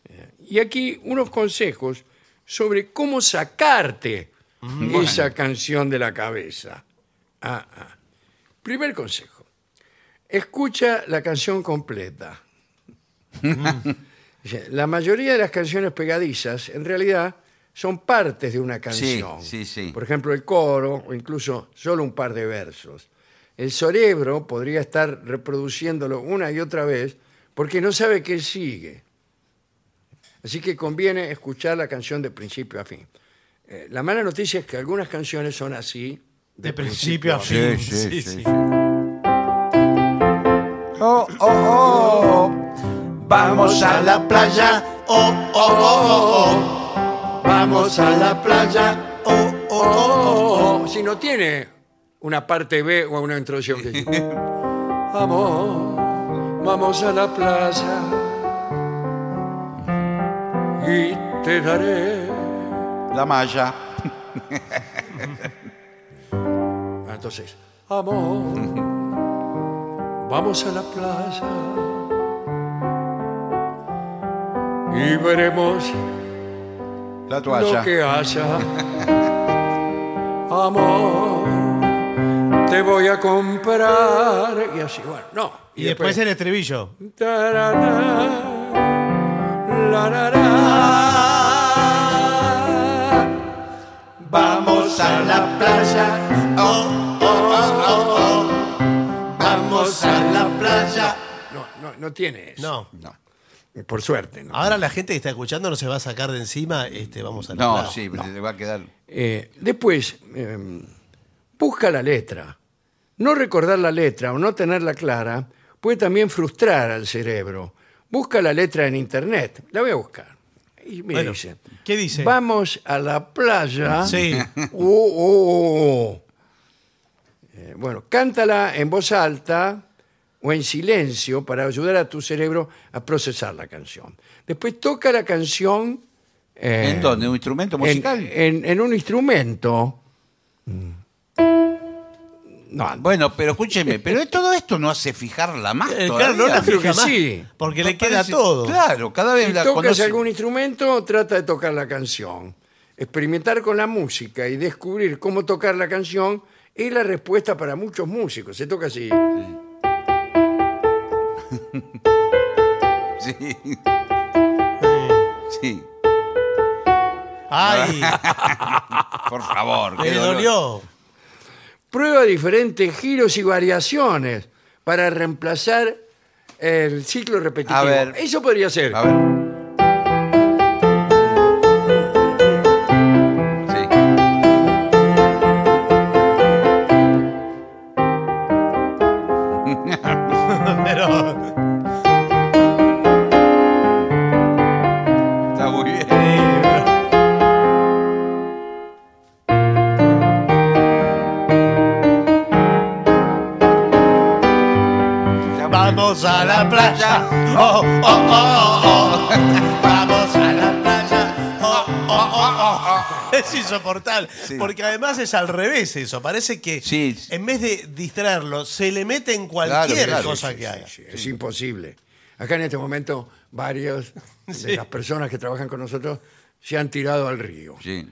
Speaker 1: Eh, Y aquí unos consejos sobre cómo sacarte esa canción de la cabeza. Ah, ah. Primer consejo, escucha la canción completa. Dice, La mayoría de las canciones pegadizas en realidad son partes de una canción.
Speaker 3: sí, sí.
Speaker 1: Por ejemplo, el coro o incluso solo un par de versos. El cerebro podría estar reproduciéndolo una y otra vez porque no sabe qué sigue. Así que conviene escuchar la canción de principio a fin. Eh, la mala noticia es que algunas canciones son así.
Speaker 2: De principio a
Speaker 3: Sí,
Speaker 2: fin.
Speaker 3: sí, sí, sí.
Speaker 5: Oh, oh, oh, vamos a la playa. Oh, oh, oh, oh, vamos a la playa. Oh, oh, oh,
Speaker 1: O si no tiene una parte B o una introducción que dice, Amor, vamos a la plaza y te daré.
Speaker 3: La malla.
Speaker 1: Ah, Entonces, amor, vamos a la plaza y veremos
Speaker 3: La
Speaker 1: lo que haya. Amor, te voy a comprar. Y así, bueno, no.
Speaker 2: Y después el estribillo.
Speaker 1: Tarará, larará.
Speaker 5: vamos a la playa. Oh, oh, oh, oh, oh, vamos a la playa.
Speaker 1: No, no, no tiene eso. Eh,
Speaker 2: No.
Speaker 1: Por suerte, ¿no?
Speaker 2: Ahora la gente que está escuchando no se va a sacar de encima. Este, vamos a la
Speaker 3: No,
Speaker 2: plaza.
Speaker 3: sí, le va a quedar.
Speaker 1: Eh, después, eh, busca la letra. No recordar la letra o no tenerla clara puede también frustrar al cerebro. Busca la letra en internet. La voy a buscar. Y me
Speaker 2: Bueno,
Speaker 1: dice,
Speaker 2: ¿qué dice?
Speaker 1: Vamos a la playa.
Speaker 2: Sí. Eh,
Speaker 1: Uh, uh, uh. Eh, bueno, cántala en voz alta o en silencio para ayudar a tu cerebro a procesar la canción. Después toca la canción. eh,
Speaker 3: ¿En dónde? ¿Un instrumento musical?
Speaker 4: eh,
Speaker 1: en, en- en un instrumento. No,
Speaker 3: Bueno, pero escúcheme, pero todo esto no hace fijar la más
Speaker 2: Eh,
Speaker 3: todavía.
Speaker 2: claro, no la
Speaker 1: Creo que
Speaker 2: fija más,
Speaker 1: sí.
Speaker 2: Porque le
Speaker 3: Parece-
Speaker 2: queda todo.
Speaker 3: Claro, cada vez
Speaker 1: si
Speaker 3: la
Speaker 1: tocas
Speaker 3: conoce-
Speaker 1: algún instrumento, trata de tocar la canción. Experimentar con la música y descubrir cómo tocar la canción es la respuesta para muchos músicos. Se toca así.
Speaker 3: Sí, sí.
Speaker 2: Ay,
Speaker 3: Por favor, qué
Speaker 2: me
Speaker 3: dolor.
Speaker 2: dolió.
Speaker 1: Prueba diferentes giros y variaciones para reemplazar el ciclo repetitivo.
Speaker 3: A ver.
Speaker 1: Eso podría ser.
Speaker 3: A ver. Sí.
Speaker 2: Pero,
Speaker 3: Está muy bien. Ya-
Speaker 2: Vamos a la playa. Oh, oh, oh, oh. Vamos a la playa. Oh, oh, oh, oh. Es insoportable. Porque además es al revés eso. Parece que
Speaker 3: Sí.
Speaker 2: en vez de distraerlo, se le mete en cualquier
Speaker 3: claro,
Speaker 2: cosa
Speaker 3: sí,
Speaker 2: que haga.
Speaker 1: Sí, es imposible. Acá en este momento varios de las personas que trabajan con nosotros se han tirado al río.
Speaker 3: Sí.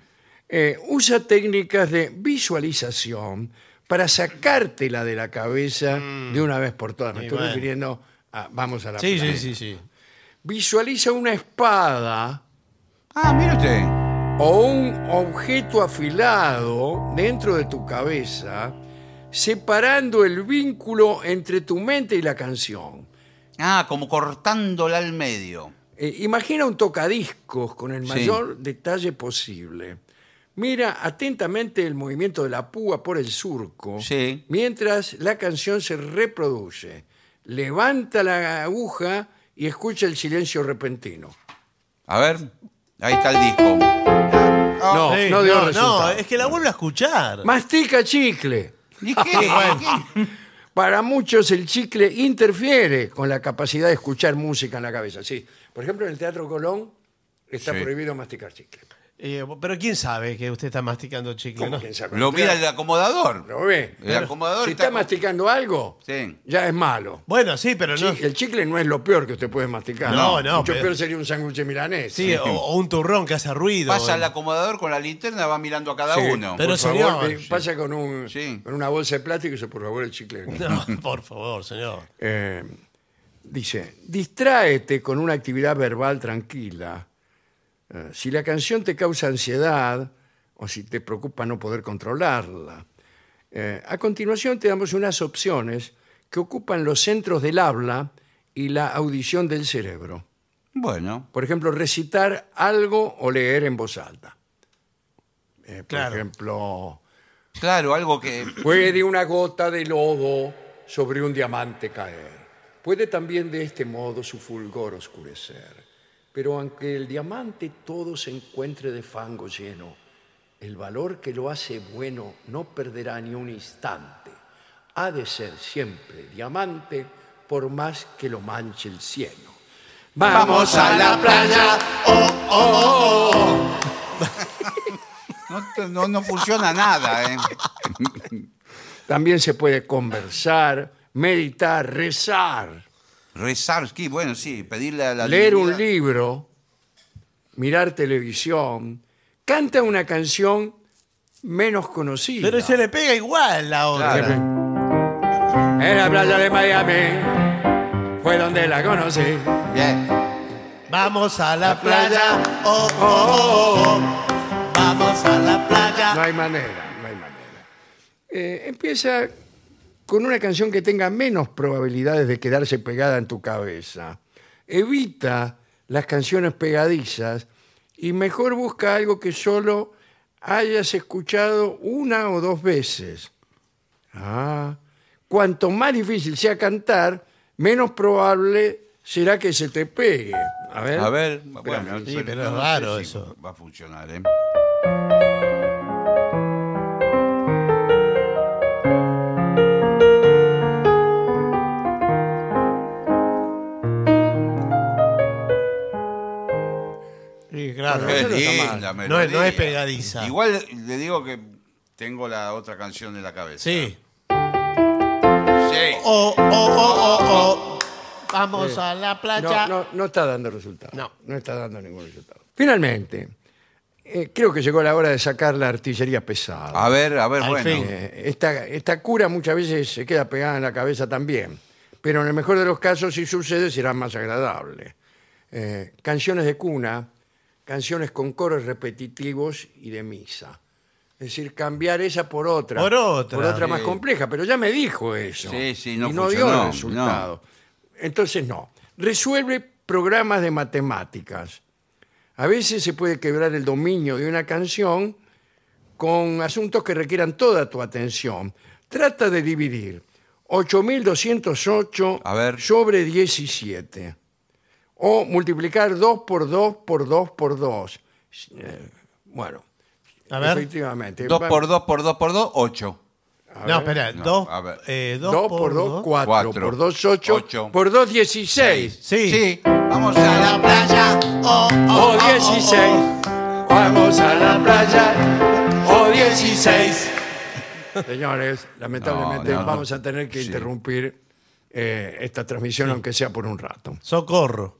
Speaker 1: Eh, usa técnicas de visualización para sacártela de la cabeza de una vez por todas. Me
Speaker 2: Mm. Y
Speaker 1: estoy
Speaker 2: bueno.
Speaker 1: refiriendo a vamos a la
Speaker 2: Sí,
Speaker 1: playa.
Speaker 2: sí, sí, sí.
Speaker 1: Visualiza una espada
Speaker 3: Ah, mire usted.
Speaker 1: o un objeto afilado dentro de tu cabeza, separando el vínculo entre tu mente y la canción.
Speaker 3: Ah, como cortándola al medio.
Speaker 1: Eh, imagina un tocadiscos con el
Speaker 3: Sí.
Speaker 1: mayor detalle posible. Mira atentamente el movimiento de la púa por el surco
Speaker 3: Sí.
Speaker 1: mientras la canción se reproduce. Levanta la aguja y escucha el silencio repentino.
Speaker 3: A ver, ahí está el disco.
Speaker 1: No,
Speaker 2: Sí,
Speaker 1: no dio
Speaker 2: no,
Speaker 1: resultado.
Speaker 2: es que la vuelvo a escuchar.
Speaker 1: Mastica chicle.
Speaker 3: ¿Y qué? ¿Qué?
Speaker 1: Para muchos el chicle interfiere con la capacidad de escuchar música en la cabeza. Sí. Por ejemplo, en el Teatro Colón está
Speaker 3: Sí.
Speaker 1: prohibido masticar chicle.
Speaker 2: Eh, pero quién sabe que usted está masticando chicle,
Speaker 1: ¿Cómo
Speaker 2: ¿no?
Speaker 1: quién sabe?
Speaker 3: Lo mira
Speaker 1: Claro.
Speaker 3: el acomodador.
Speaker 1: ¿Lo ve?
Speaker 3: El acomodador
Speaker 1: si
Speaker 3: está
Speaker 1: está,
Speaker 3: con-
Speaker 1: masticando algo,
Speaker 3: Sí.
Speaker 1: ya es malo.
Speaker 2: Bueno, sí, pero
Speaker 1: Chi-
Speaker 2: no.
Speaker 1: El chicle no es lo peor que usted puede masticar.
Speaker 2: No, no,
Speaker 1: Mucho
Speaker 2: pero-
Speaker 1: peor sería un sándwich milanés.
Speaker 2: Sí, O, o un turrón que hace ruido.
Speaker 3: Pasa el acomodador con la linterna, va mirando a cada
Speaker 1: Sí,
Speaker 3: uno.
Speaker 2: Pero
Speaker 1: por favor,
Speaker 2: señor,
Speaker 1: eh,
Speaker 2: sí.
Speaker 1: pasa con, un,
Speaker 3: Sí.
Speaker 1: con una bolsa de plástico y dice, por favor, el chicle. no".
Speaker 2: No, por favor, señor.
Speaker 1: Eh, dice, distráete con una actividad verbal tranquila. Eh, si la canción te causa ansiedad o si te preocupa no poder controlarla. Eh, a continuación te damos unas opciones que ocupan los centros del habla y la audición del cerebro.
Speaker 3: Bueno,
Speaker 1: Por ejemplo, recitar algo o leer en voz alta. Eh, por
Speaker 2: Claro.
Speaker 1: ejemplo,
Speaker 3: claro, algo que.
Speaker 1: Puede una gota de lodo sobre un diamante caer. Puede también de este modo su fulgor oscurecer. Pero aunque el diamante todo se encuentre de fango lleno, el valor que lo hace bueno no perderá ni un instante. Ha de ser siempre diamante por más que lo manche el cielo. Vamos a la playa. Oh,
Speaker 3: No, te- no, no funciona nada, ¿eh?
Speaker 1: También se puede conversar, meditar, rezar.
Speaker 3: Rezar, sí, bueno, sí, pedirle a la.
Speaker 1: leer un
Speaker 3: divinidad.
Speaker 1: libro, mirar televisión, canta una canción menos conocida.
Speaker 2: Pero se le pega igual la otra.
Speaker 3: Claro.
Speaker 1: En la playa de Miami fue donde la conocí.
Speaker 3: Bien.
Speaker 2: Vamos a la playa. Oh, oh, oh, oh. Vamos a la
Speaker 1: No
Speaker 2: playa.
Speaker 1: hay manera, no hay manera. Eh, empieza con una canción que tenga menos probabilidades de quedarse pegada en tu cabeza. Evita las canciones pegadizas y mejor busca algo que solo hayas escuchado una o dos veces. Ah, cuanto más difícil sea cantar, menos probable será que se te pegue. A ver.
Speaker 3: A ver,
Speaker 1: Espérame.
Speaker 3: bueno,
Speaker 2: Sí,
Speaker 3: suena-
Speaker 2: pero es
Speaker 3: no sé
Speaker 2: raro
Speaker 3: si
Speaker 2: eso.
Speaker 3: Va a funcionar, ¿eh?
Speaker 2: Sí, claro.
Speaker 1: Eso
Speaker 3: Qué
Speaker 1: no está
Speaker 3: linda
Speaker 2: mal.
Speaker 3: melodía.
Speaker 2: No es- no es pegadiza.
Speaker 3: Igual le digo que tengo la otra canción en la cabeza.
Speaker 2: Sí.
Speaker 3: Sí.
Speaker 2: Oh, oh, oh, oh, oh. Vamos a la playa.
Speaker 1: No, no, no está dando resultado.
Speaker 2: No.
Speaker 1: está dando ningún resultado. Finalmente, eh, creo que llegó la hora de sacar la artillería pesada.
Speaker 3: A ver, a ver,
Speaker 2: Al
Speaker 3: bueno.
Speaker 2: fin.
Speaker 1: Eh, esta, esta cura muchas veces se queda pegada en la cabeza también, pero en el mejor de los casos, si sucede, será más agradable. Eh, canciones de cuna, canciones con coros repetitivos y de misa. Es decir, cambiar esa por otra.
Speaker 2: Por otra.
Speaker 1: Por otra más
Speaker 3: Sí.
Speaker 1: compleja, pero ya me dijo eso.
Speaker 3: Sí, sí, no
Speaker 1: y no
Speaker 3: funcionó,
Speaker 1: dio resultado. Entonces, no. Resuelve programas de matemáticas. A veces se puede quebrar el dominio de una canción con asuntos que requieran toda tu atención. Trata de dividir 8.208
Speaker 3: A ver.
Speaker 1: sobre 17. O multiplicar 2 por 2 por 2 por 2. Eh, bueno,
Speaker 2: A ver.
Speaker 1: efectivamente.
Speaker 3: Dos
Speaker 1: va-
Speaker 3: por dos por dos por dos, ocho.
Speaker 1: A
Speaker 2: no,
Speaker 1: ver.
Speaker 2: espera,
Speaker 3: No,
Speaker 2: dos,
Speaker 3: a ver.
Speaker 2: eh, dos
Speaker 1: 2 por 2, 4.
Speaker 3: Cuatro.
Speaker 1: Por 2, 8.
Speaker 3: Ocho.
Speaker 1: Por 2, 16.
Speaker 2: Sí.
Speaker 3: Sí, vamos a la playa.
Speaker 5: Oh,
Speaker 1: O
Speaker 2: oh,
Speaker 1: 16.
Speaker 5: Vamos a la playa. Oh, 16.
Speaker 1: Señores, lamentablemente
Speaker 3: No, no.
Speaker 1: vamos a tener que
Speaker 3: Sí.
Speaker 1: interrumpir eh, esta transmisión, aunque sea por un rato.
Speaker 2: Socorro.